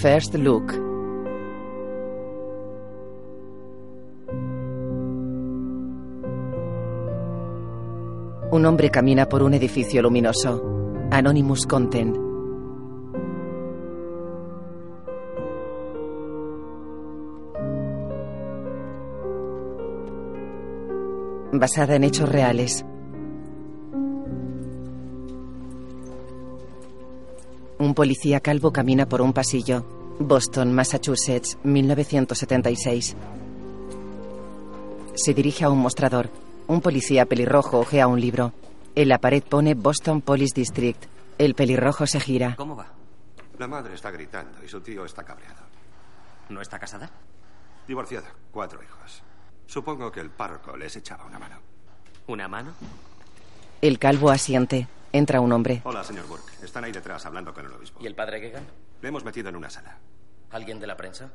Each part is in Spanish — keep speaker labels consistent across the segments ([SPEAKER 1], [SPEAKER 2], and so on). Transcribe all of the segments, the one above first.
[SPEAKER 1] First Look. Un hombre camina por un edificio luminoso. Anonymous Content. Basada en hechos reales. Un policía calvo camina por un pasillo. Boston, Massachusetts, 1976. Se dirige a un mostrador. Un policía pelirrojo ojea un libro. En la pared pone Boston Police District. El pelirrojo se gira.
[SPEAKER 2] ¿Cómo va?
[SPEAKER 3] La madre está gritando y su tío está cabreado.
[SPEAKER 2] ¿No está casada?
[SPEAKER 3] Divorciada, cuatro hijos. Supongo que el párroco les echaba una mano.
[SPEAKER 2] ¿Una mano?
[SPEAKER 1] El calvo asiente. Entra un hombre.
[SPEAKER 3] Hola, señor Burke. Están ahí detrás hablando con el obispo.
[SPEAKER 2] ¿Y el padre Gegan?
[SPEAKER 3] Le hemos metido en una sala.
[SPEAKER 2] ¿Alguien de la prensa?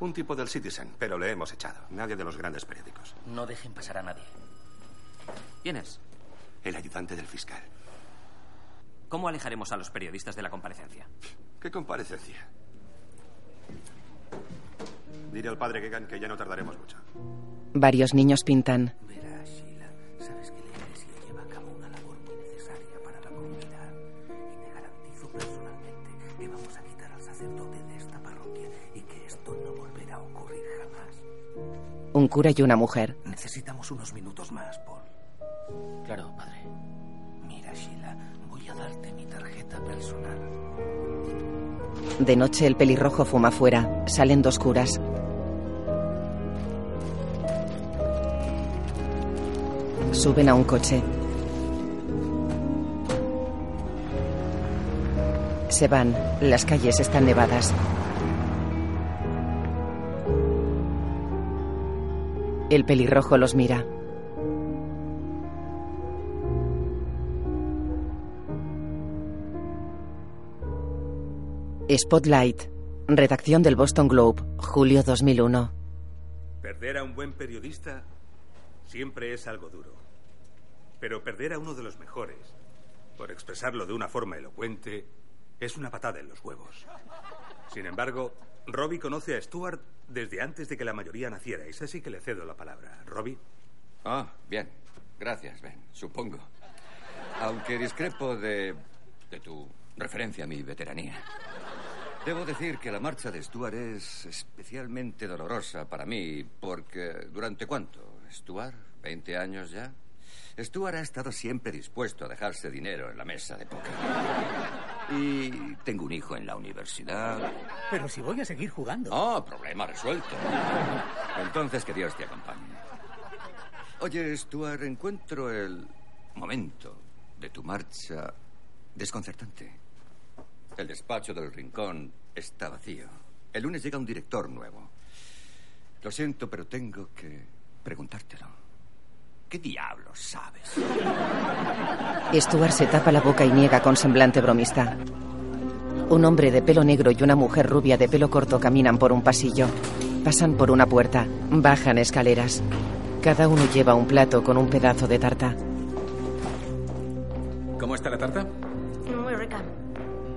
[SPEAKER 3] Un tipo del Citizen, pero le hemos echado. Nadie de los grandes periódicos.
[SPEAKER 2] No dejen pasar a nadie. ¿Quién es?
[SPEAKER 3] El ayudante del fiscal.
[SPEAKER 2] ¿Cómo alejaremos a los periodistas de la comparecencia?
[SPEAKER 3] ¿Qué comparecencia? Diré al padre Gegan que ya no tardaremos mucho.
[SPEAKER 1] Varios niños pintan.
[SPEAKER 4] Verás, Sheila, sabes que la iglesia lleva a cabo una labor muy necesaria para la comunidad. Y te garantizo personalmente que vamos a quitar al sacerdote de esta parroquia y que esto no volverá a ocurrir jamás.
[SPEAKER 1] Un cura y una mujer.
[SPEAKER 5] Pues
[SPEAKER 4] Necesitamos unos minutos más, Paul.
[SPEAKER 2] Claro, padre.
[SPEAKER 4] Mira, Sheila, voy a darte mi tarjeta personal.
[SPEAKER 1] De noche el pelirrojo fuma fuera. Salen dos curas. Suben a un coche. Se van. Las calles están nevadas. El pelirrojo los mira. Spotlight. Redacción del Boston Globe, julio 2001.
[SPEAKER 6] Perder a un buen periodista siempre es algo duro. Pero perder a uno de los mejores, por expresarlo de una forma elocuente, es una patada en los huevos. Sin embargo, Robbie conoce a Stuart desde antes de que la mayoría naciera. Es así que le cedo la palabra. Robbie.
[SPEAKER 7] Ah, bien. Gracias, Ben, supongo. Aunque discrepo de. de tu referencia a mi veteranía. Debo decir que la marcha de Stuart es especialmente dolorosa para mí, porque. ¿Durante cuánto? ¿Stuart? ¿20 años ya? Stuart ha estado siempre dispuesto a dejarse dinero en la mesa de póker. Y tengo un hijo en la universidad.
[SPEAKER 8] Pero si voy a seguir jugando.
[SPEAKER 7] Ah, problema resuelto. Entonces que Dios te acompañe. Oye, Stuart, encuentro el momento de tu marcha desconcertante. El despacho del rincón está vacío. El lunes llega un director nuevo. Lo siento, pero tengo que preguntártelo. ¿Qué diablos sabes?
[SPEAKER 1] Stuart se tapa la boca y niega con semblante bromista. Un hombre de pelo negro y una mujer rubia de pelo corto caminan por un pasillo. Pasan por una puerta, bajan escaleras. Cada uno lleva un plato con un pedazo de tarta.
[SPEAKER 9] ¿Cómo está la tarta?
[SPEAKER 10] Muy rica.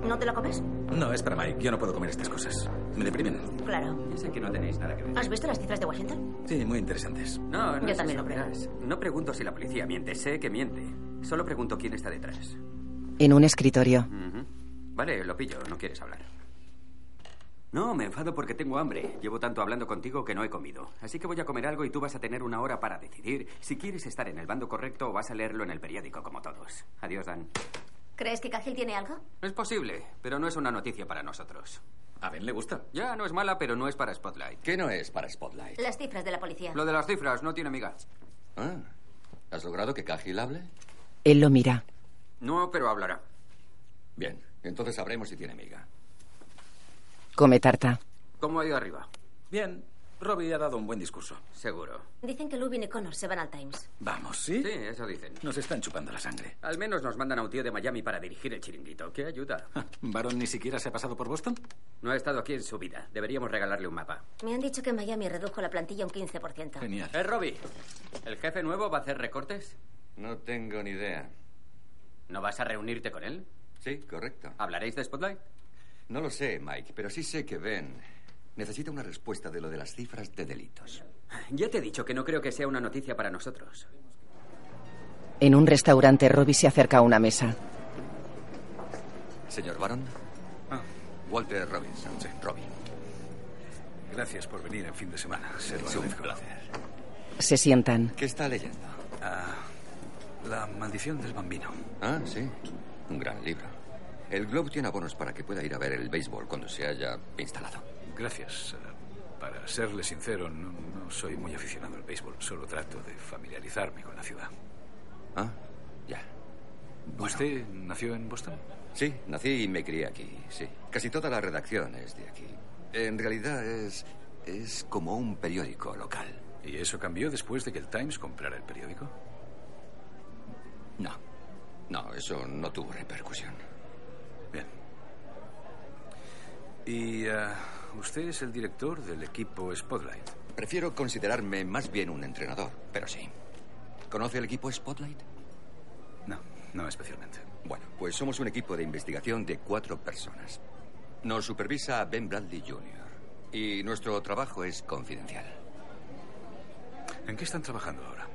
[SPEAKER 10] ¿No te la comes?
[SPEAKER 9] No, es para Mike. Yo no puedo comer estas cosas. Me deprimen.
[SPEAKER 10] Claro.
[SPEAKER 9] Y sé que no tenéis nada que ver.
[SPEAKER 10] ¿Has visto las cifras de Washington?
[SPEAKER 9] Sí, muy interesantes.
[SPEAKER 2] No, no
[SPEAKER 10] Yo
[SPEAKER 2] es
[SPEAKER 10] también
[SPEAKER 2] eso,
[SPEAKER 10] lo creo.
[SPEAKER 2] verás. No pregunto si la policía miente. Sé que miente. Solo pregunto quién está detrás.
[SPEAKER 1] En un escritorio.
[SPEAKER 2] Ujú. Vale, lo pillo. No quieres hablar. No, me enfado porque tengo hambre. Llevo tanto hablando contigo que no he comido. Así que voy a comer algo y tú vas a tener una hora para decidir si quieres estar en el bando correcto o vas a leerlo en el periódico como todos. Adiós, Dan.
[SPEAKER 10] ¿Crees que Cahill tiene algo?
[SPEAKER 2] Es posible, pero no es una noticia para nosotros.
[SPEAKER 9] A Ben le gusta.
[SPEAKER 2] Ya no es mala, pero no es para Spotlight.
[SPEAKER 7] ¿Qué no es para Spotlight?
[SPEAKER 10] Las cifras de la policía.
[SPEAKER 2] Lo de las cifras no tiene miga.
[SPEAKER 7] Ah, ¿Has logrado que Cahill hable?
[SPEAKER 1] Él lo mira.
[SPEAKER 2] No, pero hablará.
[SPEAKER 7] Bien, entonces sabremos si tiene amiga.
[SPEAKER 1] Come tarta.
[SPEAKER 2] ¿Cómo ha ido arriba?
[SPEAKER 9] Bien, Robbie ha dado un buen discurso.
[SPEAKER 2] Seguro.
[SPEAKER 10] Dicen que Lubin y Connor se van al Times.
[SPEAKER 9] Vamos, ¿sí?
[SPEAKER 2] Sí, eso dicen.
[SPEAKER 9] Nos están chupando la sangre.
[SPEAKER 2] Al menos nos mandan a un tío de Miami para dirigir el chiringuito. ¿Qué ayuda?
[SPEAKER 9] ¿Varón ni siquiera se ha pasado por Boston?
[SPEAKER 2] No ha estado aquí en su vida. Deberíamos regalarle un mapa.
[SPEAKER 10] Me han dicho que Miami redujo la plantilla un 15%.
[SPEAKER 9] Genial.
[SPEAKER 2] ¡Eh, Robbie! ¿El jefe nuevo va a hacer recortes?
[SPEAKER 7] No tengo ni idea.
[SPEAKER 2] ¿No vas a reunirte con él?
[SPEAKER 7] Sí, correcto.
[SPEAKER 2] ¿Hablaréis de Spotlight?
[SPEAKER 7] No lo sé, Mike, pero sí sé que Ben necesita una respuesta de lo de las cifras de delitos.
[SPEAKER 2] Ya te he dicho que no creo que sea una noticia para nosotros.
[SPEAKER 1] En un restaurante, Robbie se acerca a una mesa.
[SPEAKER 7] Señor Baron.
[SPEAKER 11] Ah.
[SPEAKER 7] Walter Robinson. Robbie.
[SPEAKER 11] Gracias por venir en fin de semana. Se lo
[SPEAKER 7] Es un
[SPEAKER 11] agradezco.
[SPEAKER 1] Se sientan.
[SPEAKER 7] ¿Qué está leyendo?
[SPEAKER 11] Ah, la maldición del bambino.
[SPEAKER 7] Ah, sí. Un gran libro. El Globe tiene abonos para que pueda ir a ver el béisbol cuando se haya instalado.
[SPEAKER 11] Gracias. Ah, Para serle sincero, no, no soy muy aficionado al béisbol. Solo trato de familiarizarme con la ciudad.
[SPEAKER 7] Ah, ya.
[SPEAKER 11] ¿Usted nació en Boston?
[SPEAKER 7] Sí, nací y me crié aquí, sí. Casi toda la redacción es de aquí. En realidad es. es como un periódico local.
[SPEAKER 11] ¿Y eso cambió después de que el Times comprara el periódico?
[SPEAKER 7] No. No, eso no tuvo repercusión.
[SPEAKER 11] Bien. ¿Y ah, usted es el director del equipo Spotlight?
[SPEAKER 7] Prefiero considerarme más bien un entrenador, pero sí. ¿Conoce el equipo Spotlight?
[SPEAKER 11] No, no especialmente.
[SPEAKER 7] Bueno, pues somos un equipo de investigación de cuatro personas. Nos supervisa Ben Bradley Jr. y nuestro trabajo es confidencial.
[SPEAKER 11] ¿En qué están trabajando ahora?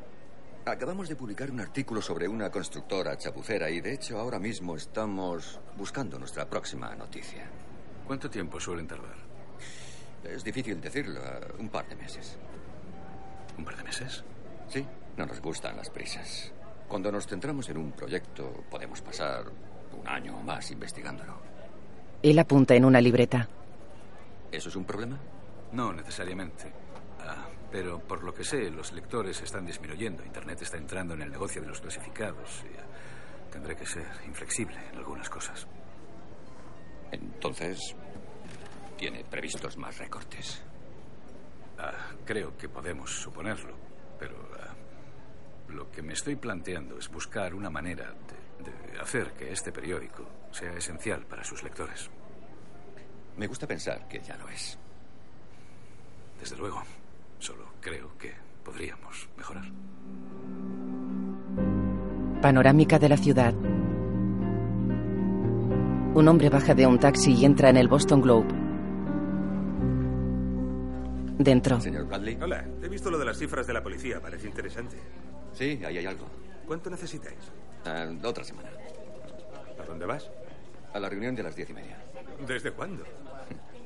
[SPEAKER 7] Acabamos de publicar un artículo sobre una constructora chapucera y de hecho ahora mismo estamos buscando nuestra próxima noticia.
[SPEAKER 11] ¿Cuánto tiempo suelen tardar?
[SPEAKER 7] Es difícil decirlo, eh, un par de meses.
[SPEAKER 11] ¿Un par de meses?
[SPEAKER 7] Sí, no nos gustan las prisas. Cuando nos centramos en un proyecto podemos pasar un año o más investigándolo.
[SPEAKER 1] Él apunta en una libreta.
[SPEAKER 7] ¿Eso es un problema?
[SPEAKER 11] No necesariamente. Ah, pero por lo que sé, los lectores están disminuyendo. Internet está entrando en el negocio de los clasificados y ah, tendré que ser inflexible en algunas cosas.
[SPEAKER 7] Entonces, tiene previstos más recortes.
[SPEAKER 11] Ah, creo que podemos suponerlo, pero ah, lo que me estoy planteando es buscar una manera de, de hacer que este periódico sea esencial para sus lectores.
[SPEAKER 7] Me gusta pensar que ya lo es.
[SPEAKER 11] Desde luego, solo creo que podríamos mejorar.
[SPEAKER 1] Panorámica de la ciudad. Un hombre baja de un taxi y entra en el Boston Globe. Dentro.
[SPEAKER 7] Señor Bradley.
[SPEAKER 6] Hola, he visto lo de las cifras de la policía, parece interesante.
[SPEAKER 7] Sí, ahí hay algo.
[SPEAKER 6] ¿Cuánto necesitáis?
[SPEAKER 7] Ah, la otra semana.
[SPEAKER 6] ¿A dónde vas?
[SPEAKER 7] A la reunión de las diez y media.
[SPEAKER 6] ¿Desde cuándo?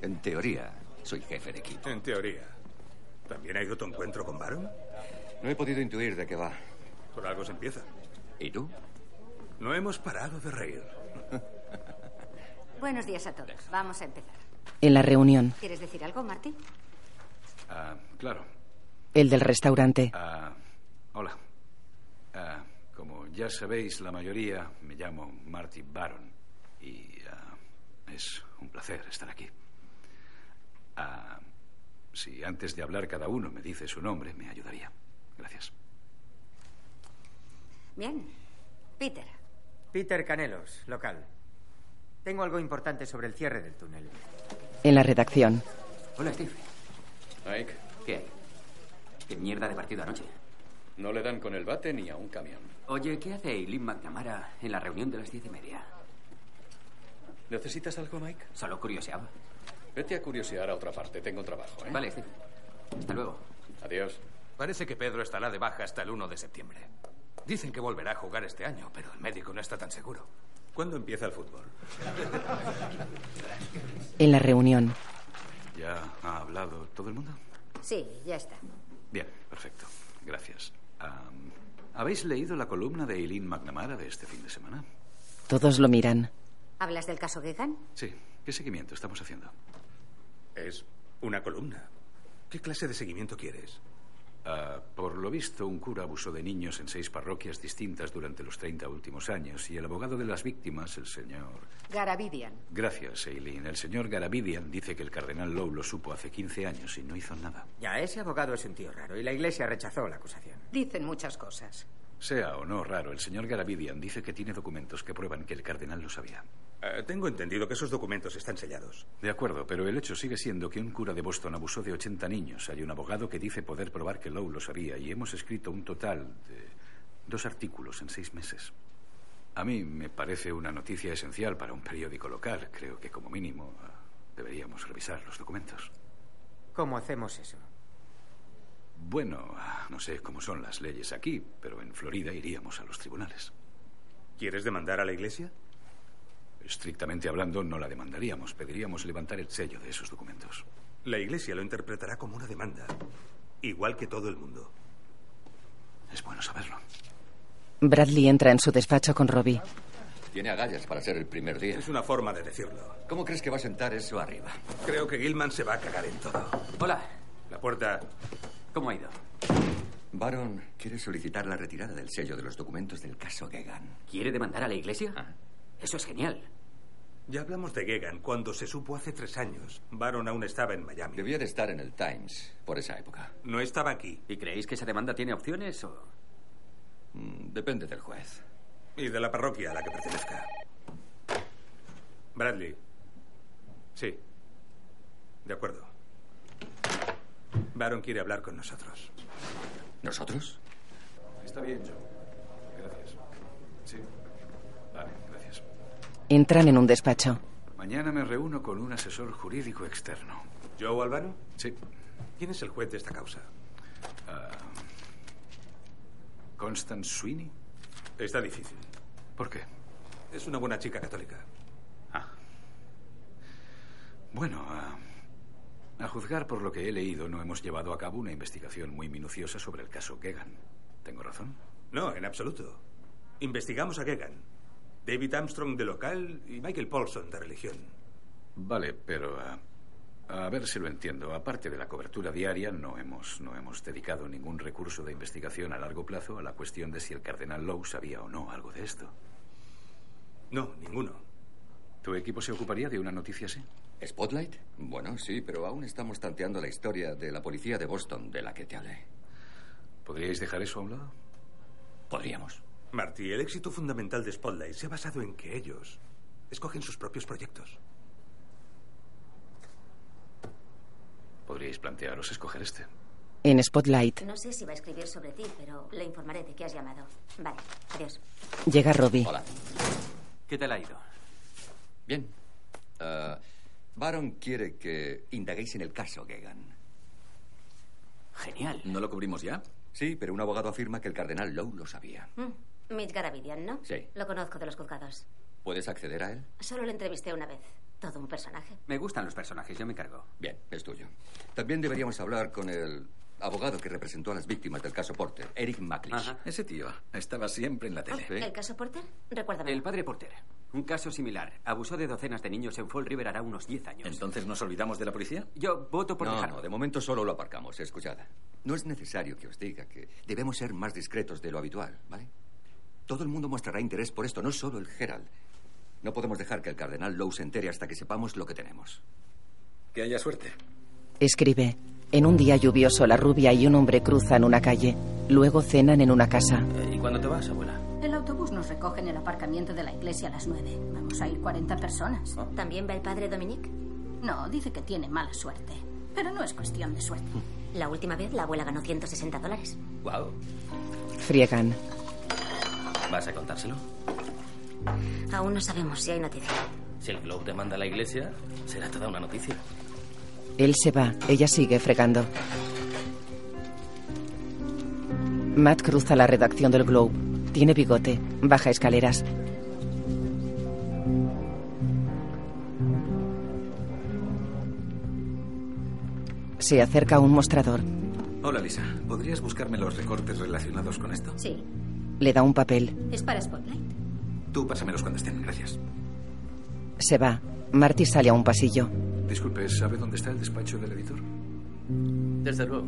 [SPEAKER 7] En teoría, soy jefe de equipo.
[SPEAKER 6] En teoría. ¿También ha ido tu encuentro con Baron?
[SPEAKER 7] No he podido intuir de qué va.
[SPEAKER 6] Por algo se empieza.
[SPEAKER 7] ¿Y tú?
[SPEAKER 6] No hemos parado de reír.
[SPEAKER 12] Buenos días a todos. Vamos a empezar.
[SPEAKER 1] En la reunión.
[SPEAKER 12] ¿Quieres decir algo, Marty?
[SPEAKER 11] Ah, claro.
[SPEAKER 1] El del restaurante.
[SPEAKER 11] Ah, hola. Ah, como ya sabéis, la mayoría me llamo Marty Baron y ah, es un placer estar aquí. Ah, si antes de hablar cada uno me dice su nombre, me ayudaría. Gracias.
[SPEAKER 12] Bien. Peter.
[SPEAKER 13] Peter Canelos, local. Tengo algo importante sobre el cierre del túnel.
[SPEAKER 1] En la redacción.
[SPEAKER 2] Hola, Steve.
[SPEAKER 14] Mike,
[SPEAKER 2] ¿Qué hay? ¿Qué mierda de partido anoche?
[SPEAKER 14] no le dan con el bate ni a un camión.
[SPEAKER 2] Oye, ¿qué hace Eileen McNamara en la reunión de las diez y media?
[SPEAKER 14] ¿Necesitas algo, Mike?
[SPEAKER 2] Solo curioseaba.
[SPEAKER 14] Vete a curiosear a otra parte. Tengo trabajo, ¿eh?
[SPEAKER 2] Vale, Steve. Hasta luego.
[SPEAKER 14] Adiós.
[SPEAKER 15] Parece que Pedro estará de baja hasta el 1 de septiembre. Dicen que volverá a jugar este año, pero el médico no está tan seguro.
[SPEAKER 6] ¿Cuándo empieza el fútbol?
[SPEAKER 1] En la reunión.
[SPEAKER 11] ¿Ya ha hablado todo el mundo?
[SPEAKER 12] Sí, ya está.
[SPEAKER 11] Bien, perfecto. Gracias. Ah, ¿Habéis leído la columna de Eileen McNamara de este fin de semana?
[SPEAKER 1] Todos lo miran.
[SPEAKER 12] ¿Hablas del caso Gegan?
[SPEAKER 11] Sí. ¿Qué seguimiento estamos haciendo?
[SPEAKER 6] Es una columna. ¿Qué clase de seguimiento quieres?
[SPEAKER 11] Ah, por lo visto, un cura abusó de niños en seis parroquias distintas durante los 30 últimos años y el abogado de las víctimas, el señor...
[SPEAKER 16] Garabidian.
[SPEAKER 11] Gracias, Eileen. El señor Garabidian dice que el cardenal Lowe lo supo hace 15 años y no hizo nada.
[SPEAKER 13] Ya, ese abogado es un tío raro y la iglesia rechazó la acusación.
[SPEAKER 16] Dicen muchas cosas.
[SPEAKER 11] Sea o no raro, el señor Garabidian dice que tiene documentos que prueban que el cardenal lo sabía.
[SPEAKER 6] Eh, tengo entendido que esos documentos están sellados.
[SPEAKER 11] De acuerdo, pero el hecho sigue siendo que un cura de Boston abusó de 80 niños. Hay un abogado que dice poder probar que Lowe lo sabía y hemos escrito un total de dos artículos en seis meses. A mí me parece una noticia esencial para un periódico local. Creo que como mínimo ah, deberíamos revisar los documentos.
[SPEAKER 13] ¿Cómo hacemos eso?
[SPEAKER 11] Bueno, ah, no sé cómo son las leyes aquí, pero en Florida iríamos a los tribunales.
[SPEAKER 6] ¿Quieres demandar a la iglesia?
[SPEAKER 11] Estrictamente hablando, no la demandaríamos. Pediríamos levantar el sello de esos documentos.
[SPEAKER 6] La iglesia lo interpretará como una demanda, igual que todo el mundo.
[SPEAKER 11] Es bueno saberlo.
[SPEAKER 1] Bradley entra en su despacho con Robbie.
[SPEAKER 7] Tiene agallas para ser el primer día.
[SPEAKER 6] Es una forma de decirlo.
[SPEAKER 7] ¿Cómo crees que va a sentar eso arriba?
[SPEAKER 6] Creo que Gilman se va a cagar en todo.
[SPEAKER 2] Hola.
[SPEAKER 6] La puerta.
[SPEAKER 2] ¿Cómo ha ido?
[SPEAKER 7] Baron quiere solicitar la retirada del sello de los documentos del caso Gegan.
[SPEAKER 2] ¿Quiere demandar a la iglesia?
[SPEAKER 11] Ah.
[SPEAKER 2] Eso es genial.
[SPEAKER 6] Ya hablamos de Gegan cuando se supo hace tres años. Baron aún estaba en Miami.
[SPEAKER 7] Debía de estar en el Times por esa época.
[SPEAKER 6] No estaba aquí.
[SPEAKER 2] ¿Y creéis que esa demanda tiene opciones o...?
[SPEAKER 7] Mm, Depende del juez.
[SPEAKER 6] Y de la parroquia a la que pertenezca. Bradley. Sí. De acuerdo. Baron quiere hablar con nosotros.
[SPEAKER 7] ¿Nosotros?
[SPEAKER 11] Está bien, Joe. Gracias. Sí. Vale, gracias.
[SPEAKER 1] Entran en un despacho.
[SPEAKER 11] Mañana me reúno con un asesor jurídico externo.
[SPEAKER 6] ¿Joe Albano?
[SPEAKER 11] Sí.
[SPEAKER 6] ¿Quién es el juez de esta causa?
[SPEAKER 11] Ah, Constance Sweeney.
[SPEAKER 6] Está difícil.
[SPEAKER 11] ¿Por qué?
[SPEAKER 6] Es una buena chica católica.
[SPEAKER 11] Ah. Bueno, ah, a, juzgar por lo que he leído, no hemos llevado a cabo una investigación muy minuciosa sobre el caso Gegan. ¿Tengo razón?
[SPEAKER 6] No, en absoluto. Investigamos a Gegan. David Armstrong de local y Michael Paulson de religión.
[SPEAKER 11] Vale, pero ah, a ver si lo entiendo. Aparte de la cobertura diaria, no hemos, no hemos dedicado ningún recurso de investigación a largo plazo a la cuestión de si el cardenal Lowe sabía o no algo de esto.
[SPEAKER 6] No, ninguno.
[SPEAKER 11] ¿Tu equipo se ocuparía de una noticia así?
[SPEAKER 7] ¿Spotlight? Bueno, sí, pero aún estamos tanteando la historia de la policía de Boston de la que te hablé.
[SPEAKER 11] ¿Podríais dejar eso a un lado?
[SPEAKER 7] Podríamos.
[SPEAKER 6] Marty, el éxito fundamental de Spotlight se ha basado en que ellos escogen sus propios proyectos.
[SPEAKER 11] Podríais plantearos escoger este.
[SPEAKER 1] En Spotlight
[SPEAKER 10] No sé si va a escribir sobre ti, pero le informaré de que has llamado. Vale, adiós.
[SPEAKER 1] llega Robbie.
[SPEAKER 2] ¿Qué tal ha ido?
[SPEAKER 7] Bien. Ah, Baron quiere que indaguéis en el caso Gegan.
[SPEAKER 2] Genial.
[SPEAKER 7] ¿No lo cubrimos ya? Sí, pero un abogado afirma que el cardenal Lowe lo sabía.
[SPEAKER 10] Mm, Mitch Garavidian, ¿no?
[SPEAKER 7] Sí.
[SPEAKER 10] Lo conozco de los juzgados.
[SPEAKER 7] ¿Puedes acceder a él?
[SPEAKER 10] Solo le entrevisté una vez. Todo un personaje.
[SPEAKER 2] Me gustan los personajes, yo me encargo.
[SPEAKER 7] Bien, es tuyo. También deberíamos hablar con el abogado que representó a las víctimas del caso Porter, Eric McLeish. Ese tío estaba siempre en la
[SPEAKER 2] Ah,
[SPEAKER 7] tele.
[SPEAKER 10] ¿El caso Porter? Recuérdame.
[SPEAKER 2] El padre Porter. Un caso similar. Abusó de docenas de niños en Fall River hará unos 10 años.
[SPEAKER 7] ¿Entonces nos olvidamos de la policía?
[SPEAKER 2] Yo voto por
[SPEAKER 7] No,
[SPEAKER 2] dejarlo.
[SPEAKER 7] no, de momento solo lo aparcamos. Escuchad, no es necesario que os diga que debemos ser más discretos de lo habitual, ¿vale? Todo el mundo mostrará interés por esto, no solo el Herald. No podemos dejar que el cardenal Lowe se entere hasta que sepamos lo que tenemos.
[SPEAKER 17] Que haya suerte.
[SPEAKER 1] Escribe. En un día lluvioso, la rubia y un hombre cruzan una calle. Luego cenan en una casa.
[SPEAKER 17] ¿Y cuándo te vas, abuela?
[SPEAKER 18] El autobús nos recoge en el aparcamiento de la iglesia a las 9. Vamos a ir 40 personas.
[SPEAKER 10] Oh. ¿También va el padre Dominique?
[SPEAKER 18] No, dice que tiene mala suerte. Pero no es cuestión de suerte.
[SPEAKER 10] La última vez la abuela ganó 160 dólares.
[SPEAKER 17] Wow.
[SPEAKER 1] Friegan.
[SPEAKER 17] ¿Vas a contárselo?
[SPEAKER 10] Aún no sabemos si hay noticia.
[SPEAKER 17] Si el club demanda a la iglesia, será toda una noticia.
[SPEAKER 1] Él se va, ella sigue fregando. Matt cruza la redacción del Globe. Tiene bigote, baja escaleras. Se acerca a un mostrador.
[SPEAKER 19] Hola, Lisa. ¿Podrías buscarme los recortes relacionados con esto?
[SPEAKER 18] Sí.
[SPEAKER 1] Le da un papel.
[SPEAKER 18] ¿Es para Spotlight?
[SPEAKER 19] Tú pásamelos cuando estén. Gracias.
[SPEAKER 1] Se va. Marty sale a un pasillo.
[SPEAKER 11] Disculpe, ¿sabe dónde está el despacho del editor?
[SPEAKER 20] Desde luego.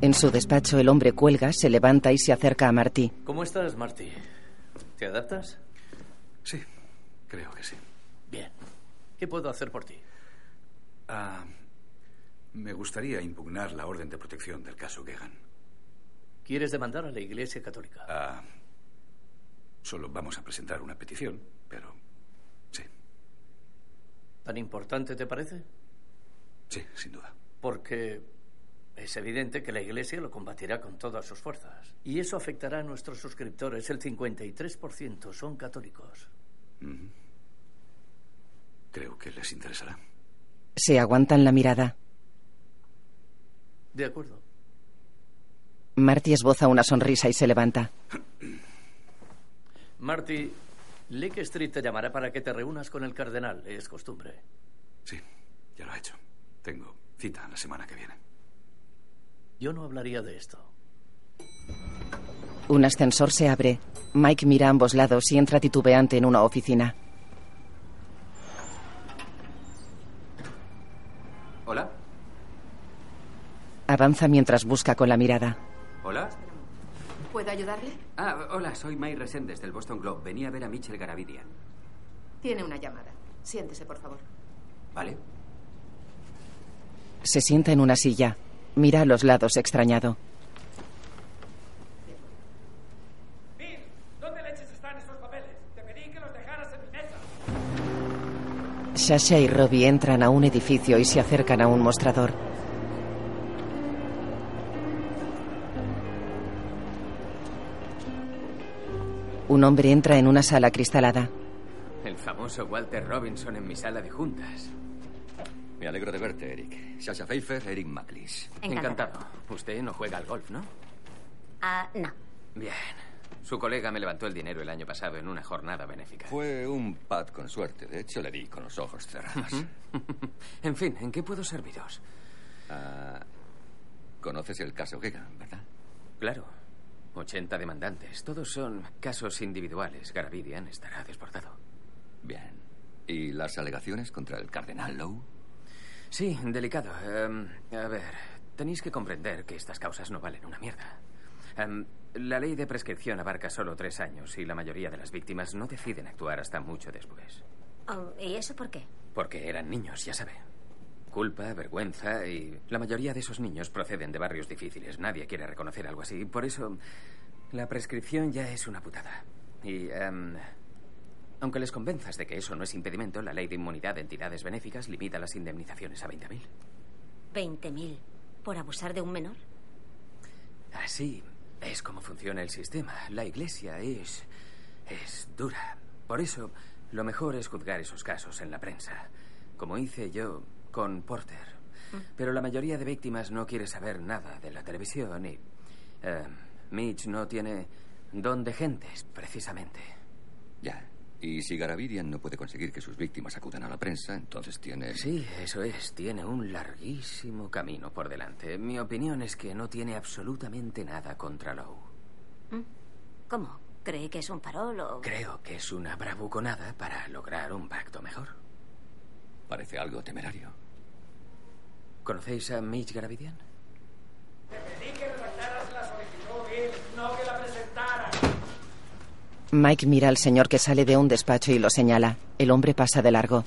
[SPEAKER 1] En su despacho, el hombre cuelga, se levanta y se acerca a Marty.
[SPEAKER 20] ¿Cómo estás, Marty? ¿Te adaptas?
[SPEAKER 11] Sí, creo que sí.
[SPEAKER 20] Bien. ¿Qué puedo hacer por ti?
[SPEAKER 11] Ah, me gustaría impugnar la orden de protección del caso Gegan.
[SPEAKER 20] ¿Quieres demandar a la Iglesia Católica?
[SPEAKER 11] Ah, solo vamos a presentar una petición, pero
[SPEAKER 20] ¿Tan importante te parece?
[SPEAKER 11] sí, sin duda.
[SPEAKER 20] Porque Es evidente que la Iglesia lo combatirá con todas sus fuerzas. Y eso afectará a nuestros suscriptores. El 53% son católicos.
[SPEAKER 21] Ujú. Creo que les interesará.
[SPEAKER 1] Se aguantan la mirada.
[SPEAKER 20] De acuerdo.
[SPEAKER 1] Marty esboza una sonrisa y se levanta.
[SPEAKER 20] Marty, Lake Street te llamará para que te reúnas con el cardenal. Es costumbre.
[SPEAKER 21] Sí, ya lo ha hecho. Tengo cita la semana que viene.
[SPEAKER 20] Yo no hablaría de esto.
[SPEAKER 1] Un ascensor se abre. Mike mira a ambos lados y entra titubeante en una oficina.
[SPEAKER 2] ¿Hola?
[SPEAKER 1] Avanza mientras busca con la mirada.
[SPEAKER 2] ¿Hola?
[SPEAKER 16] ¿Puedo ayudarle?
[SPEAKER 2] Ah, hola, soy May Resendes del Boston Globe. Venía a ver a Mitchell Garavidian.
[SPEAKER 16] Tiene una llamada. Siéntese, por favor.
[SPEAKER 2] ¿Vale?
[SPEAKER 1] Se sienta en una silla. Mira a los lados extrañado. Sasha y Robbie entran a un edificio y se acercan a un mostrador. Un hombre entra en una sala cristalada.
[SPEAKER 17] El famoso Walter Robinson en mi sala de juntas.
[SPEAKER 7] Me alegro de verte, Eric. Sasha Pfeiffer, Eric Maclis.
[SPEAKER 10] Encantada.
[SPEAKER 17] Usted no juega al golf, ¿no?
[SPEAKER 10] Ah, no.
[SPEAKER 17] Bien. Su colega me levantó el dinero el año pasado en una jornada benéfica.
[SPEAKER 7] Fue un pat con suerte. De hecho, le di con los ojos cerrados.
[SPEAKER 17] En fin, ¿en qué puedo serviros?
[SPEAKER 7] Ah, Conoces el caso Gega, ¿verdad?
[SPEAKER 17] Claro. 80 demandantes. Todos son casos individuales. Garavidian estará desbordado.
[SPEAKER 7] Bien. ¿Y las alegaciones contra el cardenal Lowe?
[SPEAKER 17] Sí, delicado. Em, a ver, tenéis que comprender que estas causas no valen una mierda. Em, la ley de prescripción abarca solo tres años y la mayoría de las víctimas no deciden actuar hasta mucho después.
[SPEAKER 10] Oh, ¿Y eso por qué?
[SPEAKER 17] Porque eran niños, ya sabe. Culpa, vergüenza y la mayoría de esos niños proceden de barrios difíciles. Nadie quiere reconocer algo así. Por eso, la prescripción ya es una putada. Y, em, aunque les convenzas de que eso no es impedimento, la ley de inmunidad de entidades benéficas limita las indemnizaciones a 20.000.
[SPEAKER 10] ¿20.000 por abusar de un menor?
[SPEAKER 17] Así es como funciona el sistema. La iglesia es. es dura. Por eso, lo mejor es juzgar esos casos en la prensa, como hice yo con Porter. Pero la mayoría de víctimas no quiere saber nada de la televisión y. eh, Mitch no tiene don de gentes, precisamente.
[SPEAKER 7] Ya. Y si Garavidian no puede conseguir que sus víctimas acudan a la prensa, entonces tiene...
[SPEAKER 17] Sí, eso es. Tiene un larguísimo camino por delante. Mi opinión es que no tiene absolutamente nada contra Lowe.
[SPEAKER 10] ¿Cómo? ¿Cree que es un farol o...?
[SPEAKER 17] Creo que es una bravuconada para lograr un pacto mejor.
[SPEAKER 7] Parece algo temerario.
[SPEAKER 17] ¿Conocéis a Mitch Garavidian?
[SPEAKER 1] Mike mira al señor que sale de un despacho y lo señala. El hombre pasa de largo.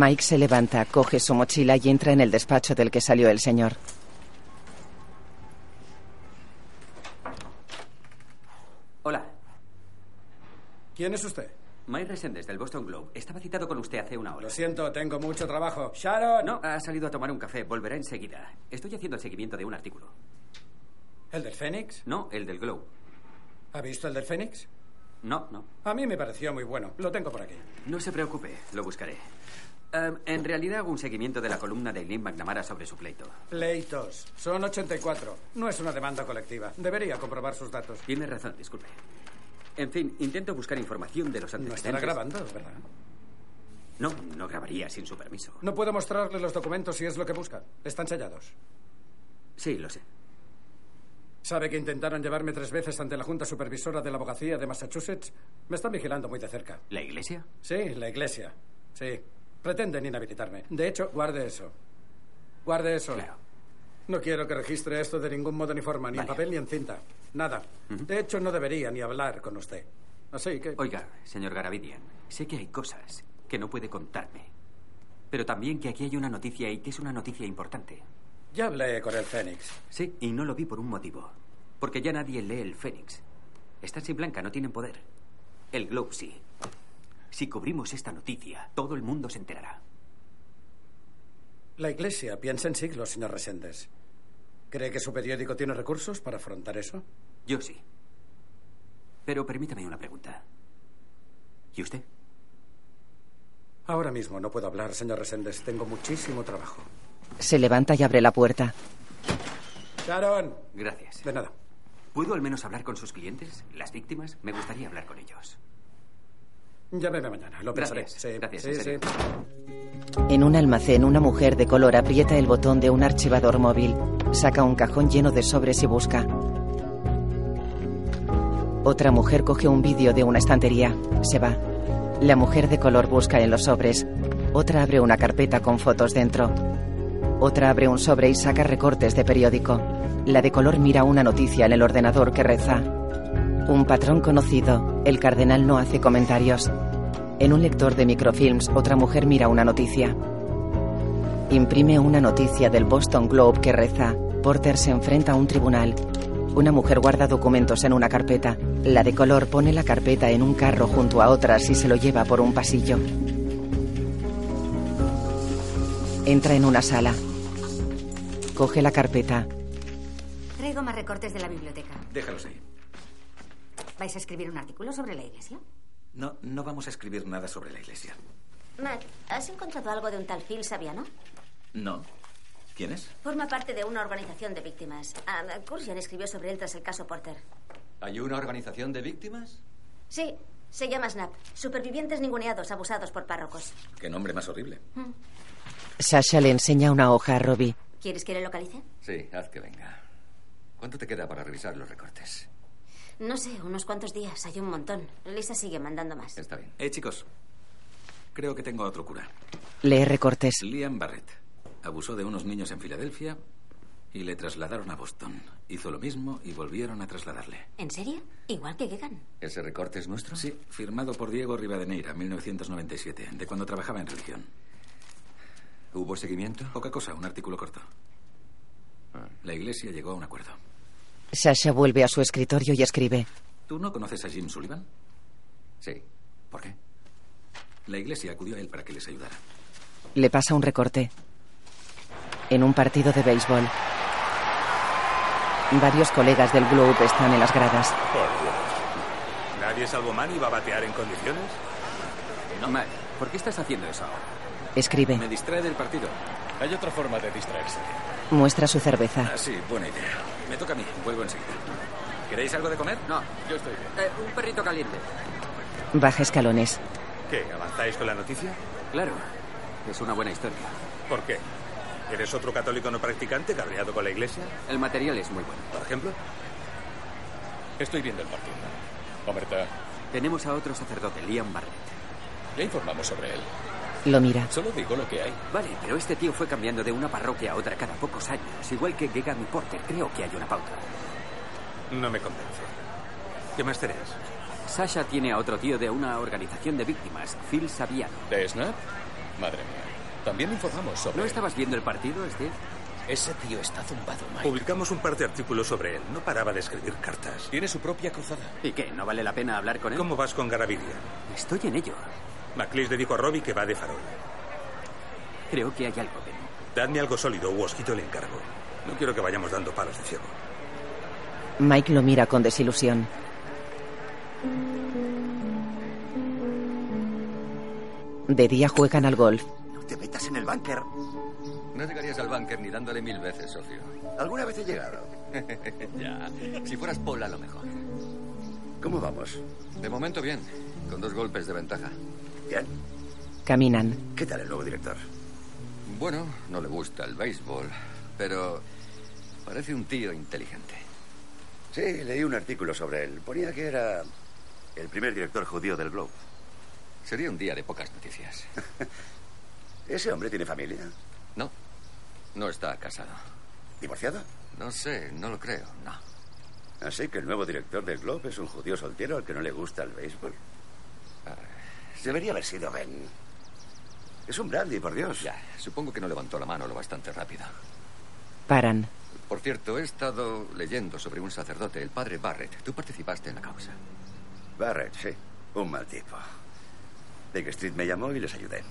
[SPEAKER 1] Mike se levanta, coge su mochila y entra en el despacho del que salió el señor.
[SPEAKER 2] Hola,
[SPEAKER 22] ¿Quién es usted?
[SPEAKER 2] May Resendes del Boston Globe. Estaba citado con usted hace una hora.
[SPEAKER 22] Lo siento, tengo mucho trabajo. Sharon.
[SPEAKER 2] No, ha salido a tomar un café. Volverá enseguida. Estoy haciendo el seguimiento de un artículo.
[SPEAKER 22] ¿El del Fénix?
[SPEAKER 2] No, el del Globe.
[SPEAKER 22] ¿Ha visto el del Fénix?
[SPEAKER 2] No, no.
[SPEAKER 22] A mí me pareció muy bueno. Lo tengo por aquí.
[SPEAKER 2] No se preocupe, lo buscaré. Em, en realidad hago un seguimiento de la columna de Eileen McNamara sobre su pleito.
[SPEAKER 22] Pleitos. Son 84. No es una demanda colectiva. Debería comprobar sus datos.
[SPEAKER 2] Tiene razón, disculpe. En fin, intento buscar información de los
[SPEAKER 22] No
[SPEAKER 2] antecedentes.
[SPEAKER 22] estará grabando, ¿verdad?
[SPEAKER 2] No, no grabaría sin su permiso.
[SPEAKER 22] No puedo mostrarle los documentos si es lo que busca. Están sellados.
[SPEAKER 2] Sí, lo sé.
[SPEAKER 22] ¿Sabe que intentaron llevarme tres veces ante la Junta Supervisora de la Abogacía de Massachusetts? Me están vigilando muy de cerca.
[SPEAKER 2] ¿La iglesia?
[SPEAKER 22] Sí, la iglesia. Sí. Pretenden inhabilitarme. De hecho, guarde eso. Guarde eso. No quiero que registre esto de ningún modo ni forma, ni en papel ni en cinta. Nada. De hecho, no debería ni hablar con usted. Así que...
[SPEAKER 2] Oiga, señor Garavidian, sé que hay cosas que no puede contarme. Pero también que aquí hay una noticia y que es una noticia importante.
[SPEAKER 22] Ya hablé con el Fénix.
[SPEAKER 2] Sí, y no lo vi por un motivo. Porque ya nadie lee el Fénix. Están sin blanca, no tienen poder. El Globe sí. Si cubrimos esta noticia, todo el mundo se enterará.
[SPEAKER 22] La Iglesia piensa en siglos, señor Reséndez. ¿Cree que su periódico tiene recursos para afrontar eso?
[SPEAKER 2] Yo sí. Pero permítame una pregunta. ¿Y usted?
[SPEAKER 22] Ahora mismo no puedo hablar, señor Reséndez. Tengo muchísimo trabajo.
[SPEAKER 1] Se levanta y abre la puerta.
[SPEAKER 22] Sharon,
[SPEAKER 2] Gracias.
[SPEAKER 22] De nada.
[SPEAKER 2] ¿Puedo al menos hablar con sus clientes? ¿Las víctimas? Me gustaría hablar con ellos.
[SPEAKER 22] llámeme mañana. Lo pensaré.
[SPEAKER 2] Gracias.
[SPEAKER 22] Sí,
[SPEAKER 2] Gracias,
[SPEAKER 22] sí,
[SPEAKER 2] en serio.
[SPEAKER 22] sí.
[SPEAKER 1] En un almacén, una mujer de color aprieta el botón de un archivador móvil, saca un cajón lleno de sobres y busca. Otra mujer coge un vídeo de una estantería, se va. La mujer de color busca en los sobres. Otra abre una carpeta con fotos dentro. Otra abre un sobre y saca recortes de periódico. La de color mira una noticia en el ordenador que reza. Un patrón conocido. El cardenal no hace comentarios. En un lector de microfilms, otra mujer mira una noticia. Imprime una noticia del Boston Globe que reza. Porter se enfrenta a un tribunal. Una mujer guarda documentos en una carpeta. La de color pone la carpeta en un carro junto a otras y se lo lleva por un pasillo. Entra en una sala. Coge la carpeta.
[SPEAKER 10] Traigo más recortes de la biblioteca.
[SPEAKER 11] Déjalos ahí.
[SPEAKER 10] ¿Vais a escribir un artículo sobre la iglesia?
[SPEAKER 11] No, no vamos a escribir nada sobre la iglesia.
[SPEAKER 10] Matt, ¿has encontrado algo de un tal Phil Saviano?
[SPEAKER 11] No. ¿Quién es?
[SPEAKER 10] Forma parte de una organización de víctimas. Ah, Cursion escribió sobre él tras el caso Porter.
[SPEAKER 7] ¿Hay una organización de víctimas?
[SPEAKER 10] Sí, se llama Snap. Supervivientes ninguneados abusados por párrocos.
[SPEAKER 11] Qué nombre más horrible.
[SPEAKER 1] Sasha le enseña una hoja a Robbie.
[SPEAKER 10] ¿Quieres que le localice?
[SPEAKER 7] Sí, haz que venga. ¿Cuánto te queda para revisar los recortes?
[SPEAKER 10] No sé, unos cuantos días, hay un montón. Lisa sigue mandando más.
[SPEAKER 7] Está bien.
[SPEAKER 11] Eh, chicos. Creo que tengo otro cura.
[SPEAKER 1] Lee recortes.
[SPEAKER 11] Liam Barrett. Abusó de unos niños en Filadelfia y le trasladaron a Boston. Hizo lo mismo y volvieron a trasladarle.
[SPEAKER 10] ¿En serio? Igual que Gegan.
[SPEAKER 11] ¿Ese recorte es nuestro? Sí, firmado por Diego Rivadeneira, 1997, de cuando trabajaba en religión. ¿Hubo seguimiento? Ah. Poca cosa, un artículo corto. La iglesia llegó a un acuerdo.
[SPEAKER 1] Sasha vuelve a su escritorio y escribe.
[SPEAKER 11] ¿Tú no conoces a Jim Sullivan? Sí. ¿Por qué? La iglesia acudió a él para que les ayudara.
[SPEAKER 1] Le pasa un recorte. En un partido de béisbol. Varios colegas del Globe están en las gradas.
[SPEAKER 6] Por Dios. ¿Nadie salvo Manny va a batear en condiciones?
[SPEAKER 2] No, Matt, ¿por qué estás haciendo eso ahora?
[SPEAKER 1] Escribe.
[SPEAKER 11] distrae del partido.
[SPEAKER 9] Hay otra forma de distraerse.
[SPEAKER 1] Muestra su cerveza.
[SPEAKER 11] Ah, sí, buena idea. Me toca a mí, vuelvo enseguida. ¿Queréis algo de comer? No, yo estoy bien.
[SPEAKER 2] Eh, un perrito caliente.
[SPEAKER 1] Baja escalones.
[SPEAKER 6] ¿Qué? ¿Avanzáis con la noticia?
[SPEAKER 2] Claro. Es una buena historia.
[SPEAKER 6] ¿Por qué? ¿Eres otro católico no practicante cabreado con la iglesia?
[SPEAKER 2] El material es muy bueno.
[SPEAKER 6] ¿Por ejemplo?
[SPEAKER 9] Estoy viendo el partido. Omerta,
[SPEAKER 2] Tenemos a otro sacerdote, Liam Barrett.
[SPEAKER 9] ya informamos sobre él.
[SPEAKER 1] Lo mira.
[SPEAKER 9] Solo digo lo que hay.
[SPEAKER 2] Vale, pero este tío fue cambiando de una parroquia a otra cada pocos años. Igual que Gegan y Porter, creo que hay una pauta.
[SPEAKER 6] No me convence. ¿Qué más tenés?
[SPEAKER 2] Sasha tiene a otro tío de una organización de víctimas, Phil Saviano.
[SPEAKER 9] ¿De Snap? Madre mía. También informamos sobre
[SPEAKER 2] ¿No
[SPEAKER 9] él.
[SPEAKER 2] estabas viendo el partido, Steve?
[SPEAKER 9] Ese tío está zumbado,
[SPEAKER 6] Publicamos un par de artículos sobre él. No paraba de escribir cartas.
[SPEAKER 9] Tiene su propia cruzada.
[SPEAKER 2] ¿Y qué? ¿No vale la pena hablar con él?
[SPEAKER 6] ¿Cómo vas con Garavidia?
[SPEAKER 2] Estoy en ello.
[SPEAKER 6] MacLeis le dijo a Robbie que va de farol.
[SPEAKER 2] Creo que hay algo que no.
[SPEAKER 6] Dadme algo sólido o os quito el encargo. No quiero que vayamos dando palos de ciego.
[SPEAKER 1] Mike lo mira con desilusión. De día juegan al golf.
[SPEAKER 4] Te metas en el búnker.
[SPEAKER 7] No llegarías al búnker ni dándole mil veces, socio.
[SPEAKER 4] Alguna vez he llegado.
[SPEAKER 7] ya. Si fueras Paul, a lo mejor.
[SPEAKER 4] ¿Cómo vamos?
[SPEAKER 7] De momento, bien. Con dos golpes de ventaja.
[SPEAKER 4] Bien.
[SPEAKER 1] Caminan.
[SPEAKER 4] ¿Qué tal el nuevo director?
[SPEAKER 7] Bueno, no le gusta el béisbol, pero parece un tío inteligente.
[SPEAKER 4] Sí, leí un artículo sobre él. Ponía que era el primer director judío del Globe.
[SPEAKER 7] Sería un día de pocas noticias.
[SPEAKER 4] ¿Ese hombre tiene familia?
[SPEAKER 7] No. No está casado.
[SPEAKER 4] ¿Divorciado?
[SPEAKER 7] No sé, no lo creo, no.
[SPEAKER 4] Así que el nuevo director del Globe es un judío soltero al que no le gusta el béisbol. Debería haber sido Ben. Es un brandy, por Dios.
[SPEAKER 7] Ya, supongo que no levantó la mano lo bastante rápido.
[SPEAKER 1] Paran.
[SPEAKER 7] Por cierto, he estado leyendo sobre un sacerdote, el padre Barrett. Tú participaste en la causa.
[SPEAKER 4] Barrett, sí. Un mal tipo.
[SPEAKER 7] Lake Street me llamó y les ayudé.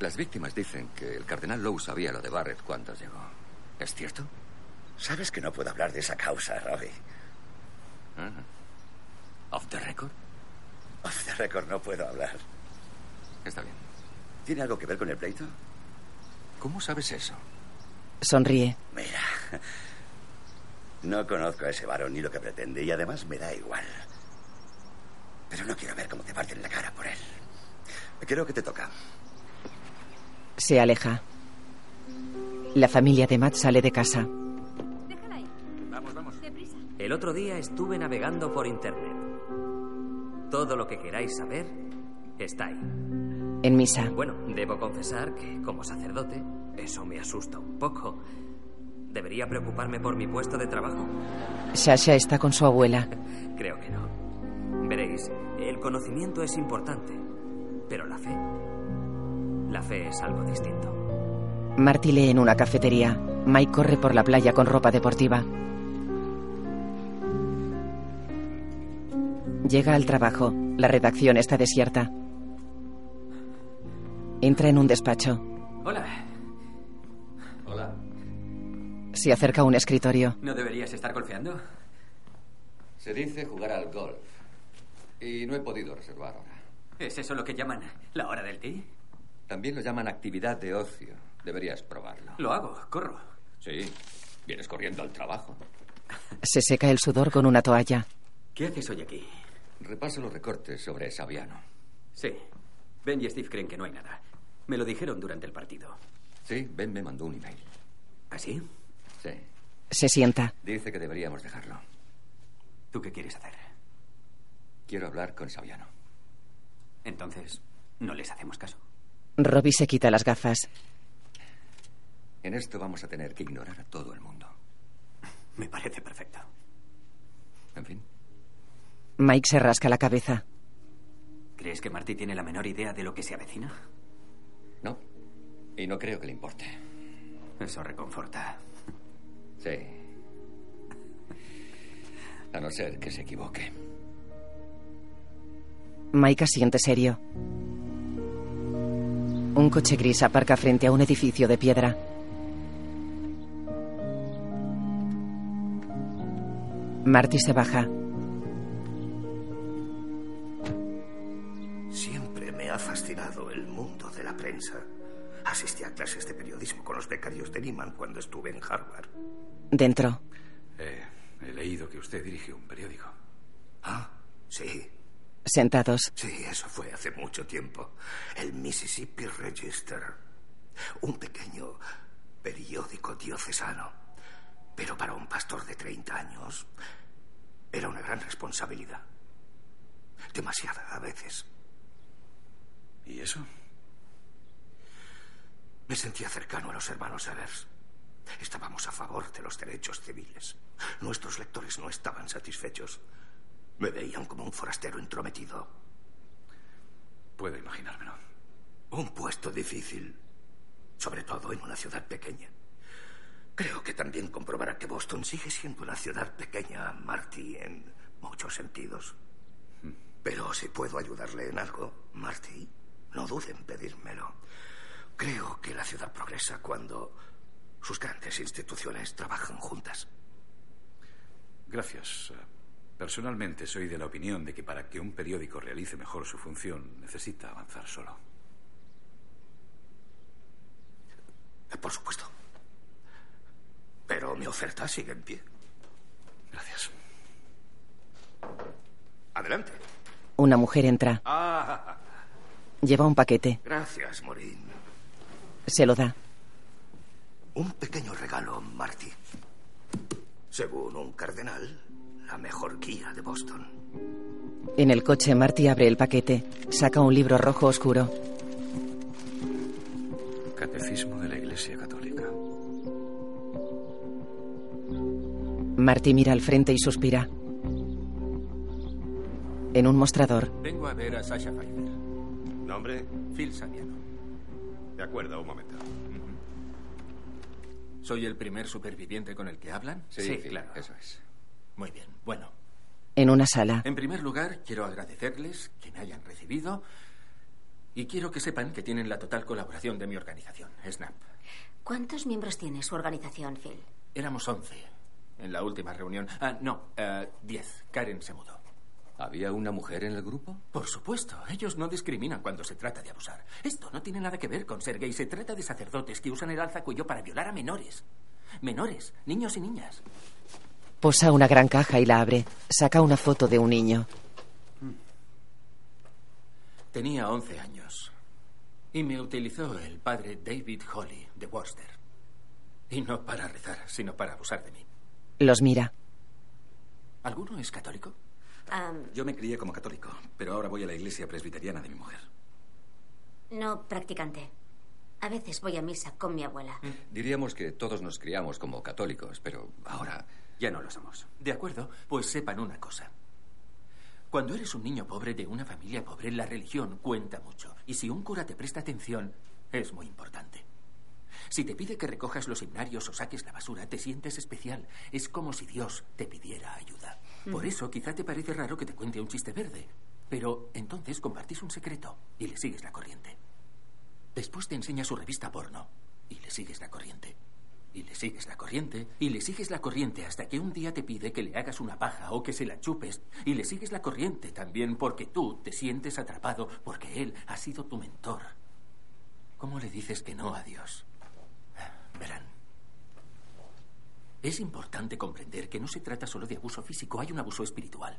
[SPEAKER 7] Las víctimas dicen que el cardenal Lowe sabía lo de Barrett cuando llegó. ¿Es cierto?
[SPEAKER 23] Sabes que no puedo hablar de esa causa, Robbie.
[SPEAKER 7] ¿Off the record?
[SPEAKER 23] Off the record no puedo hablar.
[SPEAKER 7] Está bien.
[SPEAKER 23] ¿Tiene algo que ver con el pleito?
[SPEAKER 7] ¿Cómo sabes eso?
[SPEAKER 1] Sonríe.
[SPEAKER 23] Mira, no conozco a ese varón ni lo que pretende y además me da igual. Pero no quiero ver cómo te parten la cara por él. Creo que te toca.
[SPEAKER 1] Se aleja. La familia de Matt sale de casa.
[SPEAKER 24] Vamos, vamos.
[SPEAKER 17] El otro día estuve navegando por internet. Todo lo que queráis saber está ahí.
[SPEAKER 1] En misa.
[SPEAKER 17] Bueno, debo confesar que como sacerdote eso me asusta un poco. ¿Debería preocuparme por mi puesto de trabajo?
[SPEAKER 1] Sasha está con su abuela.
[SPEAKER 17] Creo que no. Veréis, el conocimiento es importante, pero la fe... La fe es algo distinto.
[SPEAKER 1] Marty lee en una cafetería. Mike corre por la playa con ropa deportiva. Llega al trabajo. La redacción está desierta. Entra en un despacho.
[SPEAKER 2] Hola. Hola.
[SPEAKER 1] Se acerca a un escritorio.
[SPEAKER 2] ¿No deberías estar golfeando?
[SPEAKER 7] Se dice jugar al golf. Y no he podido reservar ahora.
[SPEAKER 2] ¿Es eso lo que llaman la hora del ti?
[SPEAKER 7] También lo llaman actividad de ocio. Deberías probarlo.
[SPEAKER 2] Lo hago, corro.
[SPEAKER 7] Sí. Vienes corriendo al trabajo.
[SPEAKER 1] Se seca el sudor con una toalla.
[SPEAKER 2] ¿Qué haces hoy aquí?
[SPEAKER 7] Repaso los recortes sobre Saviano.
[SPEAKER 2] Sí. Ben y Steve creen que no hay nada. Me lo dijeron durante el partido. ¿Ah,
[SPEAKER 7] Sí, Ben me mandó un email.
[SPEAKER 2] ¿Así?
[SPEAKER 7] Sí.
[SPEAKER 1] Se sienta.
[SPEAKER 7] Dice que deberíamos dejarlo.
[SPEAKER 2] ¿Tú qué quieres hacer?
[SPEAKER 7] Quiero hablar con Saviano.
[SPEAKER 2] Entonces, no les hacemos caso.
[SPEAKER 1] Robbie se quita las gafas.
[SPEAKER 7] En esto vamos a tener que ignorar a todo el mundo.
[SPEAKER 2] Me parece perfecto.
[SPEAKER 7] En fin.
[SPEAKER 1] Mike se rasca la cabeza.
[SPEAKER 2] ¿Crees que Marty tiene la menor idea de lo que se avecina?
[SPEAKER 7] No. Y no creo que le importe.
[SPEAKER 2] Eso reconforta.
[SPEAKER 7] Sí. A no ser que se equivoque.
[SPEAKER 1] Mike asiente serio. Un coche gris aparca frente a un edificio de piedra. Marty se baja.
[SPEAKER 5] Siempre me ha fascinado el mundo de la prensa. Asistí a clases de periodismo con los becarios de Lehman cuando estuve en Harvard.
[SPEAKER 1] Dentro.
[SPEAKER 11] Eh, he leído que usted dirige un periódico.
[SPEAKER 5] Ah, sí.
[SPEAKER 1] Sentados.
[SPEAKER 5] Sí, eso fue hace mucho tiempo. El Mississippi Register. Un pequeño periódico diocesano. Pero para un pastor de 30 años era una gran responsabilidad. Demasiada a veces.
[SPEAKER 11] ¿Y eso?
[SPEAKER 5] Me sentía cercano a los hermanos Evers. Estábamos a favor de los derechos civiles. Nuestros lectores no estaban satisfechos. Me veían como un forastero intrometido.
[SPEAKER 11] Puedo imaginármelo.
[SPEAKER 5] Un puesto difícil, sobre todo en una ciudad pequeña. Creo que también comprobará que Boston sigue siendo una ciudad pequeña, Marty, en muchos sentidos.
[SPEAKER 11] Hmm.
[SPEAKER 5] Pero si puedo ayudarle en algo, Marty, no dude en pedírmelo. Creo que la ciudad progresa cuando sus grandes instituciones trabajan juntas.
[SPEAKER 11] Gracias. Personalmente soy de la opinión de que para que un periódico realice mejor su función necesita avanzar solo.
[SPEAKER 5] Por supuesto. Pero mi oferta sigue en pie.
[SPEAKER 11] Gracias.
[SPEAKER 5] Adelante.
[SPEAKER 1] Una mujer entra.
[SPEAKER 5] Ah,
[SPEAKER 1] Lleva un paquete.
[SPEAKER 5] gracias, Morín.
[SPEAKER 1] Se lo da.
[SPEAKER 5] Un pequeño regalo, Marty. Según un cardenal, la mejor guía de Boston.
[SPEAKER 1] En el coche, Marty abre el paquete. Saca un libro rojo oscuro.
[SPEAKER 11] Catecismo de la Iglesia Católica.
[SPEAKER 1] Marty mira al frente y suspira. En un mostrador,
[SPEAKER 25] Vengo a ver a Sasha Pfeiffer.
[SPEAKER 6] ¿Nombre?
[SPEAKER 25] Phil Saviano.
[SPEAKER 6] De acuerdo, un momento.
[SPEAKER 25] ¿Soy el primer superviviente con el que hablan?
[SPEAKER 7] Sí, Phil,
[SPEAKER 25] claro. Eso
[SPEAKER 7] es.
[SPEAKER 25] Muy bien. Bueno,
[SPEAKER 1] En una sala.
[SPEAKER 25] En primer lugar, quiero agradecerles que me hayan recibido y quiero que sepan que tienen la total colaboración de mi organización, SNAP.
[SPEAKER 10] ¿Cuántos miembros tiene su organización, Phil?
[SPEAKER 25] Éramos 11 en la última reunión. Ah, no, eh, 10. Karen se mudó.
[SPEAKER 7] ¿Había una mujer en el grupo?
[SPEAKER 25] Por supuesto, ellos no discriminan cuando se trata de abusar. Esto no tiene nada que ver con ser gay. Se trata de sacerdotes que usan el alza cuello para violar a menores. Menores, niños y niñas.
[SPEAKER 1] Posa una gran caja y la abre. Saca una foto de un niño.
[SPEAKER 25] Tenía 11 años. Y me utilizó el padre David Holly, de Worcester. Y no para rezar, sino para abusar de mí.
[SPEAKER 1] Los mira.
[SPEAKER 25] ¿Alguno es católico?
[SPEAKER 11] Yo me crié como católico, pero ahora voy a la iglesia presbiteriana de mi mujer.
[SPEAKER 10] No practicante. A veces voy a misa con mi abuela.
[SPEAKER 7] Diríamos que todos nos criamos como católicos, pero ahora
[SPEAKER 25] ya no lo somos. De acuerdo, pues sepan una cosa. Cuando eres un niño pobre de una familia pobre, la religión cuenta mucho. Y si un cura te presta atención, es muy importante. Si te pide que recojas los himnarios o saques la basura, te sientes especial. Es como si Dios te pidiera ayuda. Por
[SPEAKER 17] Ujú.
[SPEAKER 25] eso quizá te parece raro que te cuente un chiste verde. Pero entonces compartís un secreto y le sigues la corriente. Después te enseña su revista porno y le sigues la corriente. Y le sigues la corriente, y le sigues la corriente hasta que un día te pide que le hagas una paja o que se la chupes, y le sigues la corriente también porque tú te sientes atrapado porque él ha sido tu mentor. ¿Cómo le dices que no a Dios? Ah, Verán. Es importante comprender que no se trata solo de abuso físico, hay un abuso espiritual.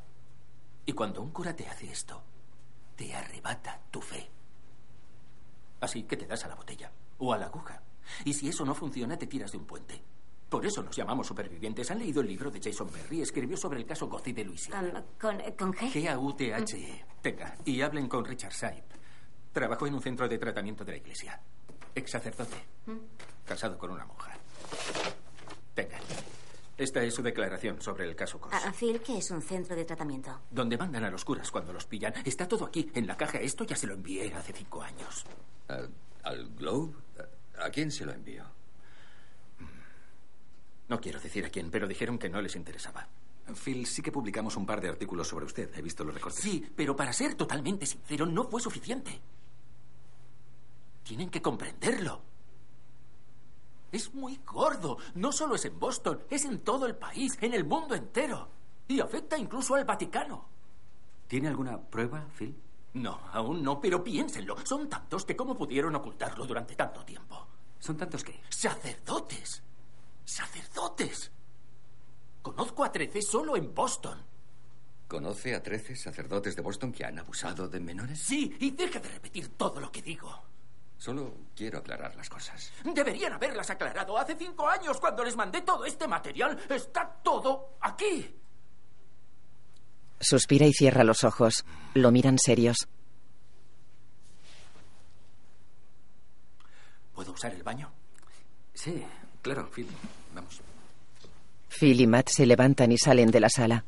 [SPEAKER 25] Y cuando un cura te hace esto, te arrebata tu fe. Así que te das a la botella o a la aguja. Y si eso no funciona, te tiras de un puente. Por eso nos llamamos supervivientes. ¿Han leído el libro de Jason Berry? Escribió sobre el caso Gothy de
[SPEAKER 7] Mm.
[SPEAKER 25] Luisiana.
[SPEAKER 10] Am, ¿Con, con G?
[SPEAKER 25] G-A-U-T-H-E. Tenga. E. Y hablen con Richard Saip. Trabajó en un centro de tratamiento de la iglesia. Ex sacerdote.
[SPEAKER 10] Mm.
[SPEAKER 25] Casado con una monja. Tenga. Esta es su declaración sobre el caso Cos.
[SPEAKER 10] Ah, Phil, ¿qué es un centro de tratamiento?
[SPEAKER 25] Donde mandan a los curas cuando los pillan. Está todo aquí, en la caja. Esto ya se lo envié hace cinco años.
[SPEAKER 7] ¿Al, al Globe? ¿A quién se lo envió?
[SPEAKER 25] No quiero decir a quién, pero dijeron que no les interesaba.
[SPEAKER 11] Phil, sí que publicamos un par de artículos sobre usted. He visto los recortes.
[SPEAKER 25] Sí, pero para ser totalmente sincero, no fue suficiente. Tienen que comprenderlo. Es muy gordo. No solo es en Boston, es en todo el país, en el mundo entero. Y afecta incluso al Vaticano.
[SPEAKER 2] ¿Tiene alguna prueba, Phil?
[SPEAKER 25] No, aún no, pero piénsenlo. Son tantos que cómo pudieron ocultarlo durante tanto tiempo.
[SPEAKER 2] ¿Son tantos qué?
[SPEAKER 25] Sacerdotes. Sacerdotes. Conozco a 13 solo en Boston.
[SPEAKER 7] ¿Conoce a 13 sacerdotes de Boston que han abusado de menores?
[SPEAKER 25] Sí, y deja de repetir todo lo que digo.
[SPEAKER 7] Solo quiero aclarar las cosas.
[SPEAKER 25] Deberían haberlas aclarado hace cinco años cuando les mandé todo este material. Está todo aquí.
[SPEAKER 1] Suspira y cierra los ojos. Lo miran serios.
[SPEAKER 25] ¿Puedo usar el baño?
[SPEAKER 11] Sí, claro, Phil. Vamos.
[SPEAKER 1] Phil y Matt se levantan y salen de la sala.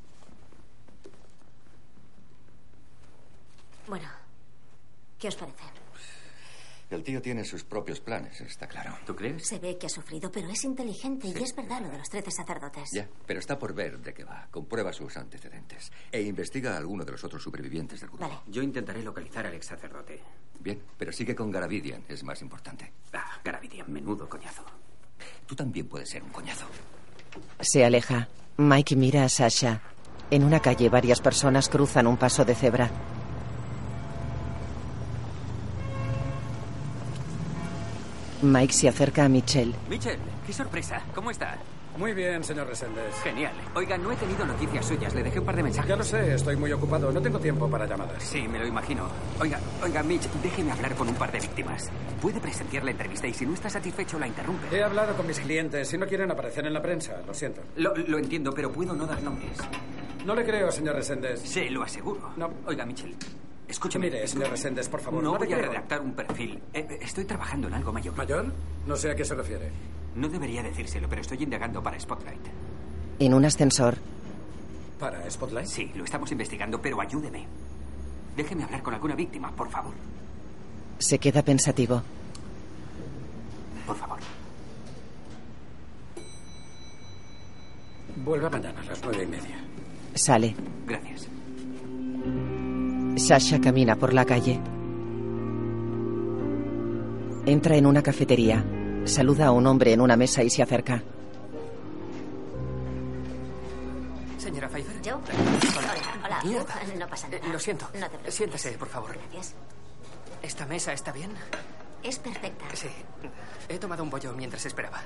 [SPEAKER 10] Bueno, ¿qué os parece?
[SPEAKER 7] El tío tiene sus propios planes, está claro. ¿Tú crees?
[SPEAKER 10] Se ve que ha sufrido, pero es inteligente y es verdad lo de los trece sacerdotes.
[SPEAKER 7] Ya, pero está por ver de qué va. Comprueba sus antecedentes e investiga a alguno de los otros supervivientes del grupo.
[SPEAKER 10] Vale.
[SPEAKER 7] Yo intentaré localizar al ex sacerdote. Bien, pero sigue con Garavidian, es más importante. Ah, Garavidian, menudo coñazo. Tú también puedes ser un coñazo.
[SPEAKER 1] Se aleja. Mike mira a Sasha. En una calle varias personas cruzan un paso de cebra. Mike se acerca a Michelle.
[SPEAKER 13] Mitchell, qué sorpresa. ¿Cómo está?
[SPEAKER 22] Muy bien, señor Reséndez.
[SPEAKER 13] Genial. Oiga, no he tenido noticias suyas. Le dejé un par de mensajes.
[SPEAKER 22] Ya lo sé, estoy muy ocupado. No tengo tiempo para llamadas.
[SPEAKER 13] Sí, me lo imagino. Oiga, oiga, Mitch, déjeme hablar con un par de víctimas. Puede presenciar la entrevista y si no está satisfecho la interrumpe.
[SPEAKER 22] He hablado con mis clientes. Si no quieren aparecer en la prensa, lo siento.
[SPEAKER 13] Lo, lo entiendo, pero puedo no dar nombres.
[SPEAKER 22] No le creo, señor Reséndez.
[SPEAKER 13] Se lo aseguro. No. Oiga, Mitchell, escúcheme.
[SPEAKER 22] Mire, señor Reséndez, por favor.
[SPEAKER 13] No
[SPEAKER 22] no le
[SPEAKER 13] voy a
[SPEAKER 22] creo.
[SPEAKER 13] redactar un perfil. Eh, eh, Estoy trabajando en algo mayor.
[SPEAKER 22] ¿Mayor? No sé a qué se refiere.
[SPEAKER 13] No debería decírselo, pero estoy indagando para Spotlight.
[SPEAKER 1] En un ascensor.
[SPEAKER 22] ¿Para Spotlight?
[SPEAKER 13] Sí, lo estamos investigando, pero ayúdeme. Déjeme hablar con alguna víctima, por favor.
[SPEAKER 1] Se queda pensativo.
[SPEAKER 13] Por favor.
[SPEAKER 22] Vuelva mañana a las nueve y media.
[SPEAKER 1] Sale.
[SPEAKER 13] Gracias.
[SPEAKER 1] Sasha camina por la calle. Entra en una cafetería. Saluda a un hombre en una mesa y se acerca.
[SPEAKER 26] Señora Pfeiffer. Eh,
[SPEAKER 10] ¿Yo? Hola, hola. No pasa nada.
[SPEAKER 26] Lo siento.
[SPEAKER 10] No te preocupes.
[SPEAKER 26] Siéntese, por favor.
[SPEAKER 10] Gracias.
[SPEAKER 26] ¿Esta mesa está bien?
[SPEAKER 10] Es perfecta.
[SPEAKER 26] Sí. He tomado un bollo mientras esperaba.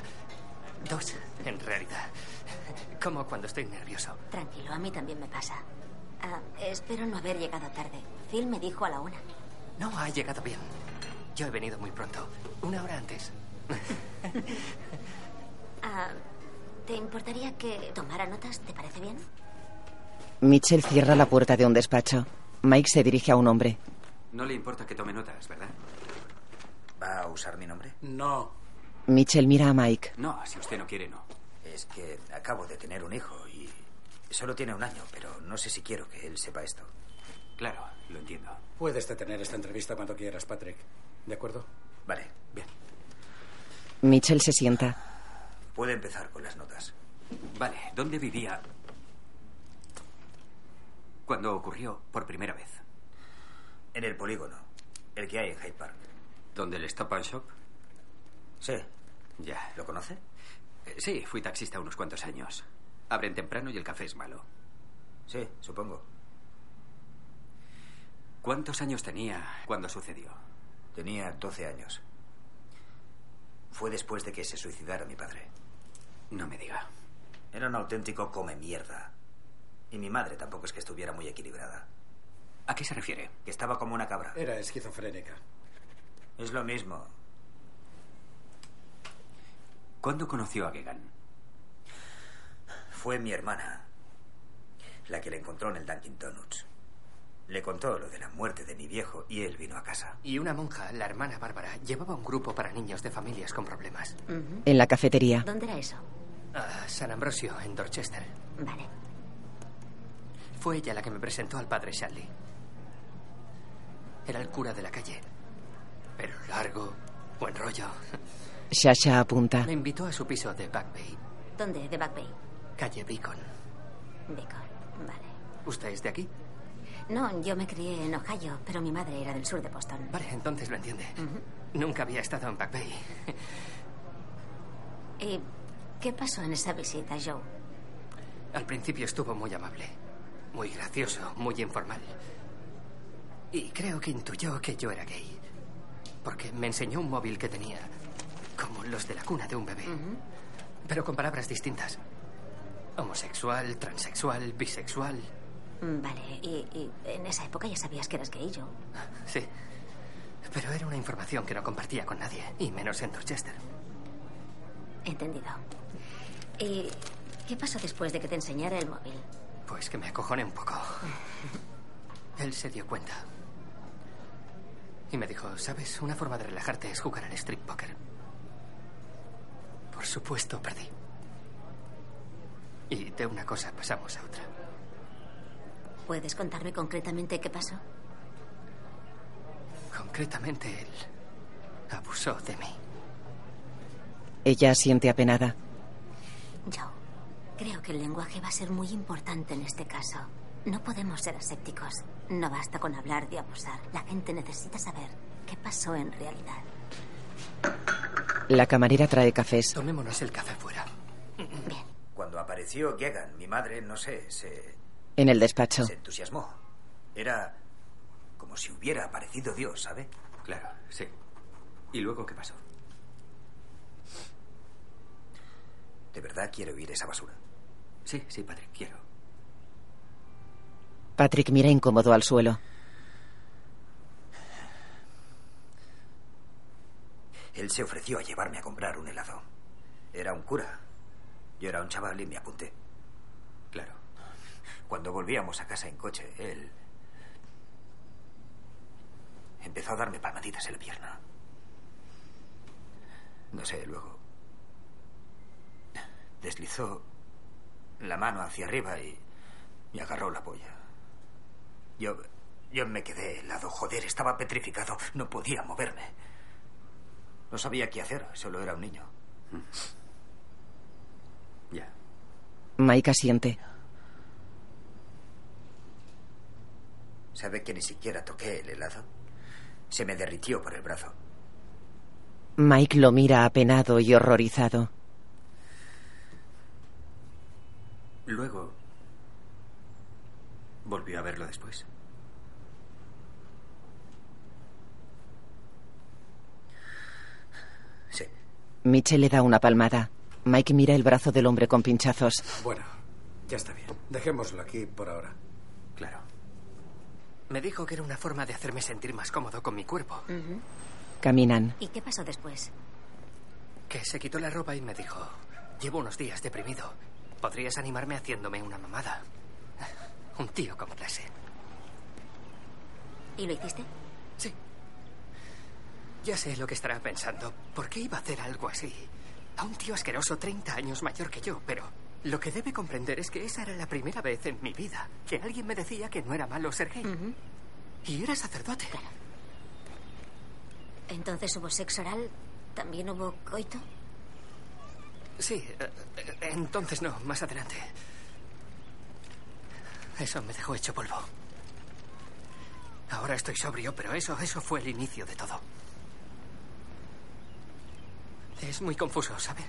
[SPEAKER 26] Dos, en realidad. Como cuando estoy nervioso.
[SPEAKER 10] Tranquilo, a mí también me pasa. Ah, espero no haber llegado tarde. Phil me dijo a la una.
[SPEAKER 26] No ha llegado bien. Yo he venido muy pronto. Una hora antes.
[SPEAKER 10] Ah, ¿Te importaría que tomara notas? ¿Te parece bien?
[SPEAKER 1] Mitchell cierra la puerta de un despacho. Mike se dirige a un hombre.
[SPEAKER 2] No le importa que tome notas, ¿verdad?
[SPEAKER 13] ¿Va a usar mi nombre?
[SPEAKER 22] No.
[SPEAKER 1] Mitchell mira a Mike.
[SPEAKER 2] No, si usted no quiere, no.
[SPEAKER 13] Es que acabo de tener un hijo y solo tiene un año, pero no sé si quiero que él sepa esto.
[SPEAKER 2] Claro, lo entiendo.
[SPEAKER 22] Puedes detener esta entrevista cuando quieras, Patrick. ¿De acuerdo?
[SPEAKER 13] Vale, bien.
[SPEAKER 1] Mitchell se sienta.
[SPEAKER 13] Puede empezar con las notas.
[SPEAKER 2] Vale, ¿dónde vivía cuando ocurrió por primera vez?
[SPEAKER 13] En el polígono, el que hay en Hyde Park.
[SPEAKER 2] ¿Dónde el Stop and Shop?
[SPEAKER 13] Sí.
[SPEAKER 2] Ya.
[SPEAKER 13] ¿Lo conoce?
[SPEAKER 2] Eh, Sí, fui taxista unos cuantos años. Abren temprano y el café es malo.
[SPEAKER 13] Sí, supongo.
[SPEAKER 2] ¿Cuántos años tenía cuando sucedió?
[SPEAKER 13] Tenía 12 años. Fue después de que se suicidara mi padre.
[SPEAKER 2] No me diga.
[SPEAKER 13] Era un auténtico come mierda. Y mi madre tampoco es que estuviera muy equilibrada.
[SPEAKER 2] ¿A qué se refiere?
[SPEAKER 13] Que estaba como una cabra.
[SPEAKER 22] Era esquizofrénica.
[SPEAKER 13] Es lo mismo.
[SPEAKER 2] ¿Cuándo conoció a Gegan?
[SPEAKER 13] Fue mi hermana la que le encontró en el Dunkin' Donuts. Le contó lo de la muerte de mi viejo y él vino a casa.
[SPEAKER 26] Y una monja, la hermana Bárbara, llevaba un grupo para niños de familias con problemas.
[SPEAKER 1] En la cafetería.
[SPEAKER 10] ¿Dónde era eso?
[SPEAKER 26] A Ah, San Ambrosio, en Dorchester.
[SPEAKER 10] Vale.
[SPEAKER 26] Fue ella la que me presentó al padre Shanley. Era el cura de la calle. Pero largo, buen rollo.
[SPEAKER 1] Sasha apunta.
[SPEAKER 26] Me invitó a su piso de Back Bay,
[SPEAKER 10] ¿Dónde? De Back Bay.
[SPEAKER 26] calle Beacon.
[SPEAKER 10] Beacon. Vale.
[SPEAKER 26] ¿Usted es de aquí?
[SPEAKER 10] No, yo me crié en Ohio, pero mi madre era del sur de Boston.
[SPEAKER 26] Vale, entonces lo entiende. Nunca había estado en Back Bay.
[SPEAKER 10] ¿Y qué pasó en esa visita, Joe?
[SPEAKER 26] Al principio estuvo muy amable, muy gracioso, muy informal. Y creo que intuyó que yo era gay. Porque me enseñó un móvil que tenía, como los de la cuna de un bebé, pero con palabras distintas. Homosexual, transexual, bisexual.
[SPEAKER 10] Mm, Vale, y, y en esa época ya sabías que eras gay, Joe.
[SPEAKER 26] Sí. Pero era una información que no compartía con nadie, y menos en Dorchester.
[SPEAKER 10] Entendido. ¿Y qué pasó después de que te enseñara el móvil?
[SPEAKER 26] Pues que me acojoné un poco. Él se dio cuenta. Y me dijo, ¿sabes? Una forma de relajarte es jugar al strip poker. Por supuesto, perdí. Y de una cosa pasamos a otra.
[SPEAKER 10] ¿Puedes contarme concretamente qué pasó?
[SPEAKER 26] Concretamente, él abusó de mí.
[SPEAKER 1] Ella siente apenada.
[SPEAKER 10] Joe, creo que el lenguaje va a ser muy importante en este caso. No podemos ser asépticos. No basta con hablar de abusar. La gente necesita saber qué pasó en realidad.
[SPEAKER 1] La camarera trae cafés.
[SPEAKER 26] Tomémonos el café fuera.
[SPEAKER 13] Cuando apareció Gegan, mi madre, no sé, se
[SPEAKER 1] En el despacho.
[SPEAKER 13] se entusiasmó. Era como si hubiera aparecido Dios, ¿sabe?
[SPEAKER 2] Claro, sí. ¿Y luego qué pasó?
[SPEAKER 13] ¿De verdad quiere oír esa basura?
[SPEAKER 2] Sí, sí, Patrick, quiero.
[SPEAKER 1] Patrick mira incómodo al suelo.
[SPEAKER 13] Él se ofreció a llevarme a comprar un helado. Era un cura. Yo era un chaval y me apunté.
[SPEAKER 2] Claro.
[SPEAKER 13] Cuando volvíamos a casa en coche, él empezó a darme palmaditas en la pierna. No sé, luego deslizó la mano hacia arriba y me agarró la polla. Yo, yo me quedé helado, joder, estaba petrificado, no podía moverme. No sabía qué hacer, solo era un niño.
[SPEAKER 22] Mm.
[SPEAKER 2] Ya.
[SPEAKER 1] Mike asiente.
[SPEAKER 13] ¿Sabe que ni siquiera toqué el helado? Se me derritió por el brazo.
[SPEAKER 1] Mike lo mira apenado y horrorizado.
[SPEAKER 17] Luego... Volvió a verlo después.
[SPEAKER 1] Michelle le da una palmada. Mike mira el brazo del hombre con pinchazos.
[SPEAKER 22] Bueno, ya está bien. Dejémoslo aquí por ahora.
[SPEAKER 17] Claro.
[SPEAKER 25] Me dijo que era una forma de hacerme sentir más cómodo con mi cuerpo.
[SPEAKER 1] Caminan.
[SPEAKER 10] ¿Y qué pasó después?
[SPEAKER 25] Que se quitó la ropa y me dijo, llevo unos días deprimido. ¿Podrías animarme haciéndome una mamada? Un tío con clase.
[SPEAKER 10] ¿Y lo hiciste?
[SPEAKER 25] Ya sé lo que estará pensando. ¿Por qué iba a hacer algo así? A un tío asqueroso 30 años mayor que yo, pero lo que debe comprender es que esa era la primera vez en mi vida que alguien me decía que no era malo ser gay. Y era sacerdote.
[SPEAKER 10] Entonces hubo sexo oral, también hubo coito.
[SPEAKER 25] Sí, eh, eh, entonces no, más adelante. Eso me dejó hecho polvo. Ahora estoy sobrio, pero eso, eso fue el inicio de todo. Es muy confuso, ¿sabe?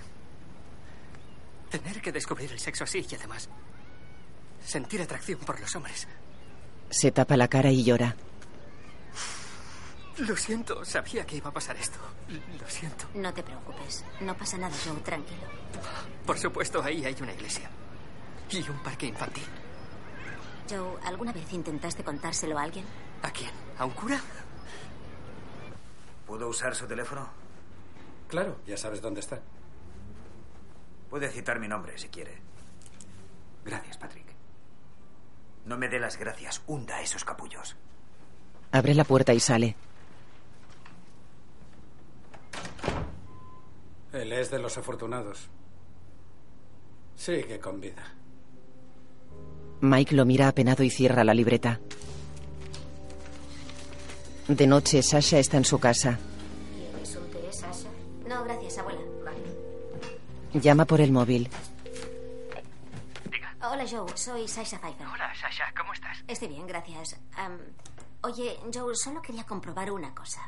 [SPEAKER 25] Tener que descubrir el sexo así y además sentir atracción por los hombres.
[SPEAKER 1] Se tapa la cara y llora.
[SPEAKER 25] Lo siento, sabía que iba a pasar esto. Lo siento.
[SPEAKER 10] No te preocupes, no pasa nada, Joe, tranquilo.
[SPEAKER 25] Por supuesto, ahí hay una iglesia. Y un parque infantil.
[SPEAKER 10] Joe, ¿alguna vez intentaste contárselo a alguien?
[SPEAKER 25] ¿A quién? ¿A un cura?
[SPEAKER 13] ¿Puedo usar su teléfono?
[SPEAKER 22] Claro, ya sabes dónde está.
[SPEAKER 13] Puede citar mi nombre si quiere. Gracias, Patrick. No me dé las gracias, hunda esos capullos.
[SPEAKER 1] Abre la puerta y sale.
[SPEAKER 22] Él es de los afortunados. Sigue con vida.
[SPEAKER 1] Mike lo mira apenado y cierra la libreta. De noche, Sasha está en su casa.
[SPEAKER 10] ¿Quieres un té, Sasha? No, gracias, abuela.
[SPEAKER 1] Llama por el móvil.
[SPEAKER 10] Ah, Hola, Joe, soy Sasha Pfeiffer.
[SPEAKER 26] Hola, Sasha, ¿cómo estás?
[SPEAKER 10] Estoy bien, gracias. Am, oye, Joe, solo quería comprobar una cosa.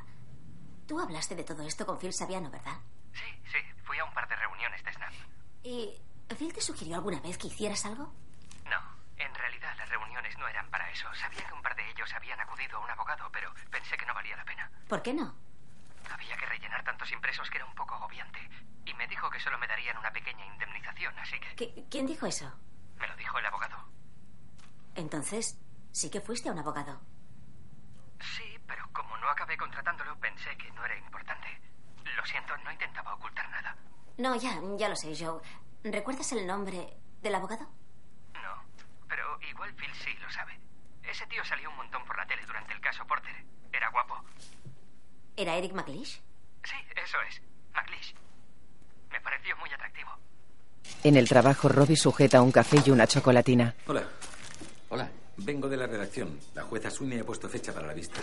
[SPEAKER 10] Tú hablaste de todo esto con Phil Sabiano, ¿verdad?
[SPEAKER 26] Sí, sí, fui a un par de reuniones de Snap.
[SPEAKER 10] ¿Y Phil te sugirió alguna vez que hicieras algo?
[SPEAKER 26] No, en realidad las reuniones no eran para eso. Sabía que un par de ellos habían acudido a un abogado, pero pensé que no valía la pena.
[SPEAKER 10] ¿Por qué no?
[SPEAKER 26] Había que rellenar tantos impresos que era un poco agobiante. Y me dijo que solo me darían una pequeña indemnización, así que
[SPEAKER 10] ¿Qui- ¿Quién dijo eso?
[SPEAKER 26] me lo dijo el abogado.
[SPEAKER 10] Entonces, sí que fuiste a un abogado.
[SPEAKER 26] Sí, pero como no acabé contratándolo, pensé que no era importante. Lo siento, no intentaba ocultar nada.
[SPEAKER 10] No, ya, ya lo sé, Joe. ¿Recuerdas el nombre del abogado?
[SPEAKER 26] No, pero igual Phil sí lo sabe. Ese tío salió un montón por la tele durante el caso Porter. Era guapo.
[SPEAKER 10] ¿Era Eric McLeish?
[SPEAKER 26] Sí, eso es. McLeish. Me pareció muy atractivo.
[SPEAKER 1] En el trabajo, Robbie sujeta un café y una chocolatina.
[SPEAKER 11] Hola. Hola. Vengo de la redacción. La jueza Sweeney ha puesto fecha para la vista.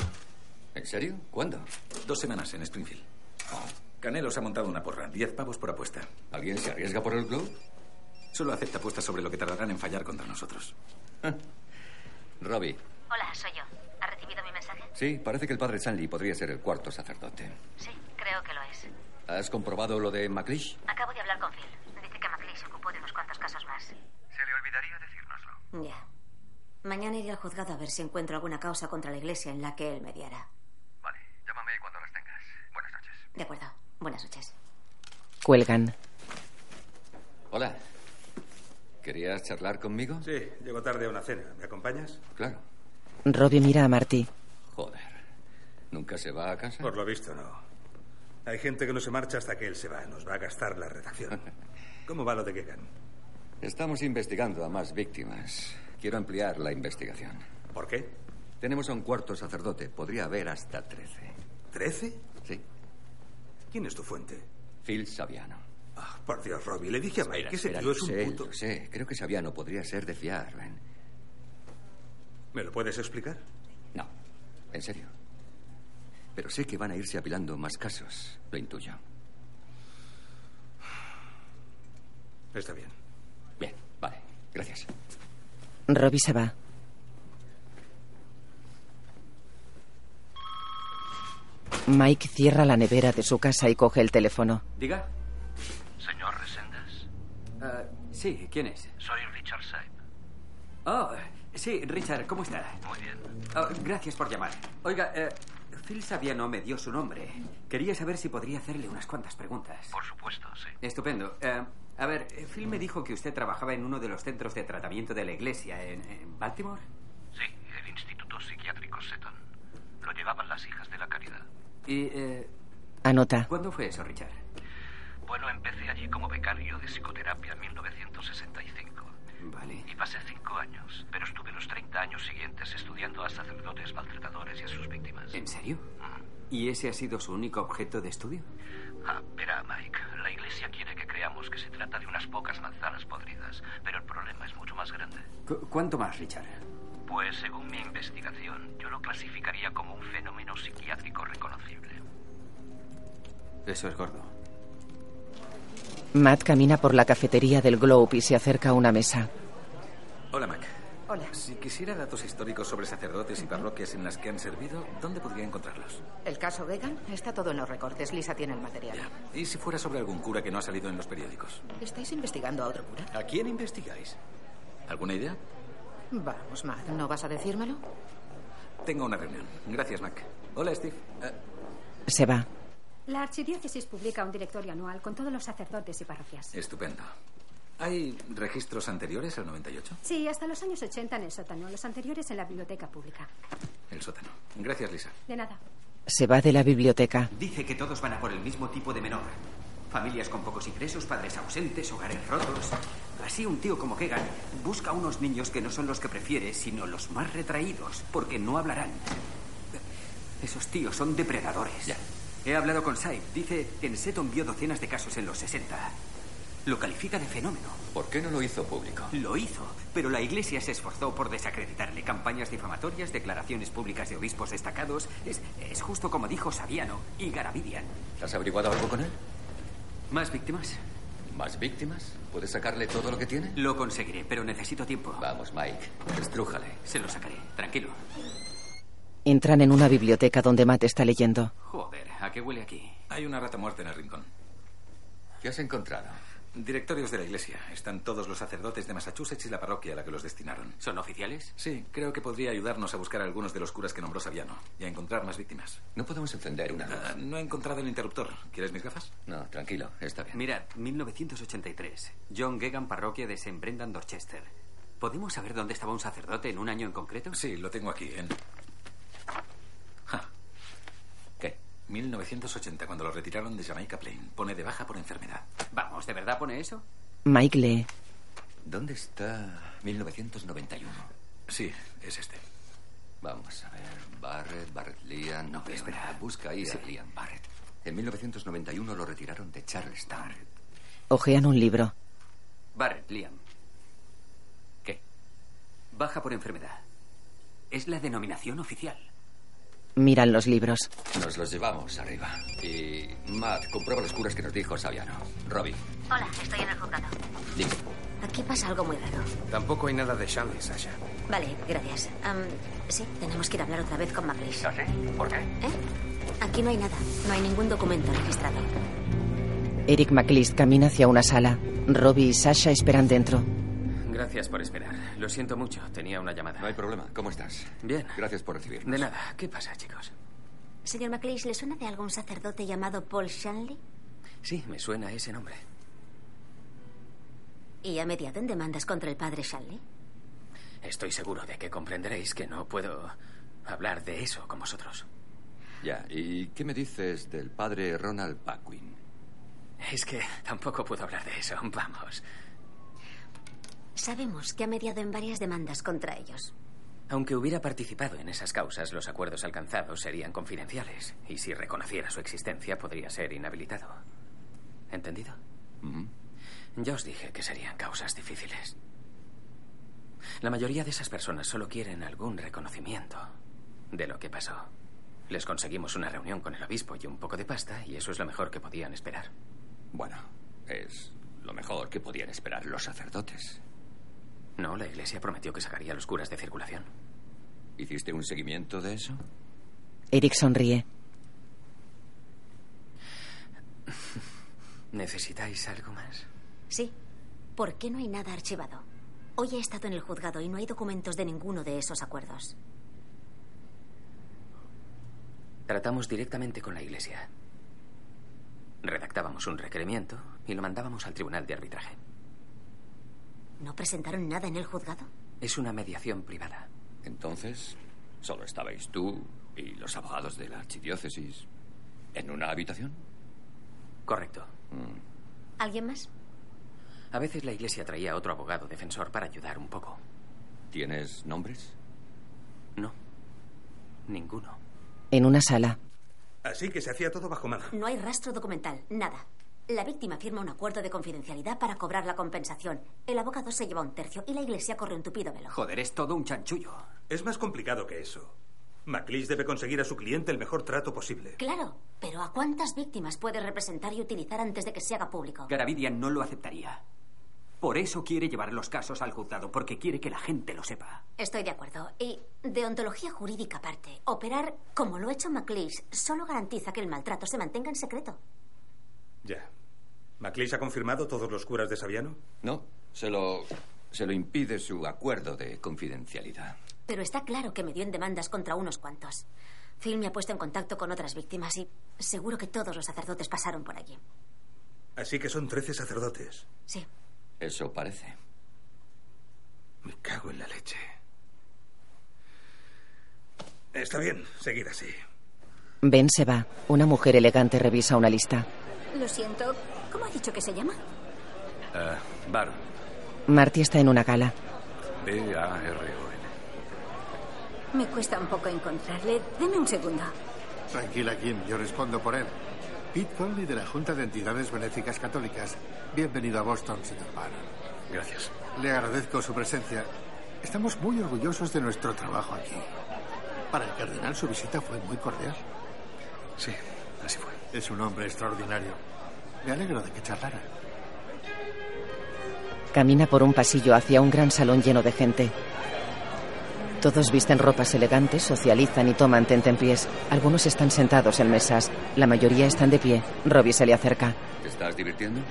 [SPEAKER 11] ¿En serio? ¿Cuándo? Dos semanas en Springfield. Canelos ha montado una porra. Diez pavos por apuesta. ¿Alguien se arriesga por el club? Solo acepta apuestas sobre lo que tardarán en fallar contra nosotros.
[SPEAKER 7] Ah. Robbie,
[SPEAKER 10] Hola, soy yo. ¿Ha recibido mi mensaje?
[SPEAKER 7] sí, parece que el padre Stanley podría ser el cuarto sacerdote.
[SPEAKER 10] Sí, creo que lo es.
[SPEAKER 7] ¿Has comprobado lo de McLeish?
[SPEAKER 10] Acabo de hablar con Phil. Dice que McLean se ocupó de unos cuantos casos más.
[SPEAKER 26] Se le olvidaría decírnoslo.
[SPEAKER 10] Ya. Mañana iré al juzgado a ver si encuentro alguna causa contra la iglesia en la que él mediara.
[SPEAKER 26] Vale, llámame cuando las tengas. Buenas noches.
[SPEAKER 10] De acuerdo. Buenas noches.
[SPEAKER 1] Cuelgan.
[SPEAKER 7] Hola. ¿Querías charlar conmigo?
[SPEAKER 6] Sí, llego tarde a una cena. ¿Me acompañas?
[SPEAKER 7] Claro.
[SPEAKER 1] Robbie mira a Marty.
[SPEAKER 7] Joder. ¿Nunca se va a casa?
[SPEAKER 6] Por lo visto, no. Hay gente que no se marcha hasta que él se va. Nos va a gastar la redacción. ¿Cómo va lo de Kegan?
[SPEAKER 7] Estamos investigando a más víctimas. Quiero ampliar la investigación.
[SPEAKER 6] ¿Por qué?
[SPEAKER 7] Tenemos a un cuarto sacerdote. Podría haber hasta trece.
[SPEAKER 6] ¿Trece?
[SPEAKER 7] Sí.
[SPEAKER 6] ¿Quién es tu fuente? Ah,
[SPEAKER 7] Phil Saviano.
[SPEAKER 6] por Dios, Robbie, le dije a Mike que ese tío es un puto.
[SPEAKER 7] sé, creo que Saviano podría ser de fiar, Ben.
[SPEAKER 6] ¿Me lo puedes explicar?
[SPEAKER 7] No, en serio. Pero sé que van a irse apilando más casos. Lo intuyo.
[SPEAKER 6] Está bien.
[SPEAKER 7] Bien, vale. Gracias.
[SPEAKER 1] Robbie se va. Mike cierra la nevera de su casa y coge el teléfono.
[SPEAKER 2] Diga.
[SPEAKER 26] Señor Resendas.
[SPEAKER 2] Ah, sí, ¿quién es?
[SPEAKER 26] Soy Richard Saib.
[SPEAKER 2] Oh, sí, Richard, ¿cómo está?
[SPEAKER 26] Muy bien.
[SPEAKER 2] Ah, gracias por llamar. Oiga, eh, Phil Sabiano me dio su nombre. Quería saber si podría hacerle unas cuantas preguntas.
[SPEAKER 26] Por supuesto, sí.
[SPEAKER 2] Estupendo. Eh, a ver, eh, Phil me dijo que usted trabajaba en uno de los centros de tratamiento de la iglesia en, en Baltimore.
[SPEAKER 26] Sí, el Instituto Psiquiátrico Seton. Lo llevaban las hijas de la caridad.
[SPEAKER 2] Y, eh,
[SPEAKER 1] Anota.
[SPEAKER 2] ¿Cuándo fue eso, Richard?
[SPEAKER 26] Bueno, empecé allí como becario de psicoterapia en 1965.
[SPEAKER 2] Vale.
[SPEAKER 26] Y pasé cinco años, pero estuve los 30 años siguientes estudiando a sacerdotes maltratadores y a sus víctimas.
[SPEAKER 2] ¿En serio? ¿Y ese ha sido su único objeto de estudio?
[SPEAKER 26] Ah, verá, Mike, la iglesia quiere que creamos que se trata de unas pocas manzanas podridas, pero el problema es mucho más grande.
[SPEAKER 2] Cu- ¿Cuánto más, Richard?
[SPEAKER 26] Pues según mi investigación, yo lo clasificaría como un fenómeno psiquiátrico reconocible.
[SPEAKER 2] Eso es gordo.
[SPEAKER 1] Matt camina por la cafetería del Globe y se acerca a una mesa.
[SPEAKER 11] Hola, Mac.
[SPEAKER 16] Hola.
[SPEAKER 11] Si quisiera datos históricos sobre sacerdotes y parroquias en las que han servido, ¿dónde podría encontrarlos?
[SPEAKER 16] El caso Vegan está todo en los recortes. Lisa tiene el material.
[SPEAKER 11] ¿Y si fuera sobre algún cura que no ha salido en los periódicos?
[SPEAKER 16] ¿Estáis investigando a otro cura?
[SPEAKER 11] ¿A quién investigáis? ¿Alguna idea?
[SPEAKER 16] Vamos, Matt, ¿no vas a decírmelo?
[SPEAKER 11] Tengo una reunión. Gracias, Mac. Hola, Steve. Eh,
[SPEAKER 1] Se va.
[SPEAKER 12] La archidiócesis publica un directorio anual con todos los sacerdotes y parroquias.
[SPEAKER 11] estupendo. ¿Hay registros anteriores al 98?
[SPEAKER 12] Sí, hasta los años 80 en el sótano, los anteriores en la biblioteca pública.
[SPEAKER 11] El sótano. Gracias, Lisa.
[SPEAKER 12] De nada.
[SPEAKER 1] Se va de la biblioteca.
[SPEAKER 2] Dice que todos van a por el mismo tipo de menor. Familias con pocos ingresos, padres ausentes, hogares rotos. Así un tío como Kegan busca a unos niños que no son los que prefiere, sino los más retraídos, porque no hablarán. Esos tíos son depredadores. He hablado con Saib. Dice que en Seton vio docenas de casos en los 60. Lo califica de fenómeno.
[SPEAKER 7] ¿Por qué no lo hizo público?
[SPEAKER 2] Lo hizo, pero la iglesia se esforzó por desacreditarle. Campañas difamatorias, declaraciones públicas de obispos destacados. Es, es justo como dijo Sabiano y Garavidian.
[SPEAKER 7] ¿Has averiguado algo con él?
[SPEAKER 2] ¿Más víctimas?
[SPEAKER 7] ¿Más víctimas? ¿Puedes sacarle todo lo que tiene?
[SPEAKER 2] Lo conseguiré, pero necesito tiempo.
[SPEAKER 7] Vamos, Mike. Estrújale.
[SPEAKER 2] Se lo sacaré. Tranquilo.
[SPEAKER 1] Entran en una biblioteca donde Matt está leyendo.
[SPEAKER 2] Joder, ¿a qué huele aquí?
[SPEAKER 11] Hay una rata muerta en el rincón.
[SPEAKER 7] ¿Qué has encontrado?
[SPEAKER 11] Directorios de la iglesia. Están todos los sacerdotes de Massachusetts y la parroquia a la que los destinaron.
[SPEAKER 2] ¿Son oficiales?
[SPEAKER 11] Sí, creo que podría ayudarnos a buscar a algunos de los curas que nombró Sabiano y a encontrar más víctimas.
[SPEAKER 7] No podemos encender una
[SPEAKER 11] Ah,
[SPEAKER 7] luz.
[SPEAKER 11] no he encontrado el interruptor. ¿Quieres mis gafas?
[SPEAKER 7] No, tranquilo, está bien.
[SPEAKER 2] Mirad, 1983. John Gegan, parroquia de St. Brendan, Dorchester. ¿Podemos saber dónde estaba un sacerdote en un año en concreto?
[SPEAKER 11] Sí, lo tengo aquí. En... Ja.
[SPEAKER 7] ¿Qué?
[SPEAKER 11] 1980, cuando lo retiraron de Jamaica Plain. Pone de baja por enfermedad.
[SPEAKER 2] Vamos, ¿de verdad pone eso?
[SPEAKER 1] Mike lee.
[SPEAKER 7] ¿Dónde está 1991?
[SPEAKER 11] Sí, es este.
[SPEAKER 7] Vamos a ver. Barrett, Barrett Lian. No, espera. Busca ahí a Lian Barrett. En 1991 lo retiraron de Charlestown.
[SPEAKER 1] Ojean un libro.
[SPEAKER 2] Barrett, Liam. ¿Qué? Baja por enfermedad. Es la denominación oficial.
[SPEAKER 1] Miran los libros.
[SPEAKER 7] Nos los llevamos arriba. Y Matt, comprueba los curas que nos dijo Sabiano. Robbie,
[SPEAKER 10] Hola, estoy en el juzgado.
[SPEAKER 7] Dick.
[SPEAKER 10] Aquí pasa algo muy raro.
[SPEAKER 17] Tampoco hay nada de Shanley, Sasha.
[SPEAKER 10] Vale, gracias. Am, sí, tenemos que ir a hablar otra vez con McLeish.
[SPEAKER 17] ¿Ah, ¿Por qué?
[SPEAKER 10] Aquí no hay nada. No hay ningún documento registrado.
[SPEAKER 1] Eric McLeod camina hacia una sala. Robbie y Sasha esperan dentro.
[SPEAKER 17] Gracias por esperar. Lo siento mucho. Tenía una llamada.
[SPEAKER 7] no hay problema. ¿Cómo estás?
[SPEAKER 17] Bien.
[SPEAKER 7] Gracias por recibirnos.
[SPEAKER 17] De nada. ¿Qué pasa, chicos?
[SPEAKER 10] Señor McLeish, ¿le suena de algún sacerdote llamado Paul Shanley?
[SPEAKER 17] Sí, me suena ese nombre.
[SPEAKER 10] ¿Y ha mediado en demandas contra el padre Shanley?
[SPEAKER 17] Estoy seguro de que comprenderéis que no puedo hablar de eso con vosotros.
[SPEAKER 7] Ya, ¿y qué me dices del padre Ronald Paquin?
[SPEAKER 17] Es que tampoco puedo hablar de eso. Vamos.
[SPEAKER 10] Sabemos que ha mediado en varias demandas contra ellos.
[SPEAKER 17] Aunque hubiera participado en esas causas, los acuerdos alcanzados serían confidenciales. Y si reconociera su existencia, podría ser inhabilitado. ¿Entendido? Ya os dije que serían causas difíciles. La mayoría de esas personas solo quieren algún reconocimiento de lo que pasó. Les conseguimos una reunión con el obispo y un poco de pasta, y eso es lo mejor que podían esperar.
[SPEAKER 7] Bueno, es lo mejor que podían esperar los sacerdotes.
[SPEAKER 17] No, la iglesia prometió que sacaría a los curas de circulación.
[SPEAKER 7] ¿Hiciste un seguimiento de eso?
[SPEAKER 1] Eric sonríe.
[SPEAKER 17] ¿Necesitáis algo más?
[SPEAKER 10] Sí. ¿Por qué no hay nada archivado? Hoy he estado en el juzgado y no hay documentos de ninguno de esos acuerdos.
[SPEAKER 17] Tratamos directamente con la iglesia. Redactábamos un requerimiento y lo mandábamos al tribunal de arbitraje.
[SPEAKER 10] ¿No presentaron nada en el juzgado?
[SPEAKER 17] Es una mediación privada.
[SPEAKER 7] Entonces, solo estabais tú y los abogados de la archidiócesis en una habitación.
[SPEAKER 17] Correcto.
[SPEAKER 10] ¿Alguien más?
[SPEAKER 17] A veces la iglesia traía a otro abogado defensor para ayudar un poco.
[SPEAKER 7] ¿Tienes nombres?
[SPEAKER 17] No. Ninguno.
[SPEAKER 1] En una sala.
[SPEAKER 6] Así que se hacía todo bajo mano.
[SPEAKER 10] No hay rastro documental, nada. La víctima firma un acuerdo de confidencialidad para cobrar la compensación. El abogado se lleva un tercio y la iglesia corre un tupido velo.
[SPEAKER 6] Joder, es todo un chanchullo. Es más complicado que eso. MacLeese debe conseguir a su cliente el mejor trato posible.
[SPEAKER 10] Claro, pero ¿a cuántas víctimas puede representar y utilizar antes de que se haga público?
[SPEAKER 2] Garavidian no lo aceptaría. Por eso quiere llevar los casos al juzgado, porque quiere que la gente lo sepa.
[SPEAKER 10] Estoy de acuerdo. Y de ontología jurídica aparte, operar como lo ha hecho MacLeish solo garantiza que el maltrato se mantenga en secreto.
[SPEAKER 6] Ya. ¿MacLeese ha confirmado todos los curas de Saviano?
[SPEAKER 7] No. Se lo, se lo impide su acuerdo de confidencialidad.
[SPEAKER 10] Pero está claro que me dio en demandas contra unos cuantos. Phil me ha puesto en contacto con otras víctimas y seguro que todos los sacerdotes pasaron por allí.
[SPEAKER 6] Así que son trece sacerdotes.
[SPEAKER 10] Sí.
[SPEAKER 7] Eso parece.
[SPEAKER 6] Me cago en la leche. Está bien, seguid así.
[SPEAKER 1] Ben se va. Una mujer elegante revisa una lista.
[SPEAKER 12] Lo siento. ¿Cómo ha dicho que se llama?
[SPEAKER 21] Ah, Baron.
[SPEAKER 1] Marty está en una gala.
[SPEAKER 21] B-A-R-O-N.
[SPEAKER 12] Me cuesta un poco encontrarle. Deme un segundo.
[SPEAKER 8] Tranquila, Kim, yo respondo por él. Pete Conley de la Junta de Entidades Benéficas Católicas. Bienvenido a Boston, señor Barron.
[SPEAKER 21] Gracias.
[SPEAKER 8] Le agradezco su presencia. Estamos muy orgullosos de nuestro trabajo aquí. Para el cardenal su visita fue muy cordial.
[SPEAKER 21] Sí, así fue.
[SPEAKER 8] Es un hombre extraordinario. Me alegro de que charlara.
[SPEAKER 1] Camina por un pasillo hacia un gran salón lleno de gente. Todos visten ropas elegantes, socializan y toman tentempiés. Algunos están sentados en mesas. La mayoría están de pie. Robbie se le acerca.
[SPEAKER 7] ¿Te estás divirtiendo?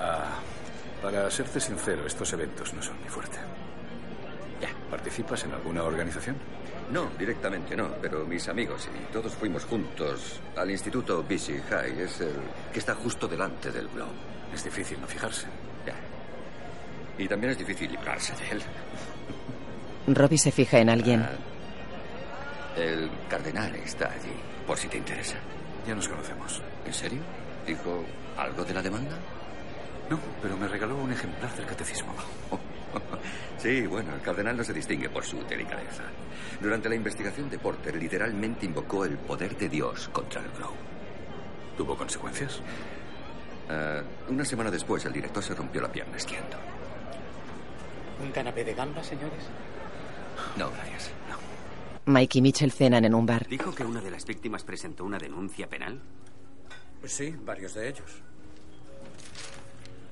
[SPEAKER 21] Ah, para serte sincero, estos eventos no son mi fuerte. ¿Participas Pues en alguna organización?
[SPEAKER 7] No, directamente no, pero mis amigos y todos fuimos juntos al Instituto BC High. Es el que está justo delante del globo.
[SPEAKER 21] Es difícil no fijarse.
[SPEAKER 7] Ya. Y también es difícil librarse de él.
[SPEAKER 1] Robbie se fija en alguien.
[SPEAKER 7] El cardenal está allí, por si te interesa.
[SPEAKER 21] Ya nos conocemos.
[SPEAKER 7] ¿En serio? ¿Dijo algo de la demanda?
[SPEAKER 21] No, pero me regaló un ejemplar del catecismo.
[SPEAKER 7] Sí, bueno, el cardenal no se distingue por su delicadeza. Durante la investigación de Porter, literalmente invocó el poder de Dios contra el Grow.
[SPEAKER 21] ¿Tuvo consecuencias?
[SPEAKER 7] Ah, una semana después, el director se rompió la pierna esquiando.
[SPEAKER 9] ¿Un canapé de gamba, señores?
[SPEAKER 7] No, gracias. No.
[SPEAKER 1] Mike y Mitchell cenan en un bar.
[SPEAKER 2] ¿Dijo que una de las víctimas presentó una denuncia penal?
[SPEAKER 22] Sí, varios de ellos.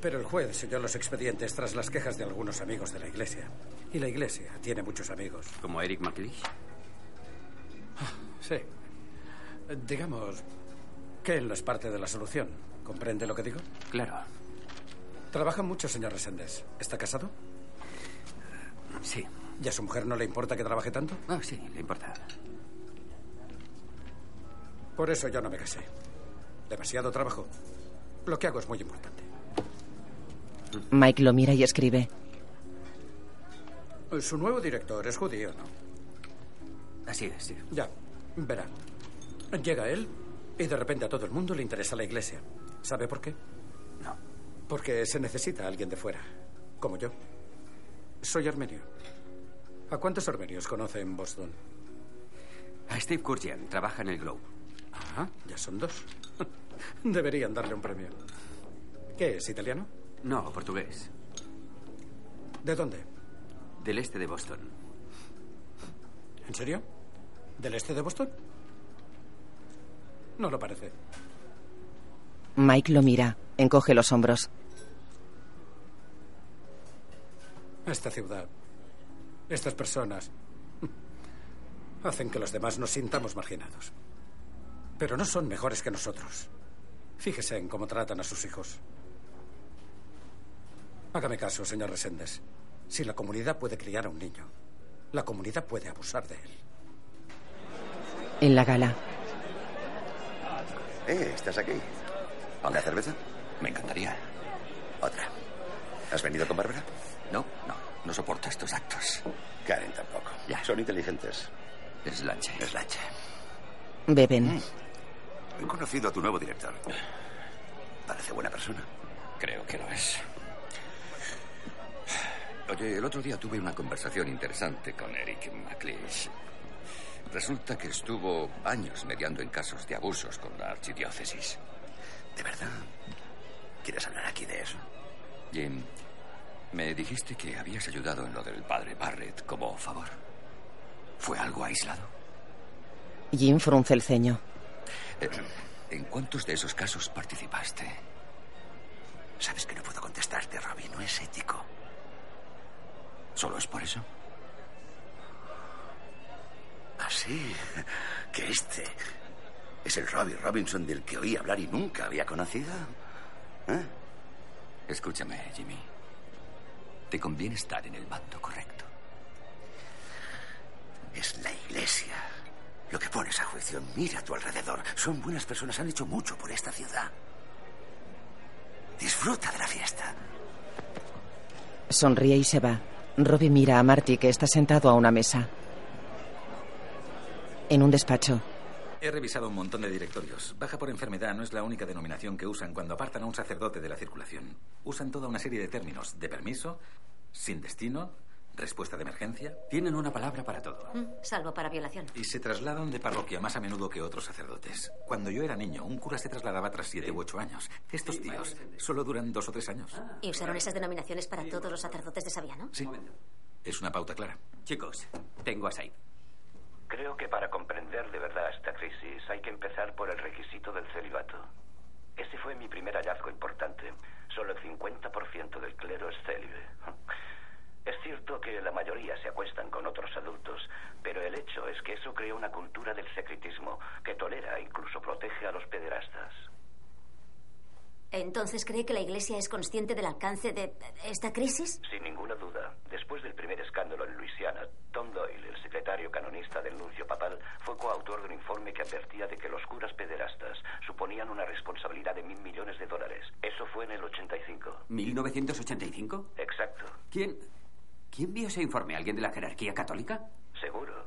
[SPEAKER 22] Pero el juez selló los expedientes tras las quejas de algunos amigos de la iglesia. Y la iglesia tiene muchos amigos.
[SPEAKER 2] ¿Como Eric McLeish?
[SPEAKER 22] Sí. Digamos que él no es parte de la solución. ¿Comprende lo que digo?
[SPEAKER 2] Claro.
[SPEAKER 22] Trabaja mucho, señor Resendez. ¿Está casado?
[SPEAKER 2] Sí.
[SPEAKER 22] ¿Y a su mujer no le importa que trabaje tanto?
[SPEAKER 2] Ah, sí, le importa.
[SPEAKER 22] Por eso yo no me casé. Demasiado trabajo. Lo que hago es muy importante.
[SPEAKER 1] Mike lo mira y escribe.
[SPEAKER 22] Eh, Su nuevo director es judío, ¿no?
[SPEAKER 2] Así es, sí.
[SPEAKER 22] Ya, verá. Llega él y de repente a todo el mundo le interesa la iglesia. ¿Sabe por qué?
[SPEAKER 2] No.
[SPEAKER 22] Porque se necesita alguien de fuera, como yo. Soy armenio. ¿A cuántos armenios conoce en Boston?
[SPEAKER 2] A Steve Kurgian, trabaja en el Globe.
[SPEAKER 22] Ah, ya son dos. Deberían darle un premio. ¿Qué es, italiano?
[SPEAKER 2] No, portugués.
[SPEAKER 22] ¿De dónde?
[SPEAKER 2] Del este de Boston.
[SPEAKER 22] ¿En serio? ¿Del este de Boston? No lo parece.
[SPEAKER 1] Mike lo mira, encoge los hombros.
[SPEAKER 22] Esta ciudad, estas personas, hacen que los demás nos sintamos marginados. Pero no son mejores que nosotros. Fíjese en cómo tratan a sus hijos. Hágame caso, señor Reséndez. Si la comunidad puede criar a un niño, la comunidad puede abusar de él.
[SPEAKER 1] En la gala,
[SPEAKER 27] Eh, ¿estás aquí? ¿A una cerveza? Me encantaría. Otra. ¿Has venido con Bárbara? No, no. No soporto estos actos. Karen tampoco. Ya. Son inteligentes. Es lanche. Es lanche.
[SPEAKER 1] beben.
[SPEAKER 27] He conocido a tu nuevo director. Parece buena persona.
[SPEAKER 7] Creo que lo es. Oye, el otro día tuve una conversación interesante con Eric McLeish. Resulta que estuvo años mediando en casos de abusos con la archidiócesis.
[SPEAKER 27] ¿De verdad? ¿Quieres hablar aquí de eso?
[SPEAKER 7] Jim, me dijiste que habías ayudado en lo del padre Barrett como favor. ¿Fue algo aislado?
[SPEAKER 1] Jim frunce el ceño.
[SPEAKER 7] Eh, ¿En cuántos de esos casos participaste?
[SPEAKER 27] Sabes que no puedo contestarte, Robbie. No es ético.
[SPEAKER 7] ¿Solo es por eso?
[SPEAKER 27] Así Ah, que este es el Robbie Robinson del que oí hablar y nunca había conocido. ¿Eh?
[SPEAKER 7] Escúchame, Jimmy. Te conviene estar en el bando correcto.
[SPEAKER 27] Es la iglesia lo que pones a juicio. Mira a tu alrededor. Son buenas personas, han hecho mucho por esta ciudad. Disfruta de la fiesta.
[SPEAKER 1] Sonríe y se va. Robbie mira a Marty, que está sentado a una mesa. En un despacho,
[SPEAKER 11] He revisado un montón de directorios. Baja por enfermedad no es la única denominación que usan cuando apartan a un sacerdote de la circulación. Usan toda una serie de términos. De permiso, sin destino, respuesta de emergencia. Tienen una palabra para todo.
[SPEAKER 10] Mm, Salvo para violación.
[SPEAKER 11] Y se trasladan de parroquia más a menudo que otros sacerdotes. Cuando yo era niño, un cura se trasladaba tras siete u ocho años. Estos tíos solo duran dos o tres años.
[SPEAKER 10] ¿Y usaron esas denominaciones para todos los sacerdotes de Sabiano?
[SPEAKER 11] Sí. Es una pauta clara.
[SPEAKER 2] Chicos, tengo a Said.
[SPEAKER 5] Creo que para comprender de verdad esta crisis hay que empezar por el requisito del celibato. Ese fue mi primer hallazgo importante. Solo el 50% del clero es célibe. Es cierto que la mayoría se acuestan con otros adultos, pero el hecho es que eso crea una cultura del secretismo que tolera e incluso protege a los pederastas.
[SPEAKER 10] Entonces, ¿cree que la Iglesia es consciente del alcance de esta crisis?
[SPEAKER 5] Sin ninguna duda, después del primer escándalo en Luisiana, Tom Doyle, el secretario canonista del nuncio papal, fue coautor de un informe que advertía de que los curas pederastas suponían una responsabilidad de mil millones de dólares. Eso fue en el 85.
[SPEAKER 2] ¿1985?
[SPEAKER 5] Exacto.
[SPEAKER 2] ¿Quién, ¿Quién vio ese informe? ¿Alguien de la jerarquía católica?
[SPEAKER 5] Seguro.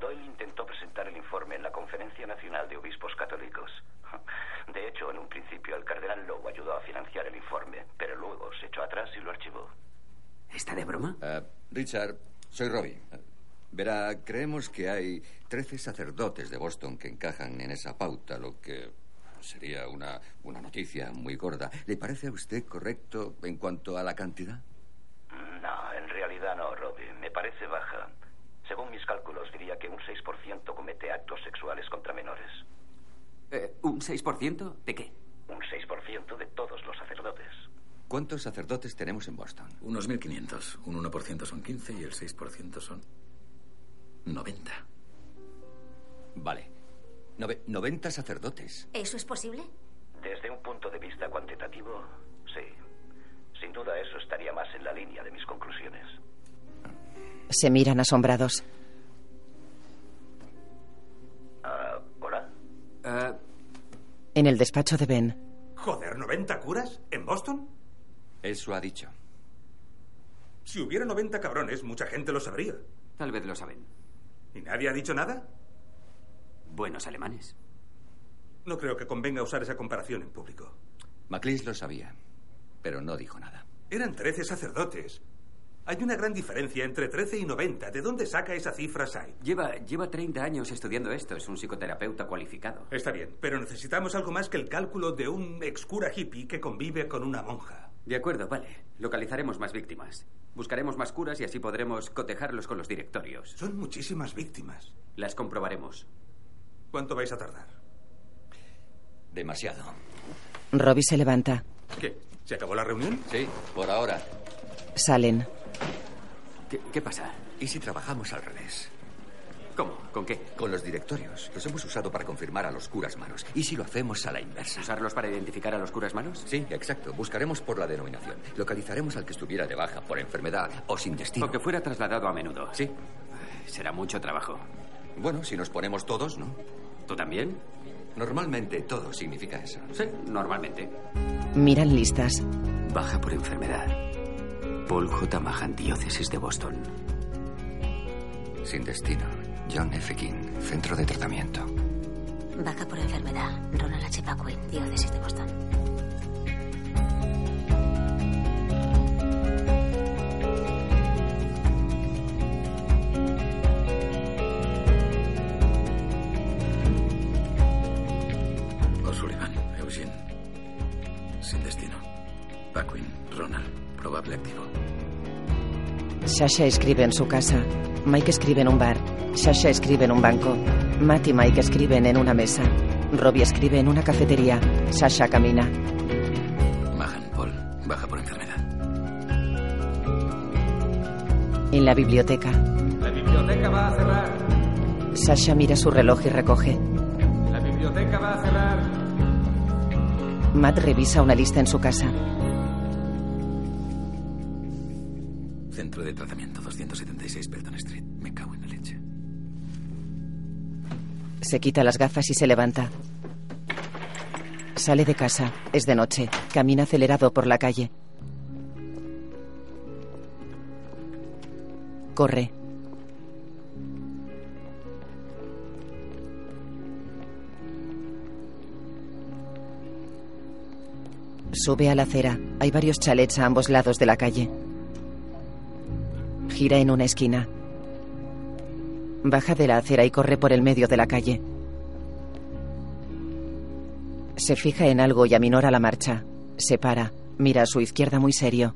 [SPEAKER 5] Doyle intentó presentar el informe en la Conferencia Nacional de Obispos Católicos. De hecho, en un principio el cardenal Lowe ayudó a financiar el informe, pero luego se echó atrás y lo archivó.
[SPEAKER 2] ¿Está de broma?
[SPEAKER 7] Ah, Richard, soy Robbie. Eh, Verá, creemos que hay 13 sacerdotes de Boston que encajan en esa pauta, lo que sería una, una noticia muy gorda. ¿Le parece a usted correcto en cuanto a la cantidad?
[SPEAKER 5] No, en realidad no, Robbie. Me parece baja. Según mis cálculos, diría que un 6% comete actos sexuales contra menores.
[SPEAKER 2] Eh, ¿Un 6%? ¿De qué?
[SPEAKER 5] Un 6% de todos los sacerdotes.
[SPEAKER 7] ¿Cuántos sacerdotes tenemos en Boston?
[SPEAKER 11] Unos 1.500. Un 1% son 15 y el 6% son 90.
[SPEAKER 7] Vale. Nove- 90 sacerdotes.
[SPEAKER 10] ¿Eso es posible?
[SPEAKER 5] Desde un punto de vista cuantitativo, sí. Sin duda eso estaría más en la línea de mis conclusiones.
[SPEAKER 1] se miran asombrados.
[SPEAKER 5] Ah, ¿Hola?
[SPEAKER 1] En el despacho de Ben,
[SPEAKER 6] Joder, ¿90 curas? ¿En Boston?
[SPEAKER 7] Eso ha dicho.
[SPEAKER 6] Si hubiera 90 cabrones, mucha gente lo sabría.
[SPEAKER 2] Tal vez lo saben.
[SPEAKER 6] ¿Y nadie ha dicho nada?
[SPEAKER 2] Buenos alemanes.
[SPEAKER 6] No creo que convenga usar esa comparación en público.
[SPEAKER 7] MacLeish lo sabía, pero no dijo nada.
[SPEAKER 6] Eran 13 sacerdotes. Hay una gran diferencia entre 13 y 90. ¿De dónde saca esa cifra, Sai?
[SPEAKER 2] Lleva, lleva 30 años estudiando esto. Es un psicoterapeuta cualificado.
[SPEAKER 6] Está bien, pero necesitamos algo más que el cálculo de un ex cura hippie que convive con una monja.
[SPEAKER 2] De acuerdo, vale. Localizaremos más víctimas. Buscaremos más curas y así podremos cotejarlos con los directorios.
[SPEAKER 6] Son muchísimas víctimas.
[SPEAKER 2] Las comprobaremos.
[SPEAKER 6] ¿Cuánto vais a tardar?
[SPEAKER 7] Demasiado.
[SPEAKER 1] Robbie se levanta,
[SPEAKER 6] ¿Qué? ¿Se acabó la reunión?
[SPEAKER 7] Sí, por ahora.
[SPEAKER 1] salen.
[SPEAKER 7] ¿Qué, pasa? ¿Y si trabajamos al revés?
[SPEAKER 2] ¿Cómo? ¿Con qué?
[SPEAKER 7] Con los directorios. Los hemos usado para confirmar a los curas malos. ¿Y si lo hacemos a la inversa?
[SPEAKER 2] ¿Usarlos para identificar a los curas malos?
[SPEAKER 7] Sí, exacto. Buscaremos por la denominación. Localizaremos al que estuviera de baja por enfermedad o sin destino.
[SPEAKER 2] O que fuera trasladado a menudo.
[SPEAKER 7] Sí.
[SPEAKER 2] Será mucho trabajo.
[SPEAKER 7] Bueno, si nos ponemos todos, ¿no?
[SPEAKER 2] ¿Tú también?
[SPEAKER 7] Normalmente todo significa eso.
[SPEAKER 2] Sí, normalmente.
[SPEAKER 1] Miran listas.
[SPEAKER 17] Baja por enfermedad. Paul J. Mahan, diócesis de Boston.
[SPEAKER 7] Sin destino. John F. King, centro de tratamiento.
[SPEAKER 10] Baja por enfermedad. Ronald H. Paquin, diócesis de Boston.
[SPEAKER 11] O'Sullivan, Eugene. Sin destino. Paquin, Ronald. Probable activo.
[SPEAKER 1] Sasha escribe en su casa. Mike escribe en un bar. Sasha escribe en un banco. Matt y Mike escriben en una mesa. Robbie escribe en una cafetería. Sasha camina.
[SPEAKER 11] Mahan, Paul. Baja por enfermedad.
[SPEAKER 1] En la biblioteca.
[SPEAKER 6] La biblioteca va a cerrar.
[SPEAKER 1] Sasha mira su reloj y recoge.
[SPEAKER 6] La biblioteca va a cerrar.
[SPEAKER 1] Matt revisa una lista en su casa.
[SPEAKER 11] Centro de tratamiento 276 Pelton Street. Me cago en la leche.
[SPEAKER 1] Se quita las gafas y se levanta. Sale de casa. Es de noche. Camina acelerado por la calle. Corre. Sube a la acera. Hay varios chalets a ambos lados de la calle. Gira en una esquina. Baja de la acera y corre por el medio de la calle. Se fija en algo y aminora la marcha. Se para. Mira a su izquierda muy serio.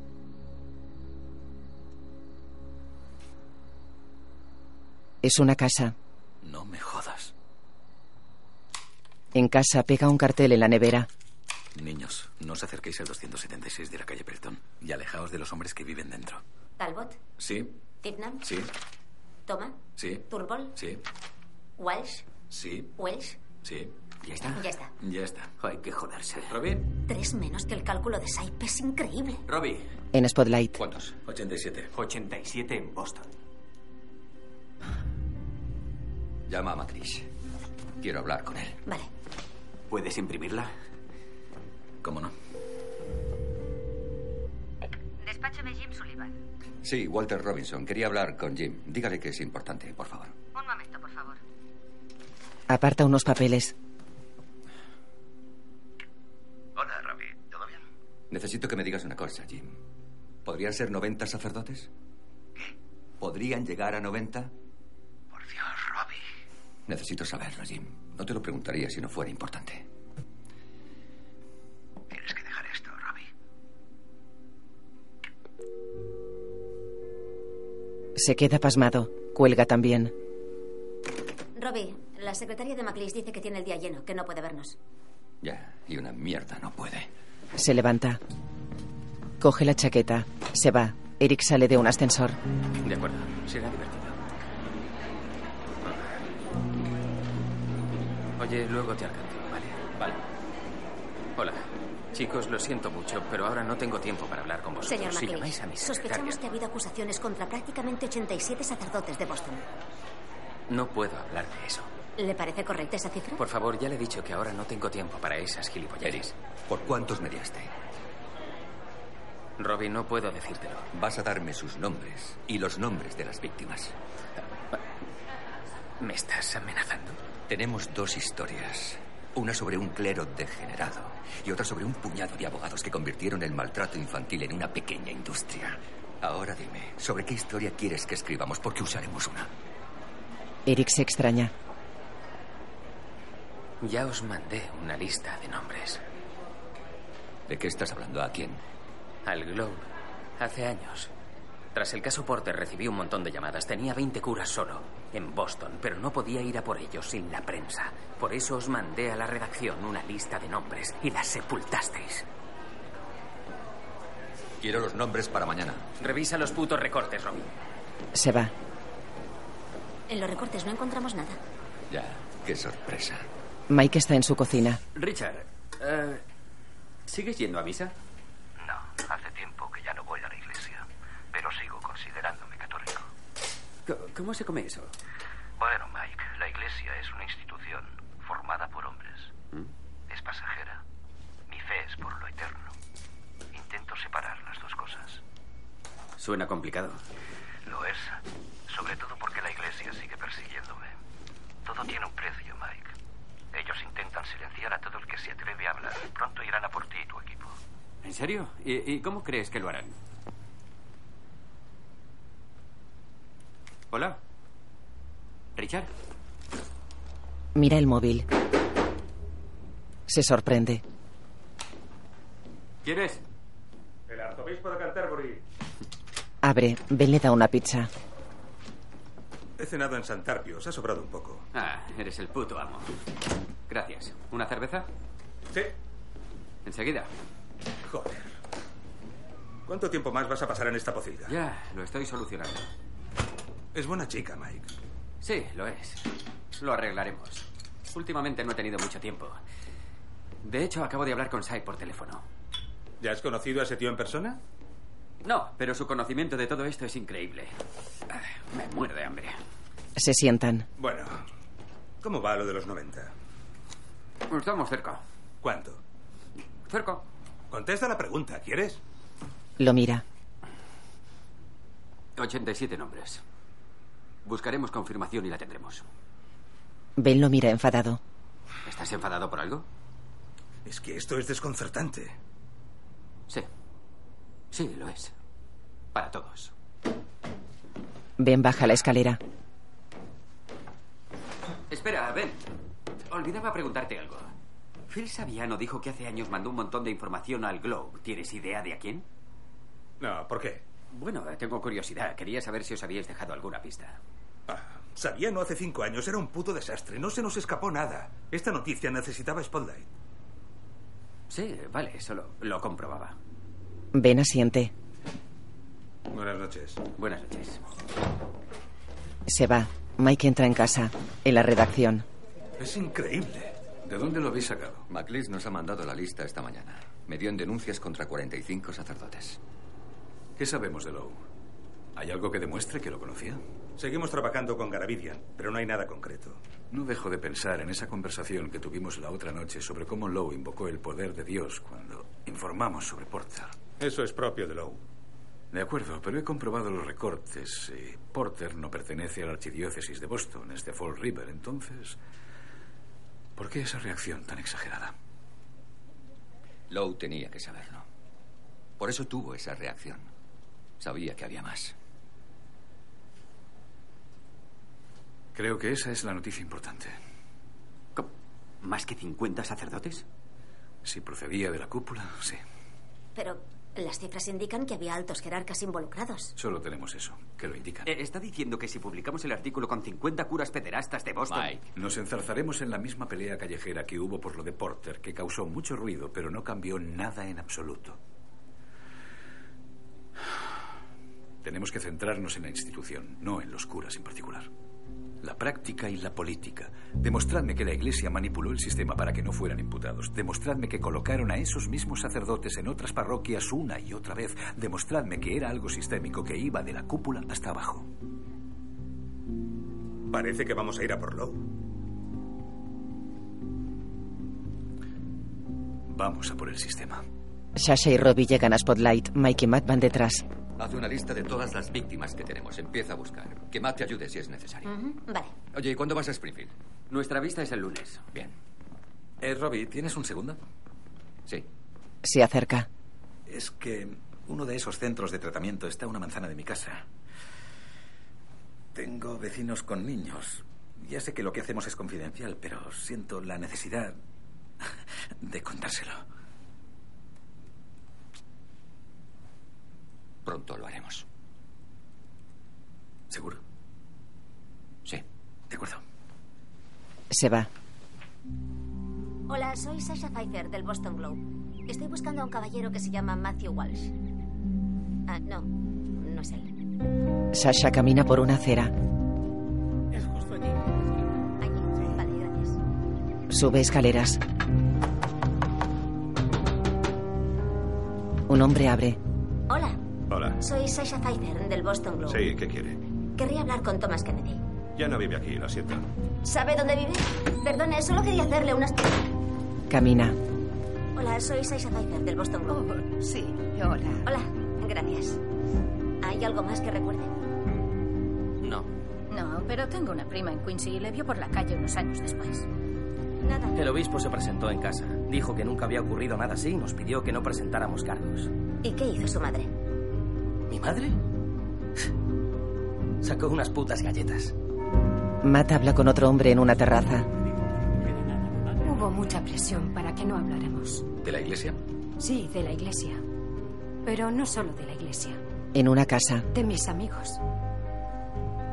[SPEAKER 1] Es una casa.
[SPEAKER 11] No me jodas.
[SPEAKER 1] En casa pega un cartel en la nevera.
[SPEAKER 11] Niños, no os acerquéis al 276 de la calle Pelton y alejaos de los hombres que viven dentro.
[SPEAKER 10] Talbot,
[SPEAKER 11] Sí,
[SPEAKER 10] Titnam,
[SPEAKER 11] sí,
[SPEAKER 10] Toma,
[SPEAKER 11] sí,
[SPEAKER 10] Turbol,
[SPEAKER 11] sí,
[SPEAKER 10] Walsh,
[SPEAKER 11] sí,
[SPEAKER 10] Welsh.
[SPEAKER 11] sí.
[SPEAKER 10] Ya está. Ya está.
[SPEAKER 11] Ya está.
[SPEAKER 17] Hay que joderse.
[SPEAKER 11] Robin.
[SPEAKER 10] Tres menos que el cálculo de Saipe es increíble.
[SPEAKER 2] Robbie.
[SPEAKER 1] En Spotlight.
[SPEAKER 2] ¿Cuántos?
[SPEAKER 11] 87.
[SPEAKER 2] 87 en Boston.
[SPEAKER 7] Llama a Matrish. Quiero hablar con él.
[SPEAKER 10] Vale.
[SPEAKER 2] ¿Puedes imprimirla?
[SPEAKER 11] ¿Cómo no?
[SPEAKER 20] Despáchame Jim Sullivan.
[SPEAKER 7] Sí, Walter Robinson. Quería hablar con Jim. Dígale que es importante, por favor.
[SPEAKER 20] Un momento, por favor.
[SPEAKER 1] Aparta unos papeles.
[SPEAKER 20] Hola, Robbie. ¿Todo bien?
[SPEAKER 7] Necesito que me digas una cosa, Jim. ¿Podrían ser 90 sacerdotes? ¿Podrían llegar a 90?
[SPEAKER 20] Por Dios, Robbie.
[SPEAKER 7] Necesito saberlo, Jim. No te lo preguntaría si no fuera importante.
[SPEAKER 20] Tienes que dejar esto, Robbie.
[SPEAKER 1] Se queda pasmado. Cuelga también.
[SPEAKER 10] Robbie, la secretaria de MacLeese dice que tiene el día lleno, que no puede vernos.
[SPEAKER 7] Ya, y una mierda no puede.
[SPEAKER 1] Se levanta. Coge la chaqueta. Se va. Eric sale de un ascensor.
[SPEAKER 17] De acuerdo. Será divertido. Oye, luego te alcanzo, ¿vale? Vale. Hola. Chicos, lo siento mucho, pero ahora no tengo tiempo para hablar con vosotros.
[SPEAKER 10] Señor
[SPEAKER 17] si
[SPEAKER 10] MacLeese,
[SPEAKER 17] llamáis a mi
[SPEAKER 10] sospechamos
[SPEAKER 17] secretaria,
[SPEAKER 10] que ha habido acusaciones contra prácticamente 87 sacerdotes de Boston.
[SPEAKER 17] no puedo hablar de eso.
[SPEAKER 10] ¿Le parece correcta esa cifra?
[SPEAKER 17] Por favor, ya le he dicho que ahora no tengo tiempo para esas gilipolleces.
[SPEAKER 7] ¿Por cuántos mediaste?
[SPEAKER 17] Robbie, no puedo decírtelo.
[SPEAKER 7] Vas a darme sus nombres y los nombres de las víctimas.
[SPEAKER 17] ¿Me estás amenazando?
[SPEAKER 7] Tenemos dos historias. Una sobre un clero degenerado y otra sobre un puñado de abogados que convirtieron el maltrato infantil en una pequeña industria. Ahora dime, ¿sobre qué historia quieres que escribamos? Porque usaremos una.
[SPEAKER 1] Eric se extraña.
[SPEAKER 17] Ya os mandé una lista de nombres.
[SPEAKER 7] ¿De qué estás hablando? ¿A quién?
[SPEAKER 17] Al Globe. Hace años. Tras el caso Porter recibí un montón de llamadas. Tenía 20 curas solo, en Boston, pero no podía ir a por ellos sin la prensa. Por eso os mandé a la redacción una lista de nombres y las sepultasteis.
[SPEAKER 7] Quiero los nombres para mañana.
[SPEAKER 17] Revisa los putos recortes, Robin.
[SPEAKER 1] Se va.
[SPEAKER 10] En los recortes no encontramos nada.
[SPEAKER 7] Ya, qué sorpresa.
[SPEAKER 1] Mike está en su cocina.
[SPEAKER 2] Richard, eh, ¿sigues yendo a misa?
[SPEAKER 5] No, hace tiempo que ya no voy a la iglesia, pero sigo considerándome católico.
[SPEAKER 2] Co- ¿Cómo se come eso?
[SPEAKER 5] Bueno, Mike, la iglesia es una institución formada por hombres. Es pasajera. Mi fe es por lo eterno. Intento separar las dos cosas.
[SPEAKER 2] Suena complicado.
[SPEAKER 5] Lo es, sobre todo porque la iglesia sigue persiguiéndome. Todo tiene un precio, Mike. Ellos intentan silenciar a todo el que se atreve a hablar. Pronto irán a por ti y tu equipo.
[SPEAKER 2] ¿En serio? ¿Y, y cómo crees que lo harán? Hola. Richard.
[SPEAKER 1] Mira el móvil. Se sorprende.
[SPEAKER 2] ¿Quién es?
[SPEAKER 6] El arzobispo de Canterbury.
[SPEAKER 1] Abre. Ben le da una pizza.
[SPEAKER 6] He cenado en Santarpio, se ha sobrado un poco.
[SPEAKER 2] Ah, eres el puto amo. Gracias. ¿Una cerveza?
[SPEAKER 6] Sí.
[SPEAKER 2] Enseguida.
[SPEAKER 6] Joder. ¿Cuánto tiempo más vas a pasar en esta pocilga?
[SPEAKER 2] Ya, lo estoy solucionando.
[SPEAKER 6] Es buena chica, Mike.
[SPEAKER 2] Sí, lo es. Lo arreglaremos. Últimamente no he tenido mucho tiempo. De hecho, acabo de hablar con Sai por teléfono.
[SPEAKER 6] ¿Ya has conocido a ese tío en persona?
[SPEAKER 2] No, pero su conocimiento de todo esto es increíble. Ah, Me muero de hambre.
[SPEAKER 1] Se sientan.
[SPEAKER 6] Bueno, ¿cómo va lo de los 90?
[SPEAKER 2] Estamos cerca.
[SPEAKER 6] ¿Cuánto?
[SPEAKER 2] Cerca.
[SPEAKER 6] Contesta la pregunta, ¿quieres?
[SPEAKER 1] Lo mira.
[SPEAKER 2] 87 nombres. Buscaremos confirmación y la tendremos.
[SPEAKER 1] Ben lo mira enfadado.
[SPEAKER 2] ¿Estás enfadado por algo?
[SPEAKER 6] Es que esto es desconcertante.
[SPEAKER 2] Sí. Sí, lo es. Para todos.
[SPEAKER 1] Ben baja la escalera.
[SPEAKER 2] Espera, ven. Olvidaba preguntarte algo. Phil Saviano dijo que hace años mandó un montón de información al Globe. ¿Tienes idea de a quién?
[SPEAKER 6] No, ¿por qué?
[SPEAKER 2] Bueno, eh, tengo curiosidad. Quería saber si os habíais dejado alguna pista.
[SPEAKER 6] Ah, Sabía no hace cinco años, era un puto desastre. No se nos escapó nada. Esta noticia necesitaba Spotlight.
[SPEAKER 2] Sí, vale, solo lo comprobaba.
[SPEAKER 1] Ben asiente.
[SPEAKER 6] Buenas noches.
[SPEAKER 2] Buenas noches.
[SPEAKER 1] Se va. Mike entra en casa. En la redacción.
[SPEAKER 6] Es increíble.
[SPEAKER 7] ¿De dónde lo habéis sacado? MacLeod nos ha mandado la lista esta mañana. Me dio en denuncias contra 45 sacerdotes.
[SPEAKER 11] ¿Qué sabemos de Lowe? ¿Hay algo que demuestre que lo conocía?
[SPEAKER 6] Seguimos trabajando con Garavidian, pero no hay nada concreto.
[SPEAKER 11] No dejo de pensar en esa conversación que tuvimos la otra noche sobre cómo Lowe invocó el poder de Dios cuando informamos sobre Porter.
[SPEAKER 6] Eso es propio de Lowe.
[SPEAKER 11] De acuerdo, pero he comprobado los recortes. Eh, Porter no pertenece a la archidiócesis de Boston, es de Fall River. Entonces, ¿por qué esa reacción tan exagerada?
[SPEAKER 7] Lowe tenía que saberlo. Por eso tuvo esa reacción. Sabía que había más.
[SPEAKER 11] Creo que esa es la noticia importante.
[SPEAKER 2] ¿Más que 50 sacerdotes?
[SPEAKER 11] Si procedía de la cúpula, sí.
[SPEAKER 10] Pero las cifras indican que había altos jerarcas involucrados.
[SPEAKER 11] Solo tenemos eso, que lo indica.
[SPEAKER 2] Eh, Está diciendo que si publicamos el artículo con 50 curas pederastas de Boston...
[SPEAKER 11] Nos enzarzaremos en la misma pelea callejera que hubo por lo de Porter, que causó mucho ruido, pero no cambió nada en absoluto. Tenemos que centrarnos en la institución, no en los curas en particular. La práctica y la política. Demostradme que la Iglesia manipuló el sistema para que no fueran imputados. Demostradme que colocaron a esos mismos sacerdotes en otras parroquias una y otra vez. Demostradme que era algo sistémico que iba de la cúpula hasta abajo.
[SPEAKER 6] Parece que vamos a ir a por Lowe.
[SPEAKER 11] Vamos a por el sistema.
[SPEAKER 1] Sasha y Robbie llegan a Spotlight. Mike y Matt van detrás.
[SPEAKER 7] Haz una lista de todas las víctimas que tenemos. Empieza a buscar. Que Matt te ayude si es necesario.
[SPEAKER 10] Ujú, Vale.
[SPEAKER 7] Oye, ¿y cuándo vas a Springfield?
[SPEAKER 2] Nuestra vista es el lunes.
[SPEAKER 7] Bien.
[SPEAKER 11] Eh, Robbie, ¿tienes un segundo?
[SPEAKER 7] Sí.
[SPEAKER 1] Se acerca.
[SPEAKER 11] Es que uno de esos centros de tratamiento está a una manzana de mi casa. Tengo vecinos con niños. Ya sé que lo que hacemos es confidencial, pero siento la necesidad de contárselo.
[SPEAKER 7] Pronto lo haremos.
[SPEAKER 11] ¿Seguro?
[SPEAKER 7] Sí.
[SPEAKER 11] De acuerdo.
[SPEAKER 1] Se va.
[SPEAKER 10] Hola, soy Sasha Pfeiffer del Boston Globe. Estoy buscando a un caballero que se llama Matthew Walsh. Ah, no, no es él.
[SPEAKER 1] Sasha camina por una acera.
[SPEAKER 10] El
[SPEAKER 1] Sube escaleras. Un hombre abre.
[SPEAKER 10] Hola,
[SPEAKER 6] Hola.
[SPEAKER 10] soy Sasha Pfeiffer del Boston Globe.
[SPEAKER 6] Sí, ¿qué quiere?
[SPEAKER 10] Querría hablar con Thomas Kennedy.
[SPEAKER 6] Ya no vive aquí, lo siento.
[SPEAKER 10] ¿Sabe dónde vive? Perdone, solo quería hacerle unas...
[SPEAKER 1] Camina.
[SPEAKER 10] Hola, soy Sasha Pfeiffer del Boston Globe. sí, hola. Hola, gracias. ¿Hay algo más que recuerde?
[SPEAKER 17] No.
[SPEAKER 28] No, pero tengo una prima en Quincy y le vio por la calle unos años después.
[SPEAKER 10] Nada.
[SPEAKER 17] El obispo se presentó en casa. Dijo que nunca había ocurrido nada así y nos pidió que no presentáramos cargos.
[SPEAKER 10] ¿Y qué hizo su madre?
[SPEAKER 17] ¿Mi madre? Sacó unas putas galletas.
[SPEAKER 1] Matt habla con otro hombre en una terraza.
[SPEAKER 12] Hubo mucha presión para que no habláramos.
[SPEAKER 29] ¿De la iglesia?
[SPEAKER 12] Sí, de la iglesia. Pero no solo de la iglesia,
[SPEAKER 1] En una casa.
[SPEAKER 12] de mis amigos.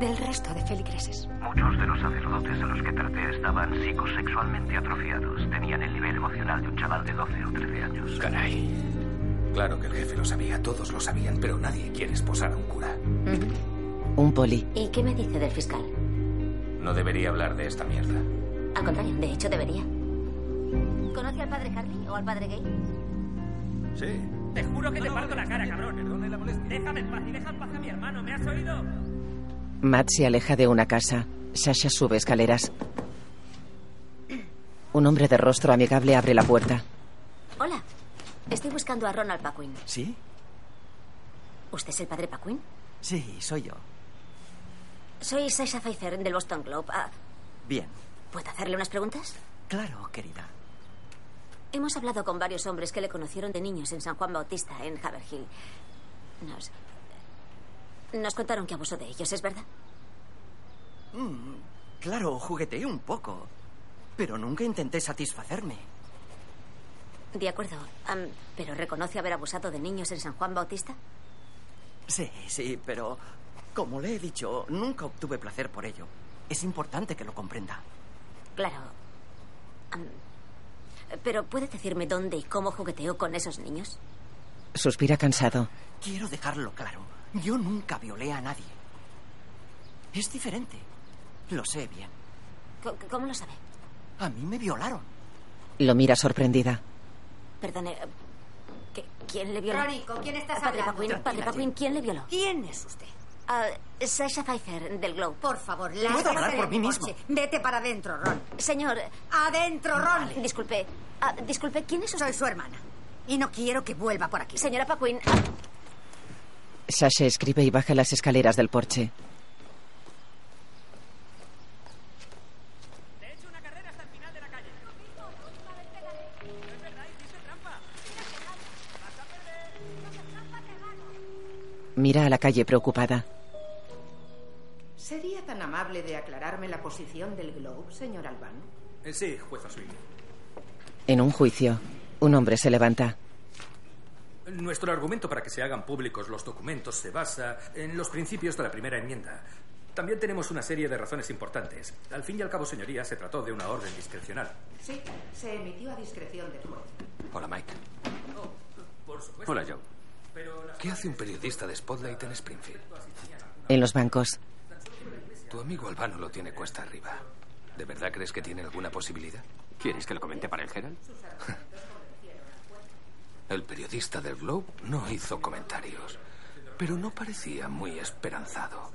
[SPEAKER 12] Del resto de feligreses.
[SPEAKER 5] Muchos de los sacerdotes a los que traté estaban psicosexualmente atrofiados. Tenían el nivel emocional de un chaval de 12 o 13 años.
[SPEAKER 30] Caray. Claro que el jefe lo sabía, todos lo sabían, pero nadie quiere esposar a un cura.
[SPEAKER 1] Un poli.
[SPEAKER 10] ¿Y qué me dice del fiscal?
[SPEAKER 30] No debería hablar de esta mierda.
[SPEAKER 10] Al contrario, de hecho debería. ¿Conoce al padre Harley o al padre Gay?
[SPEAKER 6] Sí.
[SPEAKER 2] Te juro que te parto la cara, cabrón. Perdone la molestia. Déjame en paz y deja en paz a mi hermano, ¿me has oído?
[SPEAKER 1] Matt se aleja de una casa. Sasha sube escaleras. Un hombre de rostro amigable abre la puerta.
[SPEAKER 10] Hola, estoy buscando a Ronald Paquin.
[SPEAKER 26] ¿Sí?
[SPEAKER 10] ¿Usted es el padre Paquin?
[SPEAKER 26] Sí, soy yo.
[SPEAKER 10] Soy Sasha Pfeiffer del Boston Globe. Ah,
[SPEAKER 26] Bien.
[SPEAKER 10] ¿Puedo hacerle unas preguntas?
[SPEAKER 26] Claro, querida.
[SPEAKER 10] Hemos hablado con varios hombres que le conocieron de niños en San Juan Bautista, en Haverhill. Nos. Nos contaron que abusó de ellos, ¿es verdad?
[SPEAKER 26] Mm, claro, jugueteé un poco, pero nunca intenté satisfacerme.
[SPEAKER 10] De acuerdo. Am, ¿Pero reconoce haber abusado de niños en San Juan Bautista?
[SPEAKER 26] Sí, sí, pero como le he dicho, nunca obtuve placer por ello. Es importante que lo comprenda.
[SPEAKER 10] Claro. Am, ¿Pero puede decirme dónde y cómo jugueteó con esos niños?
[SPEAKER 1] Suspira cansado.
[SPEAKER 26] Quiero dejarlo claro. Yo nunca violé a nadie. Es diferente. Lo sé bien.
[SPEAKER 10] Co- ¿Cómo lo sabe?
[SPEAKER 26] A mí me violaron.
[SPEAKER 1] Lo mira sorprendida.
[SPEAKER 10] Perdone. eh, ¿qué- ¿Quién le violó? Eh,
[SPEAKER 31] Ronnie, ¿con quién estás
[SPEAKER 10] padre
[SPEAKER 31] hablando?
[SPEAKER 10] Paquin, padre
[SPEAKER 31] Tranquila,
[SPEAKER 10] Paquin, ¿quién le violó?
[SPEAKER 31] ¿Quién es usted?
[SPEAKER 10] Ah, Sasha Pfeiffer, del Globe.
[SPEAKER 31] Por favor,
[SPEAKER 10] Puedo
[SPEAKER 31] lárgate
[SPEAKER 10] hablar por
[SPEAKER 31] del
[SPEAKER 10] mí
[SPEAKER 31] coche.
[SPEAKER 10] mismo.
[SPEAKER 31] Vete para adentro, Ron.
[SPEAKER 10] Señor. eh,
[SPEAKER 31] Adentro, Ron.
[SPEAKER 10] Disculpe. Ah, disculpe, ¿quién es usted?
[SPEAKER 31] Soy su hermana. Y no quiero que vuelva por aquí.
[SPEAKER 10] Señora ah, Paquin.
[SPEAKER 1] Sasha escribe y baja las escaleras del porche. Mira a la calle preocupada.
[SPEAKER 16] ¿Sería tan amable de aclararme la posición del Globe, señor Albán?
[SPEAKER 25] Eh, sí, jueza Sweeney.
[SPEAKER 1] En un juicio, un hombre se levanta.
[SPEAKER 25] Nuestro argumento para que se hagan públicos los documentos se basa en los principios de la primera enmienda. También tenemos una serie de razones importantes. Al fin y al cabo, señoría, se trató de una orden discrecional.
[SPEAKER 16] Sí, se emitió a discreción del juez.
[SPEAKER 25] Hola, Mike. por supuesto.
[SPEAKER 11] Hola, Joe.
[SPEAKER 25] ¿Qué hace un periodista de Spotlight en Springfield?
[SPEAKER 1] En los bancos,
[SPEAKER 25] Tu amigo Albano lo tiene cuesta arriba. ¿De verdad crees que tiene alguna posibilidad?
[SPEAKER 11] ¿Quieres que lo comente para el Herald?
[SPEAKER 25] El periodista del Globe no hizo comentarios, pero no parecía muy esperanzado.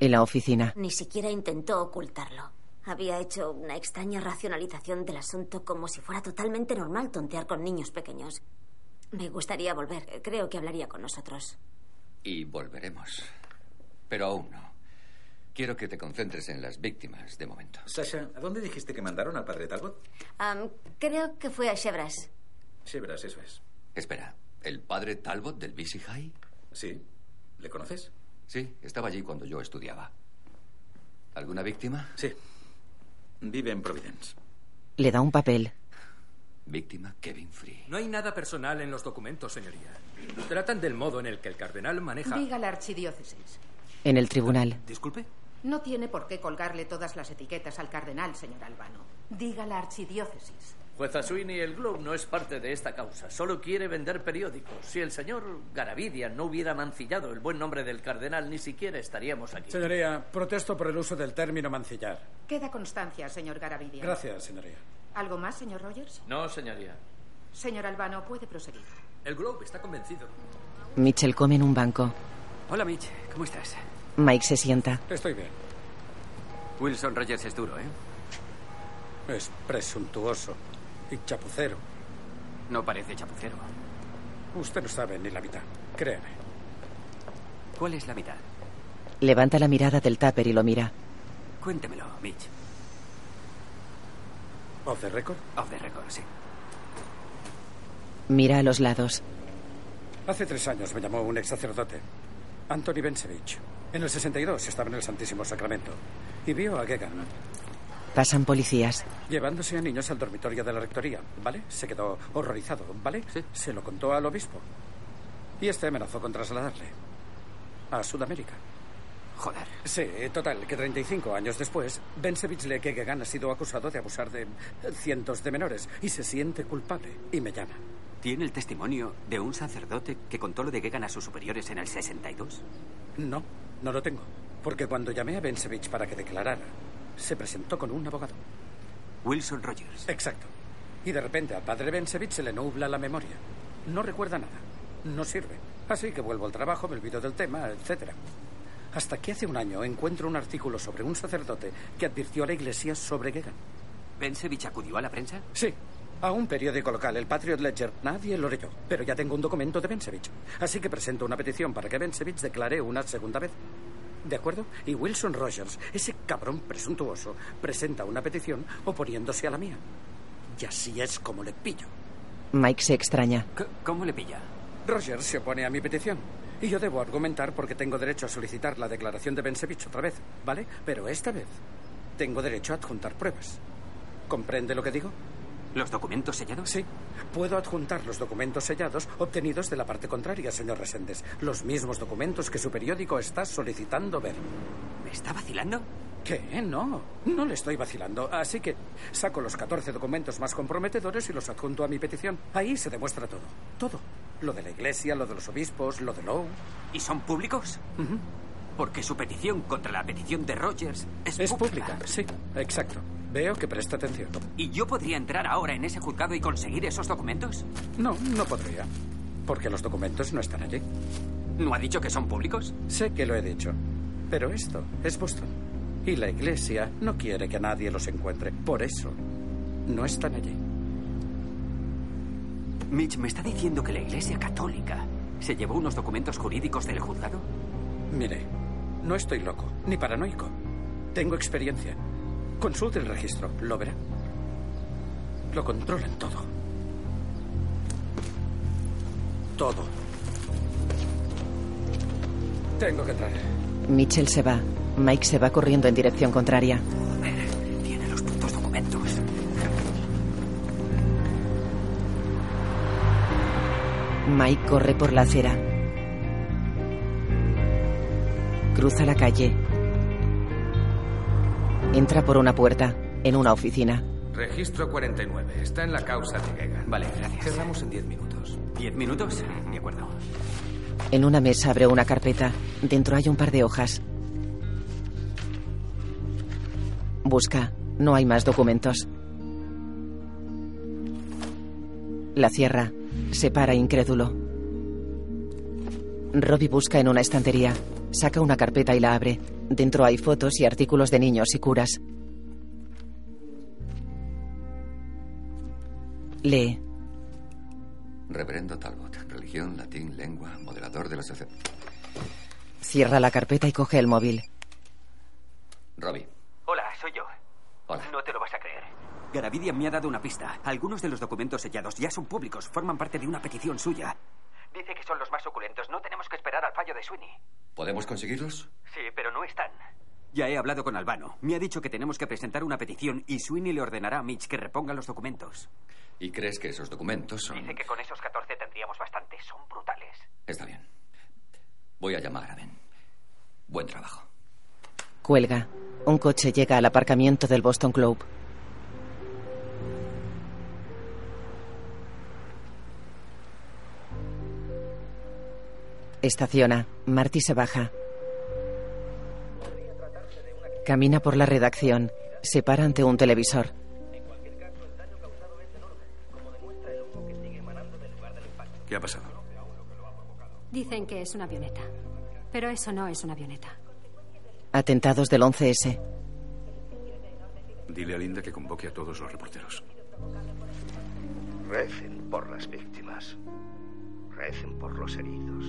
[SPEAKER 1] en la oficina.
[SPEAKER 10] Ni siquiera intentó ocultarlo. Había hecho una extraña racionalización del asunto como si fuera totalmente normal tontear con niños pequeños. Me gustaría volver. Creo que hablaría con nosotros.
[SPEAKER 7] Y volveremos. Pero aún no. Quiero que te concentres en las víctimas de momento.
[SPEAKER 29] Sasha, ¿a dónde dijiste que mandaron al padre Talbot?
[SPEAKER 10] Am, creo que fue a Chebras.
[SPEAKER 29] Sí, verás, eso es.
[SPEAKER 7] Espera, ¿el padre Talbot del BC High?
[SPEAKER 29] Sí. ¿Le conoces?
[SPEAKER 7] Sí, estaba allí cuando yo estudiaba. ¿Alguna víctima?
[SPEAKER 29] Sí. Vive en Providence.
[SPEAKER 1] Le da un papel.
[SPEAKER 7] Víctima Kevin Free.
[SPEAKER 25] No hay nada personal en los documentos, señoría. Tratan del modo en el que el cardenal maneja.
[SPEAKER 16] Diga la archidiócesis.
[SPEAKER 1] En el tribunal,
[SPEAKER 25] Disculpe.
[SPEAKER 16] No tiene por qué colgarle todas las etiquetas al cardenal, señor Albano. Diga la archidiócesis.
[SPEAKER 20] Jueza Sweeney, el Globe no es parte de esta causa, solo quiere vender periódicos. Si el señor Garavidia no hubiera mancillado el buen nombre del cardenal, ni siquiera estaríamos aquí.
[SPEAKER 22] Señoría, protesto por el uso del término mancillar.
[SPEAKER 16] Queda constancia, señor Garavidia.
[SPEAKER 22] Gracias, señoría.
[SPEAKER 16] ¿Algo más, señor Rogers?
[SPEAKER 32] No, señoría.
[SPEAKER 16] Señor Albano, puede proseguir.
[SPEAKER 32] El Globe está convencido.
[SPEAKER 1] Mitchell come en un banco.
[SPEAKER 2] Hola, Mitch. ¿Cómo estás?
[SPEAKER 1] Mike se sienta.
[SPEAKER 22] Estoy bien.
[SPEAKER 2] Wilson Rogers es duro, ¿eh?
[SPEAKER 22] Es presuntuoso y chapucero.
[SPEAKER 2] No parece chapucero.
[SPEAKER 22] Usted no sabe ni la mitad, créame.
[SPEAKER 2] ¿Cuál es la mitad?
[SPEAKER 1] Levanta la mirada del tupper y lo mira.
[SPEAKER 2] Cuéntemelo, Mitch.
[SPEAKER 22] ¿Off the record?
[SPEAKER 2] Off the record, sí.
[SPEAKER 1] Mira a los lados.
[SPEAKER 22] Hace tres años me llamó un ex sacerdote, Anthony Bensevich. En el 62 estaba en el Santísimo Sacramento y vio a Gegan
[SPEAKER 1] Pasan policías.
[SPEAKER 22] llevándose a niños al dormitorio de la rectoría, ¿vale? Se quedó horrorizado, ¿vale? Se lo contó al obispo. Y este amenazó con trasladarle a Sudamérica.
[SPEAKER 2] Joder.
[SPEAKER 22] Sí, total, que 35 años después, Bensevich lee que Gegan ha sido acusado de abusar de eh, cientos de menores y se siente culpable y me llama.
[SPEAKER 2] ¿Tiene el testimonio de un sacerdote que contó lo de Gegan a sus superiores en el 62?
[SPEAKER 22] No, no lo tengo. Porque cuando llamé a Bensevich para que declarara, se presentó con un abogado.
[SPEAKER 2] Wilson Rogers.
[SPEAKER 22] Exacto. Y de repente al padre Bensevich se le nubla la memoria. No recuerda nada. No sirve. Así que vuelvo al trabajo, me olvido del tema, etc. Hasta que hace un año encuentro un artículo sobre un sacerdote que advirtió a la iglesia sobre Gegan.
[SPEAKER 2] ¿Bensevich acudió a la prensa?
[SPEAKER 22] Sí. A un periódico local, el Patriot Ledger. Nadie lo leyó, pero ya tengo un documento de Bensevich. Así que presento una petición para que Bensevich declare una segunda vez. ¿De acuerdo? Y Wilson Rogers, ese cabrón presuntuoso, presenta una petición oponiéndose a la mía. Y así es como le pillo.
[SPEAKER 1] Mike se extraña.
[SPEAKER 2] ¿Cómo le pilla?
[SPEAKER 22] Rogers se opone a mi petición. Y yo debo argumentar porque tengo derecho a solicitar la declaración de Bensevich otra vez, ¿vale? Pero esta vez tengo derecho a adjuntar pruebas. ¿Comprende lo que digo?
[SPEAKER 2] ¿Los documentos sellados?
[SPEAKER 22] Sí. Puedo adjuntar los documentos sellados obtenidos de la parte contraria, señor Reséndez. Los mismos documentos que su periódico está solicitando ver.
[SPEAKER 2] ¿Me está vacilando?
[SPEAKER 22] ¿Qué? No, no le estoy vacilando. Así que saco los 14 documentos más comprometedores y los adjunto a mi petición. Ahí se demuestra todo. Todo. Lo de la iglesia, lo de los obispos, lo de Lowe.
[SPEAKER 2] ¿Y son públicos? Porque su petición contra la petición de Rogers es,
[SPEAKER 22] Es pública, sí, exacto. Veo que presta atención.
[SPEAKER 2] ¿Y yo podría entrar ahora en ese juzgado y conseguir esos documentos?
[SPEAKER 22] No, no podría. Porque los documentos no están allí.
[SPEAKER 2] ¿No ha dicho que son públicos?
[SPEAKER 22] Sé que lo he dicho. Pero esto es Boston. Y la iglesia no quiere que nadie los encuentre. Por eso no están allí.
[SPEAKER 2] Mitch, ¿me está diciendo que la Iglesia Católica se llevó unos documentos jurídicos del juzgado?
[SPEAKER 22] Mire, no estoy loco, ni paranoico. Tengo experiencia. Consulte el registro, lo verá. Lo controlan todo. Todo. Tengo que entrar.
[SPEAKER 1] Mitchell se va. Mike se va corriendo en dirección contraria.
[SPEAKER 2] Tiene los putos documentos.
[SPEAKER 1] Mike corre por la acera. Cruza la calle. Entra por una puerta, en una oficina.
[SPEAKER 8] Registro 49. Está en la causa de Gegan. Vale, gracias. Cerramos en 10 minutos.
[SPEAKER 2] ¿Diez minutos? De acuerdo.
[SPEAKER 1] En una mesa abre una carpeta. Dentro hay un par de hojas. Busca. No hay más documentos. La cierra. Se para incrédulo. Robbie busca en una estantería. Saca una carpeta y la abre. Dentro hay fotos y artículos de niños y curas. Lee.
[SPEAKER 7] Reverendo Talbot. Religión, latín, lengua, moderador de la sociedad.
[SPEAKER 1] Cierra la carpeta y coge el móvil.
[SPEAKER 7] Robbie.
[SPEAKER 2] Hola, soy yo.
[SPEAKER 7] Hola.
[SPEAKER 2] No te lo vas a creer. Garavidian me ha dado una pista. Algunos de los documentos sellados ya son públicos, forman parte de una petición suya. Dice que son los más suculentos. No tenemos que esperar al fallo de Sweeney.
[SPEAKER 7] ¿Podemos conseguirlos?
[SPEAKER 2] Sí, pero no están. Ya he hablado con Albano. Me ha dicho que tenemos que presentar una petición y Sweeney le ordenará a Mitch que reponga los documentos.
[SPEAKER 7] ¿Y crees que esos documentos son...?
[SPEAKER 2] Dice que con esos 14 tendríamos bastante. Son brutales.
[SPEAKER 7] Está bien. Voy a llamar a Ben. Buen trabajo.
[SPEAKER 1] Cuelga. Un coche llega al aparcamiento del Boston Globe. Estaciona. Marty se baja. Camina por la redacción. Se para ante un televisor.
[SPEAKER 6] ¿Qué ha pasado?
[SPEAKER 9] Dicen que es una avioneta, pero eso no es una avioneta.
[SPEAKER 1] Atentados del 11S.
[SPEAKER 6] Dile a Linda que convoque a todos los reporteros.
[SPEAKER 5] Recen por las víctimas. Recen por los heridos.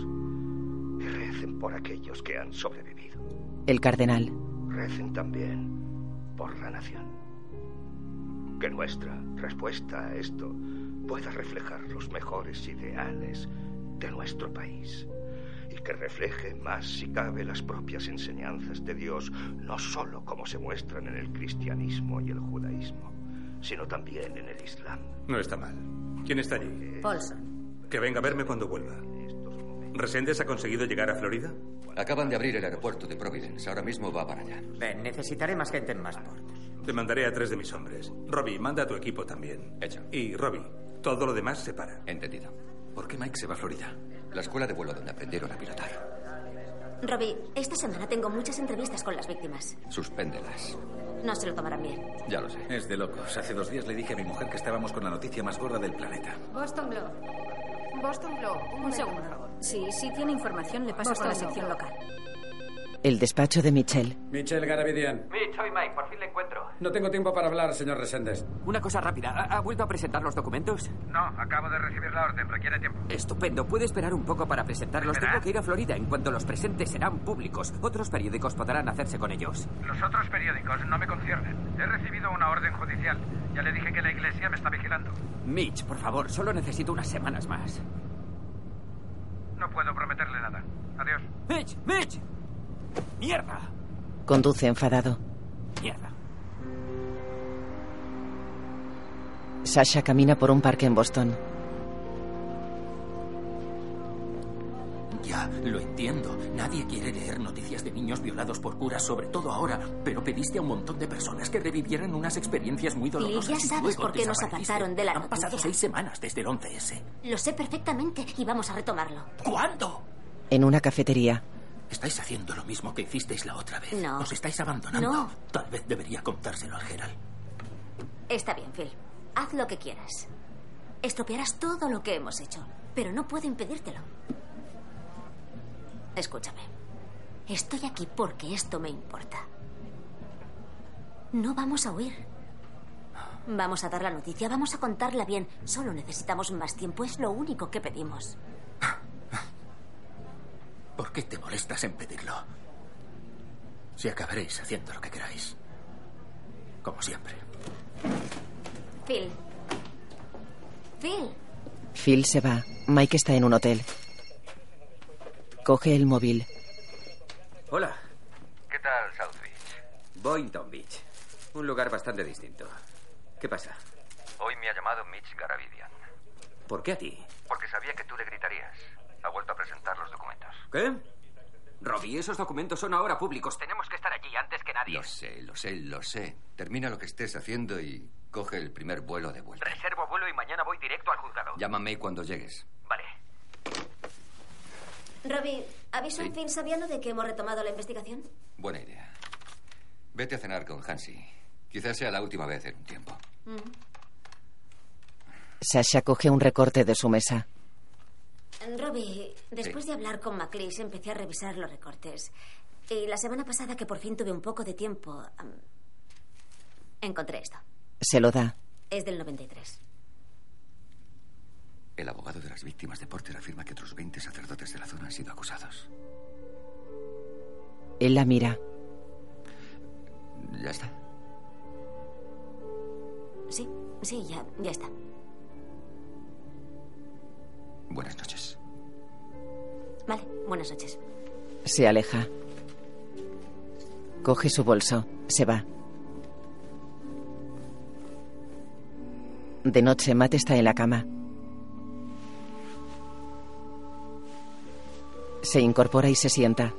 [SPEAKER 5] Y recen por aquellos que han sobrevivido.
[SPEAKER 1] El cardenal.
[SPEAKER 5] Recen también por la nación. Que nuestra respuesta a esto pueda reflejar los mejores ideales de nuestro país y que refleje más si cabe las propias enseñanzas de Dios, no solo como se muestran en el cristianismo y el judaísmo, sino también en el islam.
[SPEAKER 6] No está mal. ¿Quién está allí?
[SPEAKER 33] Paulson.
[SPEAKER 6] Que venga a verme cuando vuelva. ¿Reséndez ha conseguido llegar a Florida?
[SPEAKER 7] Acaban de abrir el aeropuerto de Providence. Ahora mismo va para allá.
[SPEAKER 6] Ven, necesitaré más gente en Massport. Te mandaré a tres de mis hombres. Robbie, manda a tu equipo también. Hecho. Y Robbie, todo lo demás se para.
[SPEAKER 7] Entendido. ¿Por qué Mike se va a Florida? La escuela de vuelo donde aprendieron a pilotar.
[SPEAKER 10] Robbie, esta semana tengo muchas entrevistas con las víctimas.
[SPEAKER 7] Suspéndelas.
[SPEAKER 10] No se lo tomarán bien.
[SPEAKER 7] Ya lo sé.
[SPEAKER 11] Es de locos. Hace dos días le dije a mi mujer que estábamos con la noticia más gorda del planeta.
[SPEAKER 9] Boston Globe.
[SPEAKER 16] Boston Globe. Un, segundo, por favor.
[SPEAKER 12] Sí, sí tiene información, le paso
[SPEAKER 16] Boston
[SPEAKER 12] por la
[SPEAKER 16] Globe.
[SPEAKER 12] sección local.
[SPEAKER 1] El despacho de Michelle.
[SPEAKER 22] Michelle Garavidian.
[SPEAKER 34] Mitch, soy Mike, por fin le encuentro.
[SPEAKER 22] No tengo tiempo para hablar, señor Reséndez.
[SPEAKER 34] Una cosa rápida, ¿ha, ha vuelto a presentar los documentos?
[SPEAKER 20] No, acabo de recibir la orden, requiere tiempo.
[SPEAKER 34] Estupendo, puede esperar un poco para presentarlos.
[SPEAKER 20] ¿Verdad?
[SPEAKER 34] Tengo que ir a Florida. En cuanto los presente serán públicos. Otros periódicos podrán hacerse con ellos.
[SPEAKER 20] Los otros periódicos no me conciernen. He recibido una orden judicial. Ya le dije que la iglesia me está vigilando.
[SPEAKER 34] Mitch, por favor, solo necesito unas semanas más.
[SPEAKER 20] No puedo prometerle nada. Adiós.
[SPEAKER 34] ¡Mitch! ¡Mitch! ¡Mierda!
[SPEAKER 1] Conduce enfadado.
[SPEAKER 34] ¡Mierda!
[SPEAKER 1] Sasha camina por un parque en Boston.
[SPEAKER 21] Ya, lo entiendo. Nadie quiere leer noticias de niños violados por curas, sobre todo ahora. Pero pediste a un montón de personas que revivieran unas experiencias muy dolorosas.
[SPEAKER 10] ya sabes
[SPEAKER 21] luego
[SPEAKER 10] por qué nos
[SPEAKER 21] desapareciste.
[SPEAKER 10] apartaron de la
[SPEAKER 21] Han pasado
[SPEAKER 10] noticia.
[SPEAKER 21] seis semanas desde el 11S.
[SPEAKER 10] Lo sé perfectamente y vamos a retomarlo.
[SPEAKER 21] ¿Cuándo?
[SPEAKER 1] En una cafetería.
[SPEAKER 21] Estáis haciendo lo mismo que hicisteis la otra vez.
[SPEAKER 10] No.
[SPEAKER 21] Os estáis abandonando.
[SPEAKER 10] No.
[SPEAKER 21] Tal vez debería contárselo al Gerald.
[SPEAKER 10] Está bien, Phil. Haz lo que quieras. Estropearás todo lo que hemos hecho, pero no puedo impedírtelo. Escúchame. Estoy aquí porque esto me importa. No vamos a huir. Vamos a dar la noticia, vamos a contarla bien. Solo necesitamos más tiempo, es lo único que pedimos.
[SPEAKER 21] ¿Por qué te molestas en pedirlo? Si acabaréis haciendo lo que queráis. Como siempre.
[SPEAKER 10] Phil. Phil.
[SPEAKER 1] Phil se va. Mike está en un hotel. Coge el móvil.
[SPEAKER 2] Hola,
[SPEAKER 5] ¿Qué tal, South Beach?
[SPEAKER 2] Boynton Beach. Un lugar bastante distinto. ¿Qué pasa?
[SPEAKER 5] Hoy me ha llamado Mitch Garavidian.
[SPEAKER 2] ¿Por qué a ti?
[SPEAKER 5] Porque sabía que tú le gritarías. Ha vuelto a presentar los documentos.
[SPEAKER 2] ¿Qué? Robbie, esos documentos son ahora públicos. Tenemos que estar allí antes que nadie.
[SPEAKER 7] Lo sé, lo sé, lo sé. Termina lo que estés haciendo y coge el primer vuelo de vuelta.
[SPEAKER 5] Reservo vuelo y mañana voy directo al juzgado.
[SPEAKER 7] Llámame cuando llegues.
[SPEAKER 5] Vale.
[SPEAKER 10] Robbie, ¿avisa en fin sabiano de que hemos retomado la investigación?
[SPEAKER 7] Buena idea. Vete a cenar con Hansi. Quizás sea la última vez en un tiempo.
[SPEAKER 1] Sasha coge un recorte de su mesa.
[SPEAKER 10] Robbie, después
[SPEAKER 1] Sí.
[SPEAKER 10] de hablar con MacLeish empecé a revisar los recortes. Y la semana pasada que por fin tuve un poco de tiempo, am, encontré esto.
[SPEAKER 1] Se lo da.
[SPEAKER 10] Es del 93.
[SPEAKER 7] El abogado de las víctimas de Porter afirma que otros 20 sacerdotes de la zona han sido acusados.
[SPEAKER 1] Él la mira.
[SPEAKER 7] Ya está.
[SPEAKER 10] Sí, sí, ya, ya está.
[SPEAKER 7] Buenas noches.
[SPEAKER 10] Vale, buenas noches.
[SPEAKER 1] Se aleja. Coge su bolso. Se va. De noche, Matt está en la cama. Se incorpora y se sienta.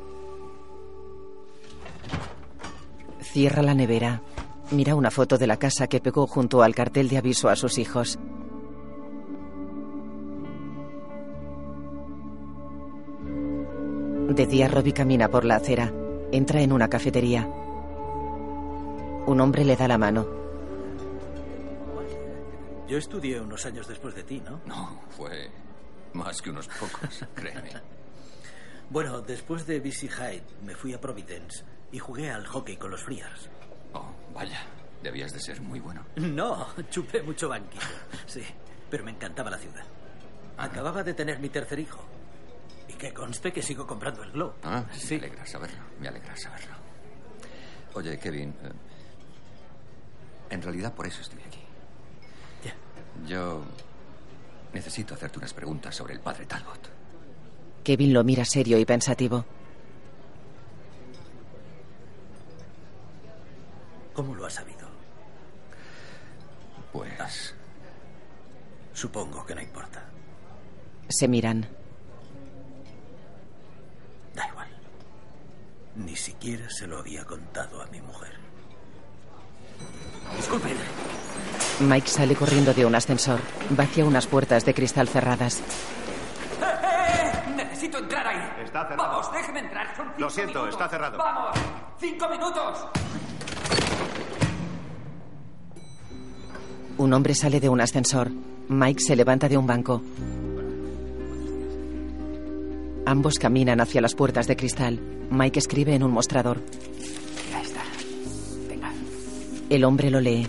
[SPEAKER 1] Cierra la nevera. Mira una foto de la casa que pegó junto al cartel de aviso a sus hijos. De día, Robbie camina por la acera. Entra en una cafetería. Un hombre le da la mano.
[SPEAKER 25] Yo estudié unos años después de ti, ¿no?
[SPEAKER 7] No, fue Más que unos pocos, créeme.
[SPEAKER 4] Bueno, después de BC Hyde me fui a Providence y jugué al hockey con los Friars.
[SPEAKER 7] Oh, vaya. Debías de ser muy bueno.
[SPEAKER 4] No, chupé mucho banquillo. Sí, pero me encantaba la ciudad. Acababa de tener mi tercer hijo. Y que conste que sigo comprando el globo.
[SPEAKER 7] Ah, sí. Me alegra saberlo, me alegra saberlo. Oye, Kevin, eh, en realidad por eso estoy aquí. Yo necesito hacerte unas preguntas sobre el padre Talbot.
[SPEAKER 1] Kevin lo mira serio y pensativo.
[SPEAKER 4] ¿Cómo lo has sabido?
[SPEAKER 7] Pues...
[SPEAKER 4] Supongo que no importa.
[SPEAKER 1] Se miran.
[SPEAKER 4] Da igual. Ni siquiera se lo había contado a mi mujer. Disculpen.
[SPEAKER 1] Mike sale corriendo de un ascensor. Va hacia unas puertas de cristal cerradas.
[SPEAKER 2] Eh,
[SPEAKER 34] Necesito entrar ahí.
[SPEAKER 3] Está cerrado.
[SPEAKER 34] Vamos, déjeme entrar. Son cinco
[SPEAKER 3] Lo siento,
[SPEAKER 34] minutos.
[SPEAKER 3] está cerrado.
[SPEAKER 34] Vamos, cinco minutos.
[SPEAKER 1] Un hombre sale de un ascensor. Mike se levanta de un banco. Ambos caminan hacia las puertas de cristal. Mike escribe en un mostrador.
[SPEAKER 34] Ya está. Venga.
[SPEAKER 1] El hombre lo lee.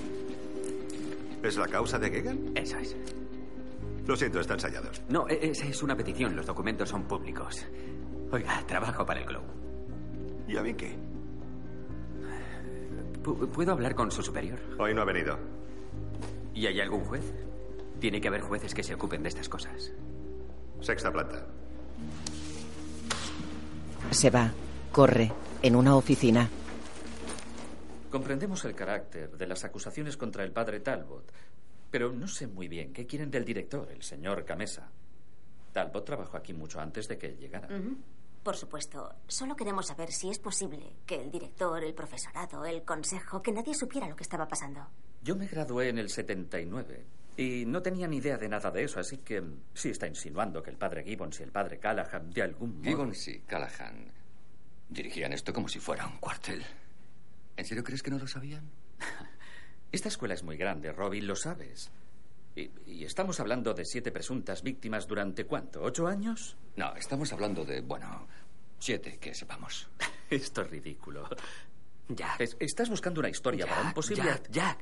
[SPEAKER 3] ¿Es la causa de Gegan?
[SPEAKER 2] Eso es.
[SPEAKER 3] Lo siento, está ensayado.
[SPEAKER 2] No, e- esa es una petición. Los documentos son públicos. Oiga, trabajo para el Globo.
[SPEAKER 3] ¿Y a mí qué?
[SPEAKER 2] Pu- ¿Puedo hablar con su superior?
[SPEAKER 3] Hoy no ha venido.
[SPEAKER 2] ¿Y hay algún juez? Tiene que haber jueces que se ocupen de estas cosas.
[SPEAKER 3] Sexta planta.
[SPEAKER 1] Se va. Corre. En una oficina.
[SPEAKER 25] Comprendemos el carácter de las acusaciones contra el padre Talbot, pero no sé muy bien qué quieren del director, el señor Camesa. Talbot trabajó aquí mucho antes de que él llegara.
[SPEAKER 10] Ujú. Por supuesto, solo queremos saber si es posible que el director, el profesorado, el consejo, que nadie supiera lo que estaba pasando.
[SPEAKER 25] Yo me gradué en el 79 y no tenía ni idea de nada de eso, así que mm, sí está insinuando que el padre Gibbons y el padre Callahan de algún modo...
[SPEAKER 7] Gibbons y Callahan dirigían esto como si fuera un cuartel. ¿En serio crees que no lo sabían?
[SPEAKER 25] Esta escuela es muy grande, Robin, lo sabes. Y, y estamos hablando de siete presuntas víctimas durante cuánto, ocho años?
[SPEAKER 7] No, estamos hablando de, bueno, siete que sepamos.
[SPEAKER 25] Esto es ridículo. Jack. estás buscando una historia para un posible.
[SPEAKER 34] Jack, Jack.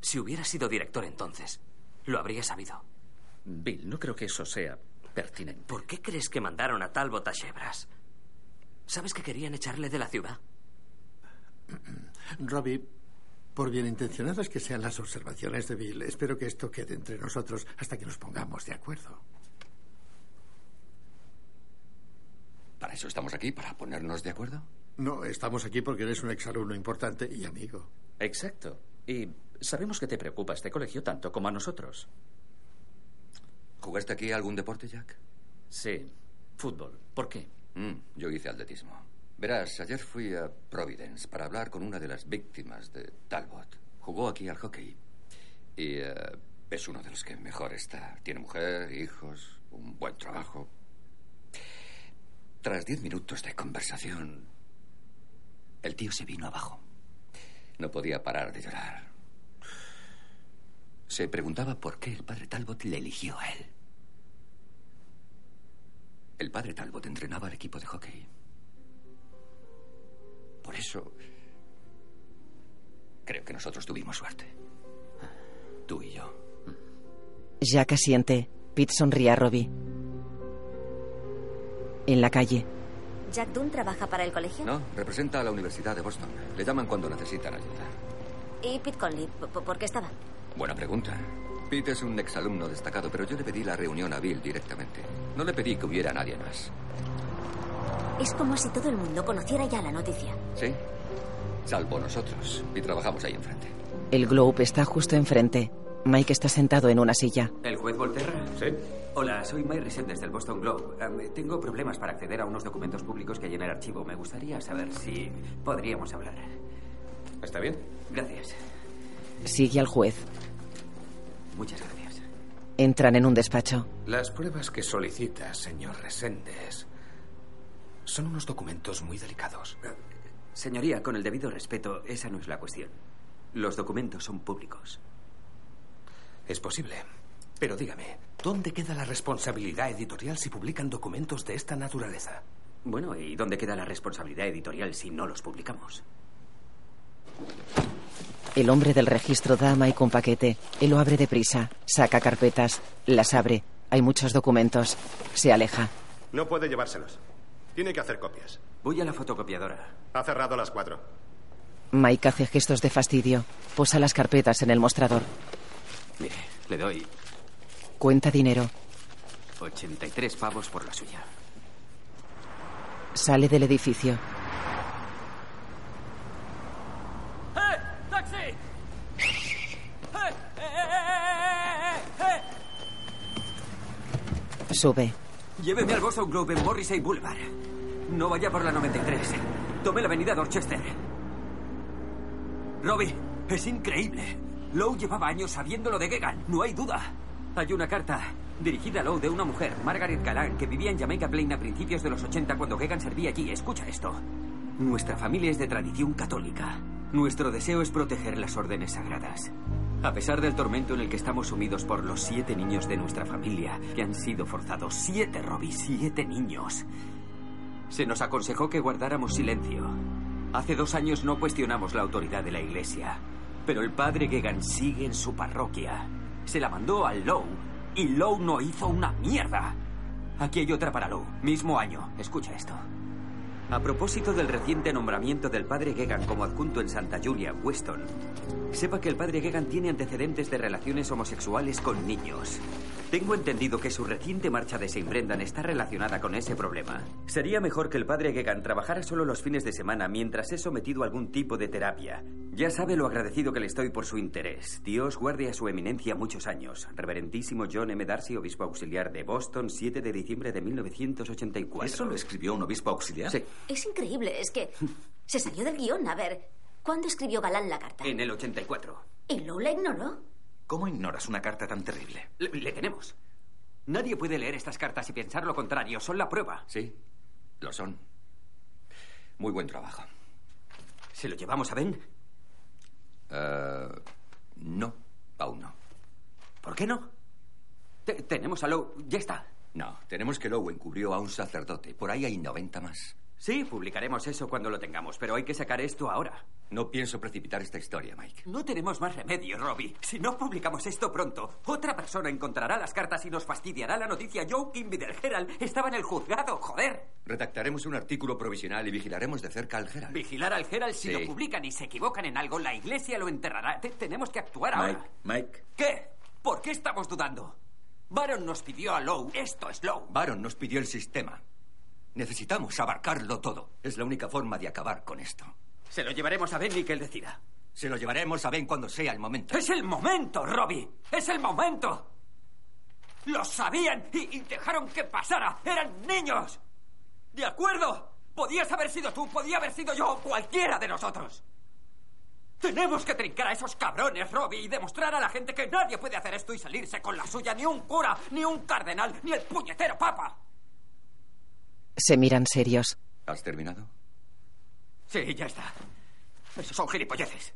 [SPEAKER 34] Si hubiera sido director entonces, lo habría sabido.
[SPEAKER 25] Bill, no creo que eso sea pertinente.
[SPEAKER 34] ¿Por qué crees que mandaron a Talbot a Shebras? ¿Sabes que querían echarle de la ciudad?
[SPEAKER 17] Robbie, por bien intencionadas que sean las observaciones de Bill, espero que esto quede entre nosotros hasta que nos pongamos de acuerdo.
[SPEAKER 7] ¿Para eso estamos aquí? ¿Para ponernos de acuerdo?
[SPEAKER 17] No, estamos aquí porque eres un exalumno importante y amigo.
[SPEAKER 25] Exacto. Y sabemos que te preocupa este colegio tanto como a nosotros.
[SPEAKER 7] ¿Jugaste aquí algún deporte, Jack? Mm,
[SPEAKER 25] Sí, fútbol. ¿Por qué?
[SPEAKER 7] yo hice atletismo. Verás, ayer fui a Providence para hablar con una de las víctimas de Talbot. Jugó aquí al hockey. Y eh, es uno de los que mejor está. Tiene mujer, hijos, un buen trabajo. Tras diez minutos de conversación, el tío se vino abajo. No podía parar de llorar. Se preguntaba por qué el padre Talbot le eligió a él. El padre Talbot entrenaba al equipo de hockey. Por eso, creo que nosotros tuvimos suerte. Tú y yo.
[SPEAKER 1] Jack asiente. Pete sonríe a Robbie. En la calle.
[SPEAKER 10] ¿Jack Dunn trabaja para el colegio?
[SPEAKER 7] No, representa a la Universidad de Boston. Le llaman cuando necesitan ayuda.
[SPEAKER 10] ¿Y Pete Conley? ¿P- p- ¿Por qué estaba?
[SPEAKER 7] Buena pregunta. Pete es un exalumno destacado, pero yo le pedí la reunión a Bill directamente. No le pedí que hubiera nadie más.
[SPEAKER 10] Es como si todo el mundo conociera ya la noticia.
[SPEAKER 7] ¿Sí? Salvo nosotros. Y trabajamos ahí enfrente.
[SPEAKER 1] El globe está justo enfrente. Mike está sentado en una silla.
[SPEAKER 2] ¿El juez Volterra? Sí. Hola, soy Mike Resent desde el Boston Globe. Em, tengo problemas para acceder a unos documentos públicos que hay en el archivo. Me gustaría saber si podríamos hablar. ¿Está bien? Gracias.
[SPEAKER 1] Sigue al juez.
[SPEAKER 2] Muchas gracias.
[SPEAKER 1] Entran en un despacho.
[SPEAKER 8] Las pruebas que solicita, señor Reséndez, son unos documentos muy delicados.
[SPEAKER 2] Eh, Señoría, con el debido respeto, esa no es la cuestión. Los documentos son públicos.
[SPEAKER 8] Es posible. Pero dígame, ¿dónde queda la responsabilidad editorial si publican documentos de esta naturaleza?
[SPEAKER 2] Bueno, ¿y dónde queda la responsabilidad editorial si no los publicamos?
[SPEAKER 1] El hombre del registro da a Mike un paquete. Él lo abre deprisa. Saca carpetas. Las abre. Hay muchos documentos. Se aleja.
[SPEAKER 27] No puede llevárselos. Tiene que hacer copias.
[SPEAKER 2] Voy a la fotocopiadora.
[SPEAKER 27] Ha cerrado a las cuatro.
[SPEAKER 1] Mike hace gestos de fastidio. Posa las carpetas en el mostrador.
[SPEAKER 2] Mire, le doy
[SPEAKER 1] Cuenta dinero.
[SPEAKER 2] 83 pavos por la suya.
[SPEAKER 1] Sale del edificio.
[SPEAKER 34] ¡Eh! ¡Taxi! ¡Eh! ¡Eh, eh, eh, eh, eh!
[SPEAKER 1] Sube.
[SPEAKER 2] Lléveme al Boston Globe en Morrissey Boulevard. No vaya por la 93. Tome la avenida Dorchester. Robbie, es increíble. Lowe llevaba años sabiéndolo de Gegan, no hay duda. Hay una carta dirigida a Lowe de una mujer, Margaret Galán, que vivía en Jamaica Plain a principios de los 80 cuando Gegan servía allí. Escucha esto. Nuestra familia es de tradición católica. Nuestro deseo es proteger las órdenes sagradas. A pesar del tormento en el que estamos sumidos por los siete niños de nuestra familia que han sido forzados, siete, Robbie, siete niños. Se nos aconsejó que guardáramos silencio. Hace dos años no cuestionamos la autoridad de la iglesia, pero el padre Gegan sigue en su parroquia. Se la mandó a Lowe y Lowe no hizo una mierda. Aquí hay otra para Lowe, mismo año. Escucha esto. A propósito del reciente nombramiento del padre Gegan como adjunto en Santa Julia, Weston, sepa que el padre Gegan tiene antecedentes de relaciones homosexuales con niños. Tengo entendido que su reciente marcha de Saint Brendan está relacionada con ese problema. Sería mejor que el padre Gegan trabajara solo los fines de semana mientras es sometido a algún tipo de terapia. Ya sabe lo agradecido que le estoy por su interés. Dios guarde a su eminencia muchos años. Reverendísimo John M. Darcy, obispo auxiliar de Boston, 7 de diciembre de 1984.
[SPEAKER 7] ¿Eso lo escribió un obispo auxiliar?
[SPEAKER 2] Sí.
[SPEAKER 10] Es increíble, es que se salió del guión. A ver, ¿cuándo escribió Galán la carta?
[SPEAKER 2] En el 84.
[SPEAKER 10] ¿Y Lou la ignoró?
[SPEAKER 7] ¿Cómo ignoras una carta tan terrible?
[SPEAKER 2] Le, le tenemos. Nadie puede leer estas cartas y pensar lo contrario. Son la prueba.
[SPEAKER 7] Sí, lo son. Muy buen trabajo.
[SPEAKER 2] ¿Se lo llevamos a Ben?
[SPEAKER 7] Eh, no, aún no.
[SPEAKER 2] ¿Por qué no? Te- tenemos a Lowe. Ya está.
[SPEAKER 7] No, tenemos que Lowe encubrió a un sacerdote. Por ahí hay 90 más.
[SPEAKER 2] Sí, publicaremos eso cuando lo tengamos, pero hay que sacar esto ahora.
[SPEAKER 7] No pienso precipitar esta historia, Mike.
[SPEAKER 2] No tenemos más remedio, Robbie. Si no publicamos esto pronto, otra persona encontrará las cartas y nos fastidiará la noticia. Joe Kimby del Herald estaba en el juzgado, joder.
[SPEAKER 7] Redactaremos un artículo provisional y vigilaremos de cerca al Gerald.
[SPEAKER 2] Vigilar al Herald si
[SPEAKER 7] Sí.
[SPEAKER 2] lo publican y se equivocan en algo, la iglesia lo enterrará. Te- tenemos que actuar ahora.
[SPEAKER 7] Mike.
[SPEAKER 2] ¿Qué? ¿Por qué estamos dudando? Baron nos pidió a Lowe. Esto es Lowe.
[SPEAKER 7] Baron nos pidió el sistema. Necesitamos abarcarlo todo. Es la única forma de acabar con esto.
[SPEAKER 2] Se lo llevaremos a Ben y que él decida.
[SPEAKER 7] Se lo llevaremos a Ben cuando sea el momento.
[SPEAKER 2] Es el momento, Robbie. Es el momento. Lo sabían y, y dejaron que pasara. Eran niños. ¿De acuerdo? Podías haber sido tú, podía haber sido yo, cualquiera de nosotros. Tenemos que trincar a esos cabrones, Robbie, y demostrar a la gente que nadie puede hacer esto y salirse con la suya, ni un cura, ni un cardenal, ni el puñetero papa.
[SPEAKER 1] Se miran serios.
[SPEAKER 7] ¿Has terminado?
[SPEAKER 2] Sí, ya está. Esos son gilipolleces.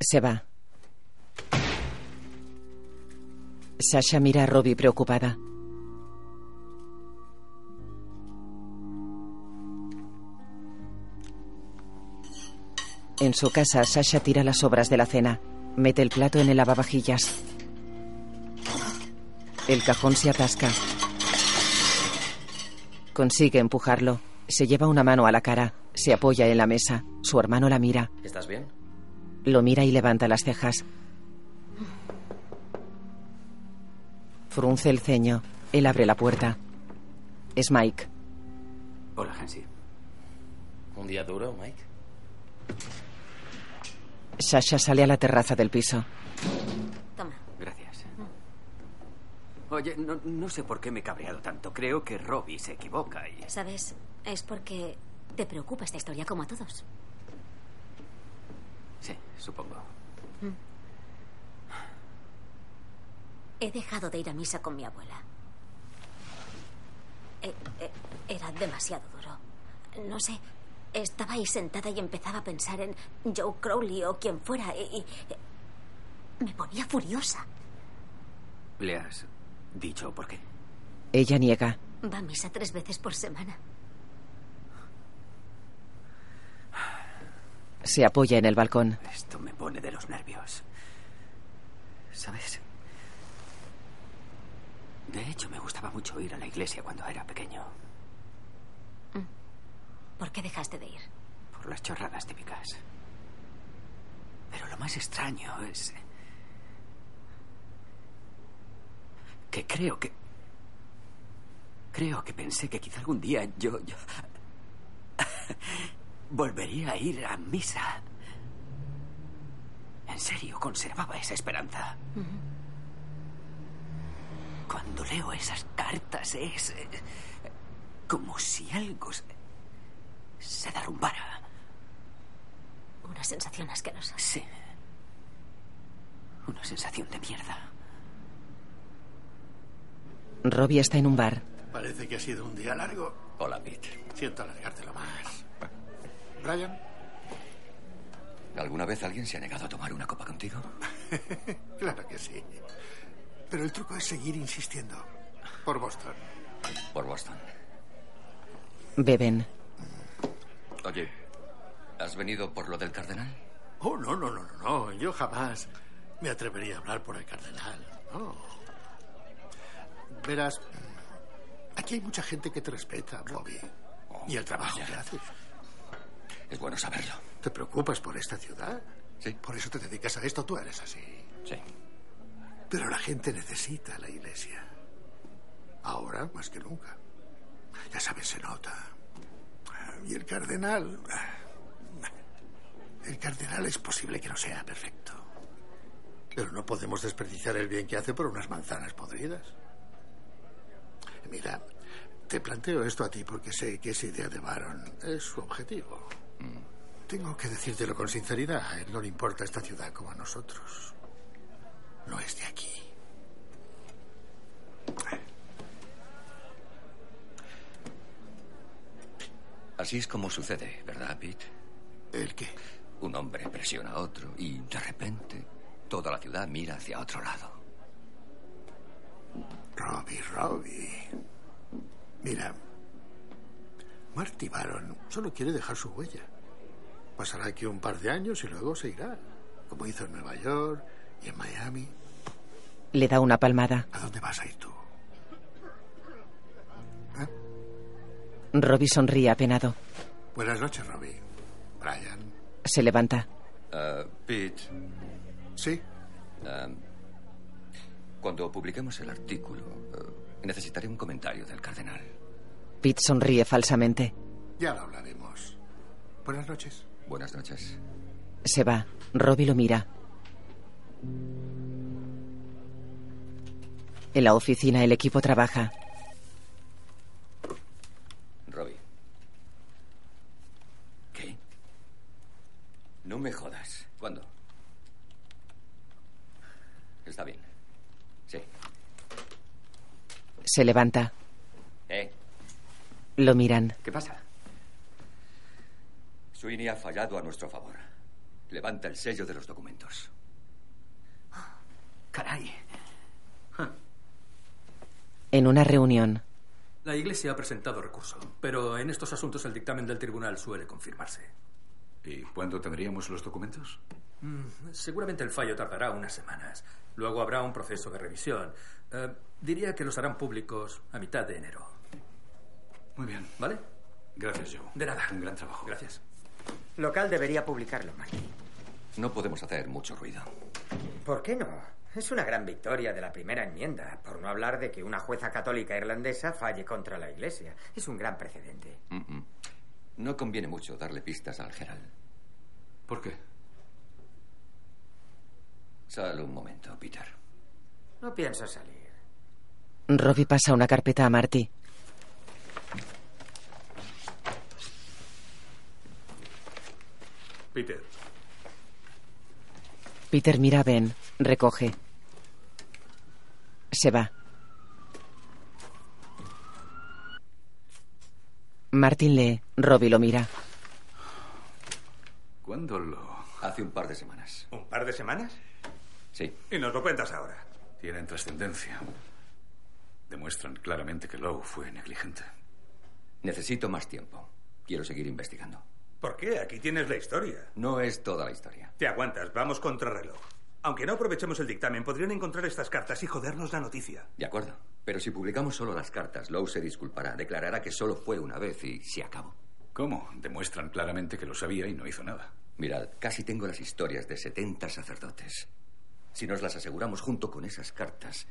[SPEAKER 1] Se va. Sasha mira a Robbie preocupada. En su casa, Sasha tira las sobras de la cena. Mete el plato en el lavavajillas. El cajón se atasca. Consigue empujarlo. Se lleva una mano a la cara. Se apoya en la mesa. Su hermano la mira.
[SPEAKER 21] ¿Estás bien?
[SPEAKER 1] Lo mira y levanta las cejas. Frunce el ceño. Él abre la puerta. Es Mike.
[SPEAKER 2] Hola, Hansi.
[SPEAKER 21] ¿Un día duro, Mike?
[SPEAKER 1] Sasha sale a la terraza del piso.
[SPEAKER 2] Gracias. Oye, no, no sé por qué me he cabreado tanto. Creo que Robbie se equivoca y...
[SPEAKER 10] ¿Sabes? Es porque te preocupa esta historia como a todos.
[SPEAKER 2] Sí, supongo.
[SPEAKER 10] Hmm. He dejado de ir a misa con mi abuela. E- e- era demasiado duro. No sé, estaba ahí sentada y empezaba a pensar en Joe Crowley o quien fuera y, y- me ponía furiosa.
[SPEAKER 2] ¿Le has dicho por qué?
[SPEAKER 1] Ella niega.
[SPEAKER 10] Va a misa tres veces por semana.
[SPEAKER 1] Se apoya en el balcón.
[SPEAKER 2] Esto me pone de los nervios. ¿Sabes? De hecho, me gustaba mucho ir a la iglesia cuando era pequeño,
[SPEAKER 10] ¿Por qué dejaste de ir?
[SPEAKER 2] por las chorradas típicas. Pero lo más extraño es... eh, Que creo que... Creo que pensé que quizá algún día yo... yo- volvería a ir a misa. En serio, conservaba esa esperanza. Cuando leo esas cartas es eh, como si algo se, se derrumbara.
[SPEAKER 10] Una sensación asquerosa.
[SPEAKER 2] Sí. Una sensación de mierda.
[SPEAKER 1] Robbie está en un bar.
[SPEAKER 8] Parece que ha sido un día largo.
[SPEAKER 7] Hola, Pete.
[SPEAKER 8] Siento alargártelo más. Brian,
[SPEAKER 7] ¿Alguna vez alguien se ha negado a tomar una copa contigo?
[SPEAKER 8] claro que sí. Pero el truco es seguir insistiendo. Por Boston.
[SPEAKER 7] Por Boston.
[SPEAKER 1] Beben.
[SPEAKER 7] Oye, ¿has venido por lo del cardenal?
[SPEAKER 8] Oh, no, no, no, no, no. Yo jamás me atrevería a hablar por el cardenal. No. Verás, aquí hay mucha gente que te respeta, Bobby. Y el trabajo que haces.
[SPEAKER 7] Es bueno saberlo.
[SPEAKER 8] ¿Te preocupas por esta ciudad?
[SPEAKER 7] Sí.
[SPEAKER 8] Por eso te dedicas a esto. Tú eres así.
[SPEAKER 7] Sí.
[SPEAKER 8] Pero la gente necesita la iglesia. Ahora más que nunca. Ya sabes, se nota. Y el cardenal... El cardenal es posible que no sea perfecto. Pero no podemos desperdiciar el bien que hace por unas manzanas podridas. Mira, te planteo esto a ti porque sé que esa idea de Baron es su objetivo. Tengo que decírtelo con sinceridad. A él no le importa esta ciudad como a nosotros. No es de aquí.
[SPEAKER 7] Así es como sucede, ¿verdad, Pete?
[SPEAKER 8] ¿El qué?
[SPEAKER 7] Un hombre presiona a otro y de repente toda la ciudad mira hacia otro lado.
[SPEAKER 8] Robbie, Robbie. Mira, Marty Baron solo quiere dejar su huella. Pasará aquí un par de años y luego se irá, como hizo en Nueva York y en Miami.
[SPEAKER 1] Le da una palmada.
[SPEAKER 8] ¿A dónde vas a ir tú?
[SPEAKER 1] Robbie sonríe apenado.
[SPEAKER 8] Buenas noches, Robbie. Brian.
[SPEAKER 1] Se levanta.
[SPEAKER 7] Ah, Pete.
[SPEAKER 8] Sí.
[SPEAKER 7] cuando publiquemos el artículo, eh, necesitaré un comentario del cardenal.
[SPEAKER 1] Pete sonríe falsamente.
[SPEAKER 8] Ya lo hablaremos. Buenas noches.
[SPEAKER 7] Buenas noches.
[SPEAKER 1] Se va. Robbie lo mira. En la oficina el equipo trabaja.
[SPEAKER 7] Robbie. ¿Qué? No me jodas. ¿Cuándo? Está bien. Sí.
[SPEAKER 1] Se levanta.
[SPEAKER 7] ¿Eh?
[SPEAKER 1] Lo miran.
[SPEAKER 7] ¿Qué pasa? Sweeney ha fallado a nuestro favor. Levanta el sello de los documentos.
[SPEAKER 2] Caray.
[SPEAKER 1] En una reunión.
[SPEAKER 25] La Iglesia ha presentado recurso, pero en estos asuntos el dictamen del tribunal suele confirmarse.
[SPEAKER 11] ¿Y cuándo tendríamos los documentos?
[SPEAKER 25] Mm, Seguramente el fallo tardará unas semanas. Luego habrá un proceso de revisión. Eh, diría que los harán públicos a mitad de enero.
[SPEAKER 11] Muy bien.
[SPEAKER 25] ¿Vale?
[SPEAKER 11] Gracias, Joe.
[SPEAKER 25] De nada.
[SPEAKER 11] Un gran trabajo.
[SPEAKER 25] Gracias.
[SPEAKER 13] Local debería publicarlo, Mike.
[SPEAKER 7] No podemos hacer mucho ruido.
[SPEAKER 13] ¿Por qué no? Es una gran victoria de la primera enmienda, por no hablar de que una jueza católica irlandesa falle contra la Iglesia. Es un gran precedente.
[SPEAKER 7] Mm-mm. No conviene mucho darle pistas al general.
[SPEAKER 11] ¿Por qué?
[SPEAKER 7] Sal un momento, Peter.
[SPEAKER 13] No pienso salir.
[SPEAKER 1] Robbie pasa una carpeta a Marty.
[SPEAKER 6] Peter,
[SPEAKER 1] Peter mira a Ben. Recoge. Se va. Martin lee. Robbie lo mira.
[SPEAKER 11] ¿Cuándo lo...?
[SPEAKER 6] Oh.
[SPEAKER 7] Hace un par de semanas.
[SPEAKER 6] ¿un par de semanas?
[SPEAKER 7] Sí.
[SPEAKER 6] Y nos lo cuentas ahora. tienen trascendencia. Demuestran claramente que Lowe fue negligente.
[SPEAKER 7] Necesito más tiempo. Quiero seguir investigando.
[SPEAKER 6] ¿Por qué? Aquí tienes la historia.
[SPEAKER 7] No es toda la historia.
[SPEAKER 6] Te aguantas, vamos contra reloj. Aunque no aprovechemos el dictamen, podrían encontrar estas cartas y jodernos la noticia.
[SPEAKER 7] De acuerdo. Pero si publicamos solo las cartas, Lowe se disculpará, declarará que solo fue una vez y se acabó.
[SPEAKER 6] ¿Cómo? Demuestran claramente que lo sabía y no hizo nada.
[SPEAKER 7] Mirad, casi tengo las historias de 70 sacerdotes. Si nos las aseguramos junto con esas cartas,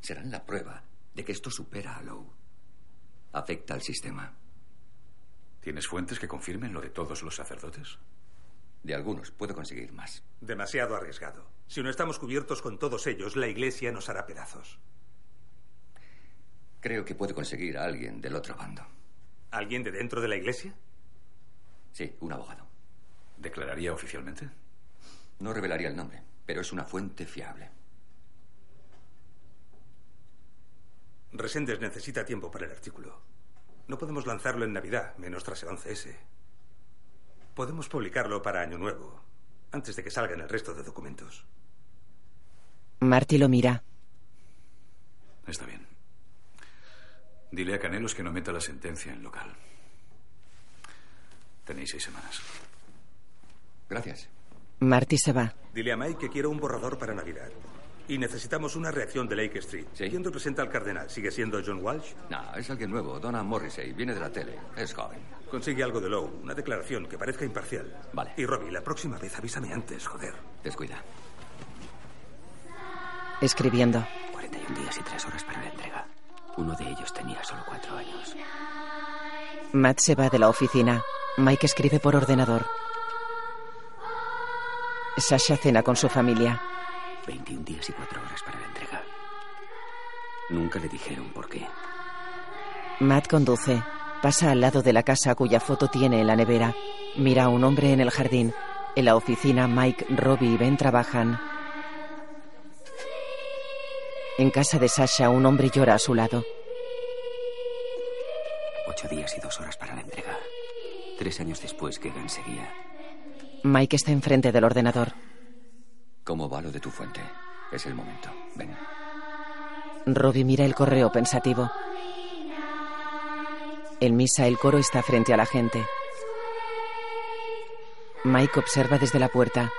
[SPEAKER 7] serán la prueba de que esto supera a Lowe. Afecta al sistema.
[SPEAKER 6] ¿Tienes fuentes que confirmen lo de todos los sacerdotes?
[SPEAKER 7] De algunos puedo conseguir más.
[SPEAKER 6] Demasiado arriesgado. Si no estamos cubiertos con todos ellos, la iglesia nos hará pedazos.
[SPEAKER 7] Creo que puedo conseguir a alguien del otro bando.
[SPEAKER 6] ¿Alguien de dentro de la iglesia?
[SPEAKER 7] Sí, un abogado.
[SPEAKER 6] ¿Declararía oficialmente?
[SPEAKER 7] No revelaría el nombre, pero es una fuente fiable.
[SPEAKER 6] Resendes necesita tiempo para el artículo. No podemos lanzarlo en Navidad, menos tras el 11S. Podemos publicarlo para Año Nuevo, antes de que salgan el resto de documentos.
[SPEAKER 1] Marty lo mira.
[SPEAKER 6] Está bien. Dile a Canelos que no meta la sentencia en local. Tenéis seis semanas.
[SPEAKER 7] Gracias.
[SPEAKER 1] Marty se va.
[SPEAKER 6] Dile a Mike que quiero un borrador para Navidad. Y necesitamos una reacción de Lake Street. ¿Quién representa al cardenal? ¿Sigue siendo John Walsh?
[SPEAKER 7] No, es alguien nuevo. Donna Morrissey. Viene de la tele. Es joven.
[SPEAKER 6] Consigue algo de Lowe, una declaración que parezca imparcial.
[SPEAKER 7] Vale.
[SPEAKER 6] Y Robbie, la próxima vez avísame antes, joder.
[SPEAKER 7] Descuida.
[SPEAKER 1] Escribiendo.
[SPEAKER 9] 41 días y 3 horas para la entrega. Uno de ellos tenía solo 4 años.
[SPEAKER 1] Matt se va de la oficina. Mike escribe por ordenador. Sasha cena con su familia.
[SPEAKER 9] 21 días y 4 horas para la entrega. Nunca le dijeron por qué.
[SPEAKER 1] Matt conduce. Pasa al lado de la casa cuya foto tiene en la nevera. Mira a un hombre en el jardín. En la oficina, Mike, Robbie y Ben trabajan. En casa de Sasha, un hombre llora a su lado.
[SPEAKER 9] Ocho días y dos horas para la entrega. Tres años después, Kegan seguía.
[SPEAKER 1] Mike está enfrente del ordenador.
[SPEAKER 7] ¿Cómo va lo de tu fuente? Es el momento. Ven.
[SPEAKER 1] Robbie mira el correo pensativo. En misa el coro está frente a la gente. Mike observa desde la puerta.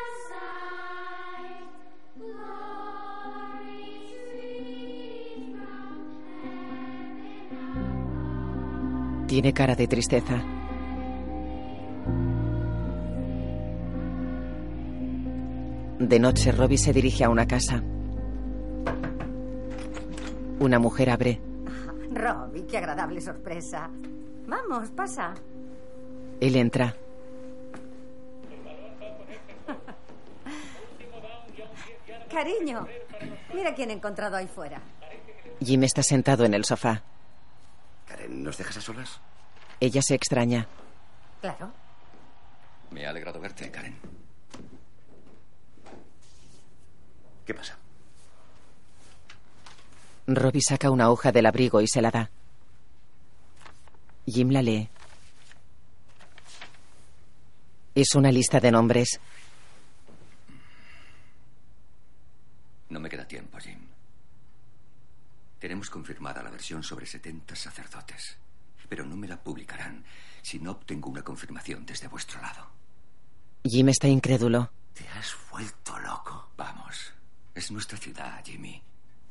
[SPEAKER 1] Tiene cara de tristeza. De noche, Robbie se dirige a una casa. Una mujer abre.
[SPEAKER 16] Robbie, qué agradable sorpresa. Vamos, pasa.
[SPEAKER 1] Él entra.
[SPEAKER 16] Cariño, mira quién he encontrado ahí fuera.
[SPEAKER 1] Jim está sentado en el sofá.
[SPEAKER 9] Karen, ¿nos dejas a solas?
[SPEAKER 1] Ella se extraña.
[SPEAKER 16] Claro.
[SPEAKER 7] Me ha alegrado verte, Karen.
[SPEAKER 9] ¿Qué pasa?
[SPEAKER 1] Robbie saca una hoja del abrigo y se la da. Jim la lee. Es una lista de nombres.
[SPEAKER 7] No me queda tiempo, Jim. Tenemos confirmada la versión sobre 70 sacerdotes, pero no me la publicarán si no obtengo una confirmación desde vuestro lado.
[SPEAKER 1] Jim está incrédulo.
[SPEAKER 9] Te has vuelto loco.
[SPEAKER 7] Vamos, es nuestra ciudad, Jimmy.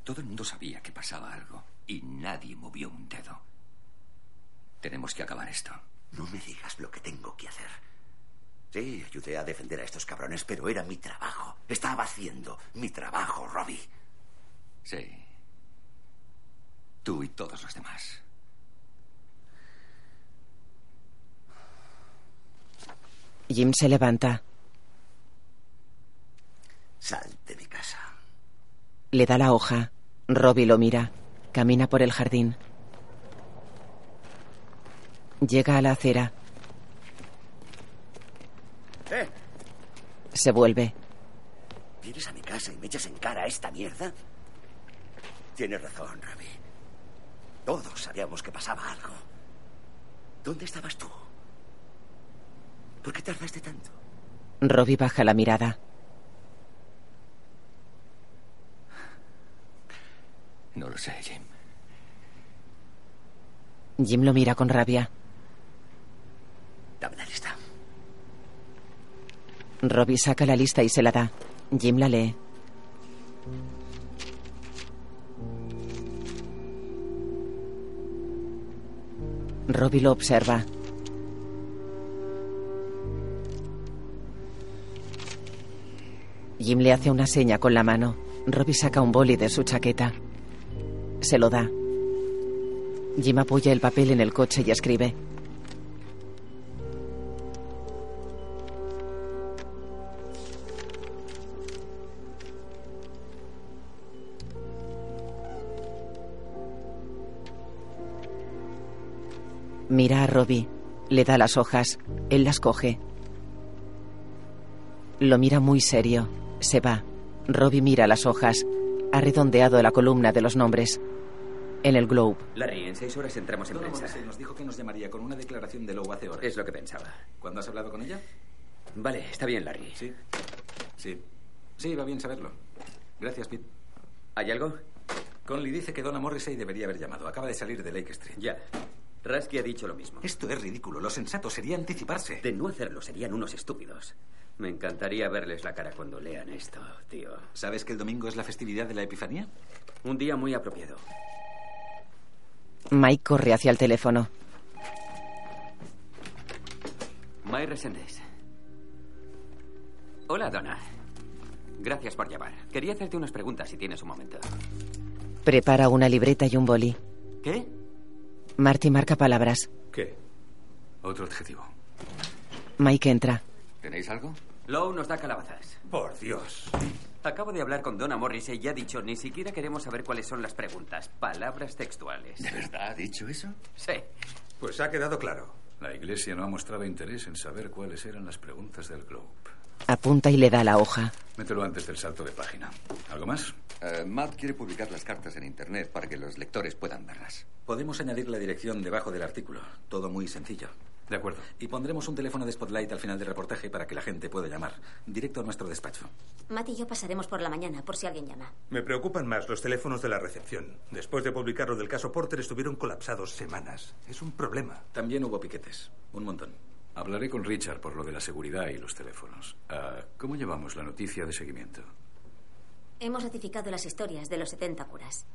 [SPEAKER 7] Todo el mundo sabía que pasaba algo y nadie movió un dedo. Tenemos que acabar esto.
[SPEAKER 9] No me digas lo que tengo que hacer. Sí, ayudé a defender a estos cabrones, pero era mi trabajo. Estaba haciendo mi trabajo, Robbie.
[SPEAKER 7] Sí. Tú y todos los demás.
[SPEAKER 1] Jim se levanta.
[SPEAKER 9] Sal de mi casa.
[SPEAKER 1] Le da la hoja. Robbie lo mira. Camina por el jardín. Llega a la acera.
[SPEAKER 9] ¿Eh?
[SPEAKER 1] Se vuelve.
[SPEAKER 9] ¿Vienes a mi casa y me echas en cara esta mierda? Tienes razón, Robbie. Todos sabíamos que pasaba algo. ¿Dónde estabas tú? ¿Por qué tardaste tanto?
[SPEAKER 1] Robbie baja la mirada.
[SPEAKER 7] No lo sé, Jim.
[SPEAKER 1] Jim lo mira con rabia.
[SPEAKER 9] Dame la lista.
[SPEAKER 1] Robbie saca la lista y se la da. Jim la lee. Robbie lo observa. Jim le hace una seña con la mano. Robbie saca un boli de su chaqueta. Se lo da. Jim apoya el papel en el coche y escribe. Mira a Robbie. Le da las hojas. Él las coge. Lo mira muy serio. Se va. Robbie mira las hojas. Ha redondeado la columna de los nombres. En el Globe.
[SPEAKER 2] Larry, en seis horas entramos en
[SPEAKER 11] Todo
[SPEAKER 2] prensa.
[SPEAKER 11] se nos dijo que nos llamaría con una declaración de Lowe hace horas.
[SPEAKER 2] Es lo que pensaba.
[SPEAKER 11] ¿Cuándo has hablado con ella?
[SPEAKER 2] Vale, está bien, Larry.
[SPEAKER 11] Sí. Sí. Sí, va bien saberlo. Gracias, Pete.
[SPEAKER 2] ¿Hay algo?
[SPEAKER 11] Conley dice que Donna Morrissey debería haber llamado. Acaba de salir de Lake Street.
[SPEAKER 2] Ya. Rasky ha dicho lo mismo.
[SPEAKER 11] Esto es ridículo. Lo sensato sería anticiparse.
[SPEAKER 2] De no hacerlo serían unos estúpidos. Me encantaría verles la cara cuando lean esto, tío.
[SPEAKER 11] ¿Sabes que el domingo es la festividad de la Epifanía?
[SPEAKER 2] Un día muy apropiado.
[SPEAKER 1] Mike corre hacia el teléfono.
[SPEAKER 2] May Resendes. Hola, Donna. Gracias por llamar. Quería hacerte unas preguntas si tienes un momento.
[SPEAKER 1] Prepara una libreta y un boli.
[SPEAKER 2] ¿Qué?
[SPEAKER 1] Marty marca palabras.
[SPEAKER 6] ¿Qué? Otro adjetivo.
[SPEAKER 1] Mike entra.
[SPEAKER 7] ¿Tenéis algo?
[SPEAKER 2] Lowe nos da calabazas.
[SPEAKER 6] Por Dios.
[SPEAKER 2] Acabo de hablar con Donna Morrissey y ha dicho, ni siquiera queremos saber cuáles son las preguntas. Palabras textuales.
[SPEAKER 7] ¿De verdad ha dicho eso?
[SPEAKER 2] Sí.
[SPEAKER 6] Pues ha quedado claro.
[SPEAKER 11] La iglesia no ha mostrado interés en saber cuáles eran las preguntas del Globe.
[SPEAKER 1] Apunta y le da la hoja.
[SPEAKER 11] Mételo antes del salto de página. ¿Algo más?
[SPEAKER 7] Eh, Matt quiere publicar las cartas en Internet para que los lectores puedan verlas.
[SPEAKER 11] Podemos añadir la dirección debajo del artículo. Todo muy sencillo.
[SPEAKER 6] De acuerdo.
[SPEAKER 11] Y pondremos un teléfono de Spotlight al final del reportaje para que la gente pueda llamar. Directo a nuestro despacho.
[SPEAKER 10] Matt y yo pasaremos por la mañana por si alguien llama.
[SPEAKER 6] Me preocupan más los teléfonos de la recepción. Después de publicar lo del caso Porter, estuvieron colapsados semanas. Es un problema.
[SPEAKER 11] También hubo piquetes. Un montón. Hablaré con Richard por lo de la seguridad y los teléfonos. Ah, ¿Cómo llevamos la noticia de seguimiento?
[SPEAKER 10] Hemos ratificado las historias de los 70 curas.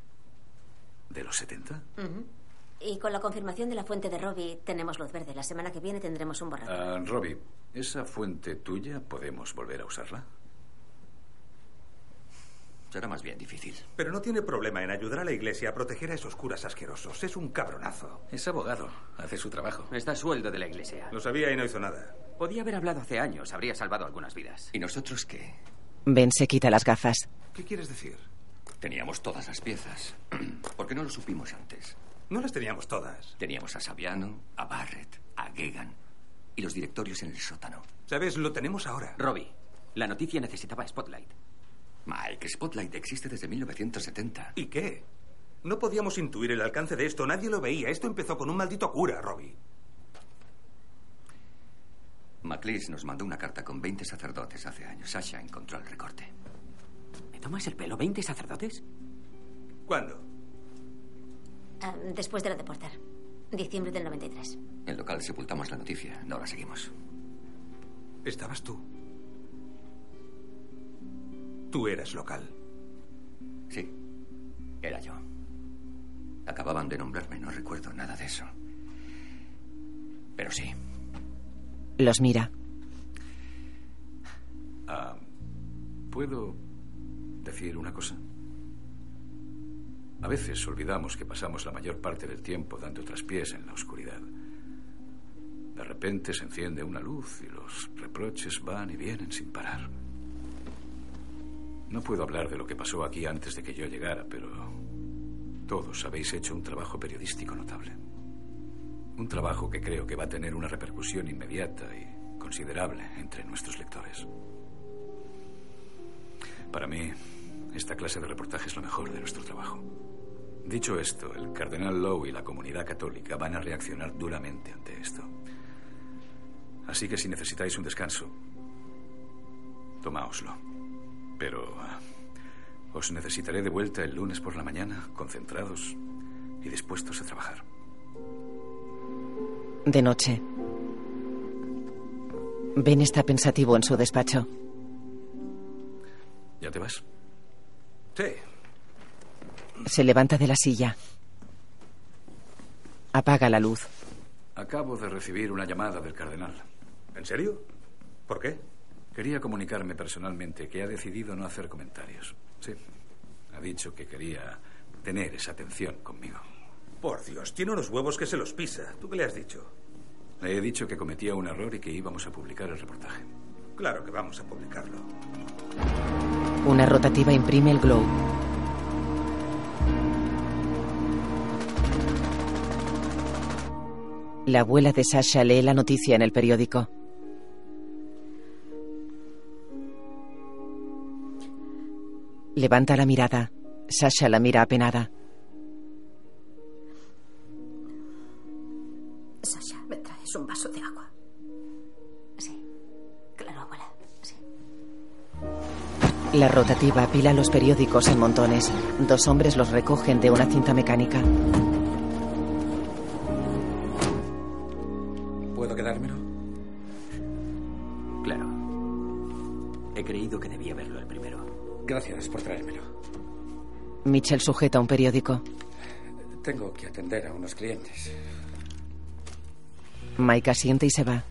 [SPEAKER 11] ¿De los 70?
[SPEAKER 10] Ujú. Y con la confirmación de la fuente de Robbie tenemos luz verde. La semana que viene tendremos un borrador.
[SPEAKER 11] Ah, Robbie, ¿esa fuente tuya podemos volver a usarla?
[SPEAKER 7] Será más bien difícil.
[SPEAKER 6] Pero no tiene problema en ayudar a la iglesia a proteger a esos curas asquerosos. Es un cabronazo.
[SPEAKER 11] Es abogado. Hace su trabajo.
[SPEAKER 2] Está a sueldo de la iglesia.
[SPEAKER 6] Lo sabía y no hizo nada.
[SPEAKER 2] Podía haber hablado hace años, habría salvado algunas vidas.
[SPEAKER 7] ¿Y nosotros qué?
[SPEAKER 1] Ben se quita las gafas.
[SPEAKER 6] ¿Qué quieres decir?
[SPEAKER 7] Teníamos todas las piezas. ¿Por qué no lo supimos antes?
[SPEAKER 6] No las teníamos todas.
[SPEAKER 7] Teníamos a Saviano, a Barrett, a Gegan y los directorios en el sótano.
[SPEAKER 6] ¿Sabes? Lo tenemos ahora.
[SPEAKER 2] Robbie, la noticia necesitaba Spotlight.
[SPEAKER 7] Mike, Spotlight existe desde 1970.
[SPEAKER 6] ¿Y qué? No podíamos intuir el alcance de esto. Nadie lo veía. Esto empezó con un maldito cura, Robbie.
[SPEAKER 7] MacLeese nos mandó una carta con 20 sacerdotes hace años. Sasha encontró el recorte.
[SPEAKER 2] ¿Me tomas el pelo? ¿20 sacerdotes?
[SPEAKER 6] ¿Cuándo?
[SPEAKER 10] Ah, después de la de Porter. Diciembre del 93.
[SPEAKER 7] En el local sepultamos la noticia. No la seguimos.
[SPEAKER 6] Estabas tú. Tú eras local.
[SPEAKER 7] Sí, era yo. Acababan de nombrarme, no recuerdo nada de eso. Pero sí,
[SPEAKER 1] Los mira.
[SPEAKER 11] Ah, ¿Puedo decir una cosa? A veces olvidamos que pasamos la mayor parte del tiempo dando traspiés en la oscuridad. De repente se enciende una luz y los reproches van y vienen sin parar. No puedo hablar de lo que pasó aquí antes de que yo llegara, pero todos habéis hecho un trabajo periodístico notable. Un trabajo que creo que va a tener una repercusión inmediata y considerable entre nuestros lectores. Para mí, esta clase de reportaje es lo mejor de nuestro trabajo. Dicho esto, el cardenal Lowe y la comunidad católica van a reaccionar duramente ante esto. Así que si necesitáis un descanso, tomáoslo. Pero ah, Os necesitaré de vuelta el lunes por la mañana, concentrados y dispuestos a trabajar.
[SPEAKER 1] De noche. Ben está pensativo en su despacho.
[SPEAKER 11] ¿Ya te vas?
[SPEAKER 6] Sí.
[SPEAKER 1] Se levanta de la silla. Apaga la luz.
[SPEAKER 11] Acabo de recibir una llamada del cardenal. ¿En serio? ¿Por qué? Quería comunicarme personalmente que ha decidido no hacer comentarios. Sí. Ha dicho que quería tener esa atención conmigo.
[SPEAKER 6] Por Dios, tiene unos huevos que se los pisa. ¿Tú qué le has dicho?
[SPEAKER 11] Le he dicho que cometía un error y que íbamos a publicar el reportaje.
[SPEAKER 6] Claro que vamos a publicarlo.
[SPEAKER 1] Una rotativa imprime el glow. La abuela de Sasha lee la noticia en el periódico. Levanta la mirada. Sasha la mira apenada.
[SPEAKER 10] Sasha, ¿me traes un vaso de agua? Sí. Claro, abuela. Sí.
[SPEAKER 1] La rotativa apila los periódicos en montones. Dos hombres los recogen de una cinta mecánica.
[SPEAKER 22] ¿Puedo quedármelo?
[SPEAKER 12] Claro. He creído que debía verlo el primero.
[SPEAKER 22] Gracias por traérmelo.
[SPEAKER 1] Mitchell sujeta un periódico.
[SPEAKER 22] Tengo que atender a unos clientes.
[SPEAKER 1] Mike asiente y se va.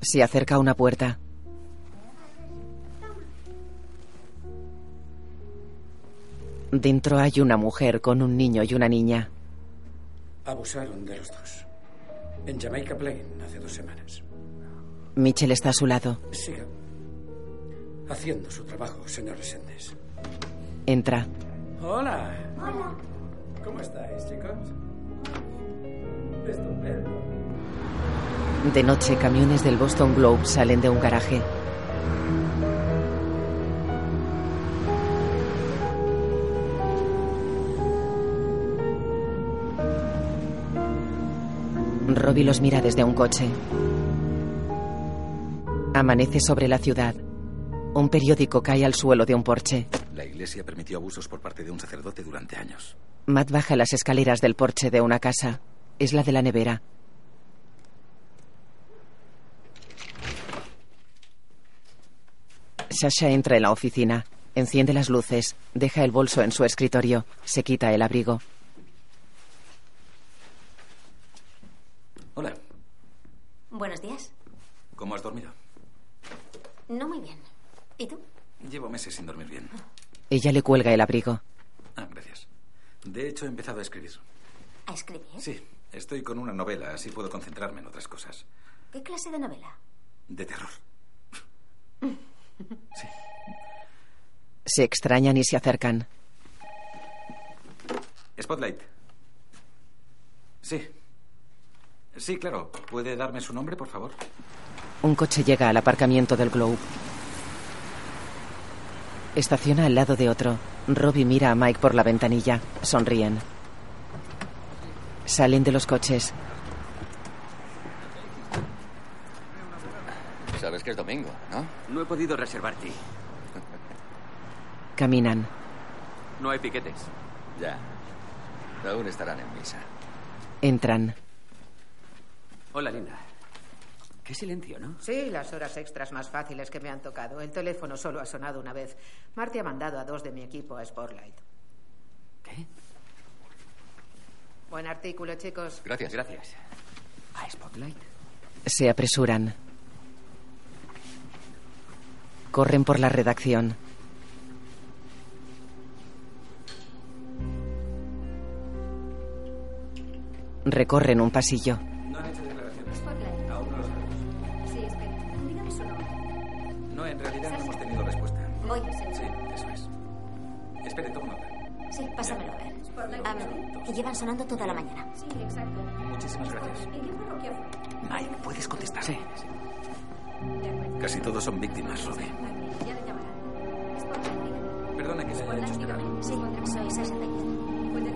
[SPEAKER 1] Se acerca a una puerta. Dentro hay una mujer con un niño y una niña.
[SPEAKER 22] Abusaron de los dos. En Jamaica Plain hace dos semanas.
[SPEAKER 1] Mitchell está a su lado.
[SPEAKER 22] Siga haciendo su trabajo, señor Reséndez.
[SPEAKER 1] Entra.
[SPEAKER 22] Hola. Hola. ¿Cómo estáis, chicos? Estupendo.
[SPEAKER 1] De noche, camiones del Boston Globe salen de un garaje. Robbie los mira desde un coche. Amanece sobre la ciudad. Un periódico cae al suelo de un porche.
[SPEAKER 11] La iglesia permitió abusos por parte de un sacerdote durante años.
[SPEAKER 1] Matt baja las escaleras del porche de una casa. Es la de la nevera. Sasha entra en la oficina. Enciende las luces. Deja el bolso en su escritorio. Se quita el abrigo.
[SPEAKER 11] Hola,
[SPEAKER 10] Buenos días.
[SPEAKER 11] ¿cómo has dormido?
[SPEAKER 10] No muy bien. ¿Y tú?
[SPEAKER 11] Llevo meses sin dormir bien.
[SPEAKER 1] Ella le cuelga el abrigo.
[SPEAKER 11] Ah, gracias. De hecho, he empezado a escribir.
[SPEAKER 10] ¿A escribir?
[SPEAKER 11] Sí, estoy con una novela, así puedo concentrarme en otras cosas.
[SPEAKER 10] ¿Qué clase de novela?
[SPEAKER 11] De terror.
[SPEAKER 1] Se extrañan y se acercan.
[SPEAKER 11] Spotlight. Sí. Sí, claro. ¿Puede darme su nombre, por favor?
[SPEAKER 1] Un coche llega al aparcamiento del Globe. Estaciona al lado de otro. Robbie mira a Mike por la ventanilla. Sonríen. Salen de los coches.
[SPEAKER 7] Sabes que es domingo, ¿no?
[SPEAKER 2] No he podido reservarte.
[SPEAKER 1] Caminan.
[SPEAKER 2] No hay piquetes.
[SPEAKER 7] Ya. Aún estarán en misa.
[SPEAKER 1] Entran.
[SPEAKER 2] Hola, linda. Qué silencio, ¿no?
[SPEAKER 16] Sí, las horas extras más fáciles que me han tocado. El teléfono solo ha sonado una vez. Marty ha mandado a dos de mi equipo a Sportlight.
[SPEAKER 2] ¿Qué?
[SPEAKER 16] Buen artículo, chicos.
[SPEAKER 7] Gracias.
[SPEAKER 2] Gracias. ¿A Spotlight?
[SPEAKER 1] Se apresuran. Corren por la redacción. Recorren un pasillo.
[SPEAKER 22] No han hecho declaraciones. Aún no lo
[SPEAKER 10] Sí, espera. Dígame su nombre.
[SPEAKER 22] sabemos. No, en realidad no hemos tenido respuesta.
[SPEAKER 10] Voy a ser.
[SPEAKER 22] Sí, eso es. Espere, toma nota.
[SPEAKER 10] Sí, pásamelo a ver. Am, llevan sonando toda la mañana. Sí, exacto.
[SPEAKER 22] Muchísimas gracias.
[SPEAKER 12] Mike, ¿puedes contestar? Sí.
[SPEAKER 11] Casi todos son víctimas, Robbie.
[SPEAKER 22] Perdona que se haya hecho esperar.
[SPEAKER 10] Sí, soy Sasha Taylor.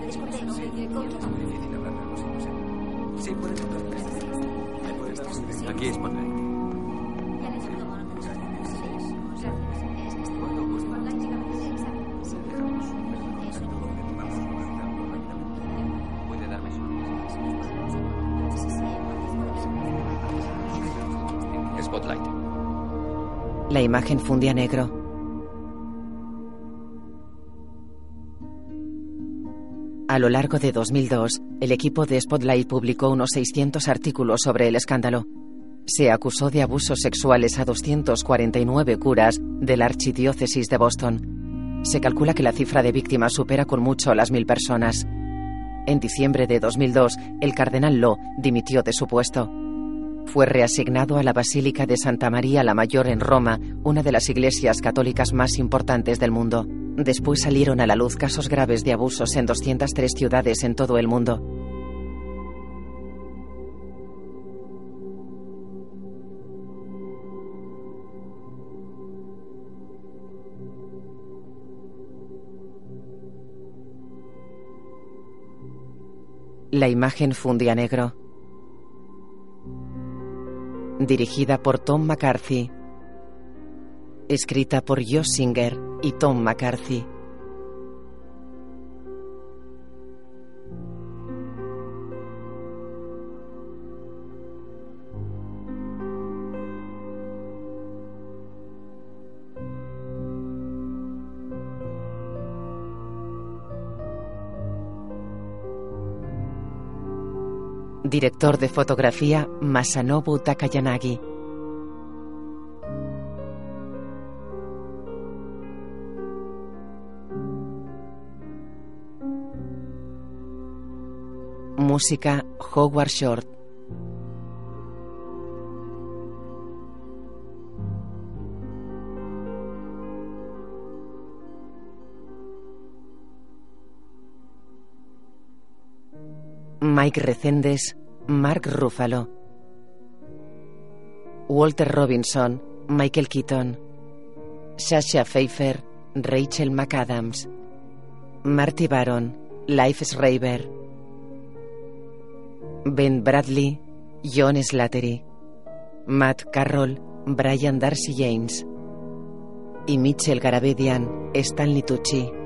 [SPEAKER 10] Disculpe, ¿con quién hablo?
[SPEAKER 22] Difícil hablar de los inocentes. Sí, puede contarme. ¿Me puede dar su dirección?
[SPEAKER 2] Aquí Spotlight.
[SPEAKER 10] Ya les llamo a uno de nosotros. pues
[SPEAKER 1] La imagen funde a negro. A lo largo de 2002, el equipo de Spotlight publicó unos 600 artículos sobre el escándalo. Se acusó de abusos sexuales a 249 curas de la Archidiócesis de Boston. Se calcula que la cifra de víctimas supera con mucho las mil personas. En diciembre de 2002, el cardenal Law dimitió de su puesto. Fue reasignado a la Basílica de Santa María la Mayor en Roma, una de las iglesias católicas más importantes del mundo. Después salieron a la luz casos graves de abusos en 203 ciudades en todo el mundo. La imagen fundía negro. Dirigida por Tom McCarthy. Escrita por Josh Singer y Tom McCarthy. Director de fotografía Masanobu Takayanagi. Música Howard Short. Mike Recendes, Mark Ruffalo. Walter Robinson, Michael Keaton. Sasha Pfeiffer, Rachel McAdams. Marty Baron, Life Schreiber. Ben Bradley, John Slattery. Matt Carroll, Brian Darcy James. Y Mitchell Garabedian, Stanley Tucci.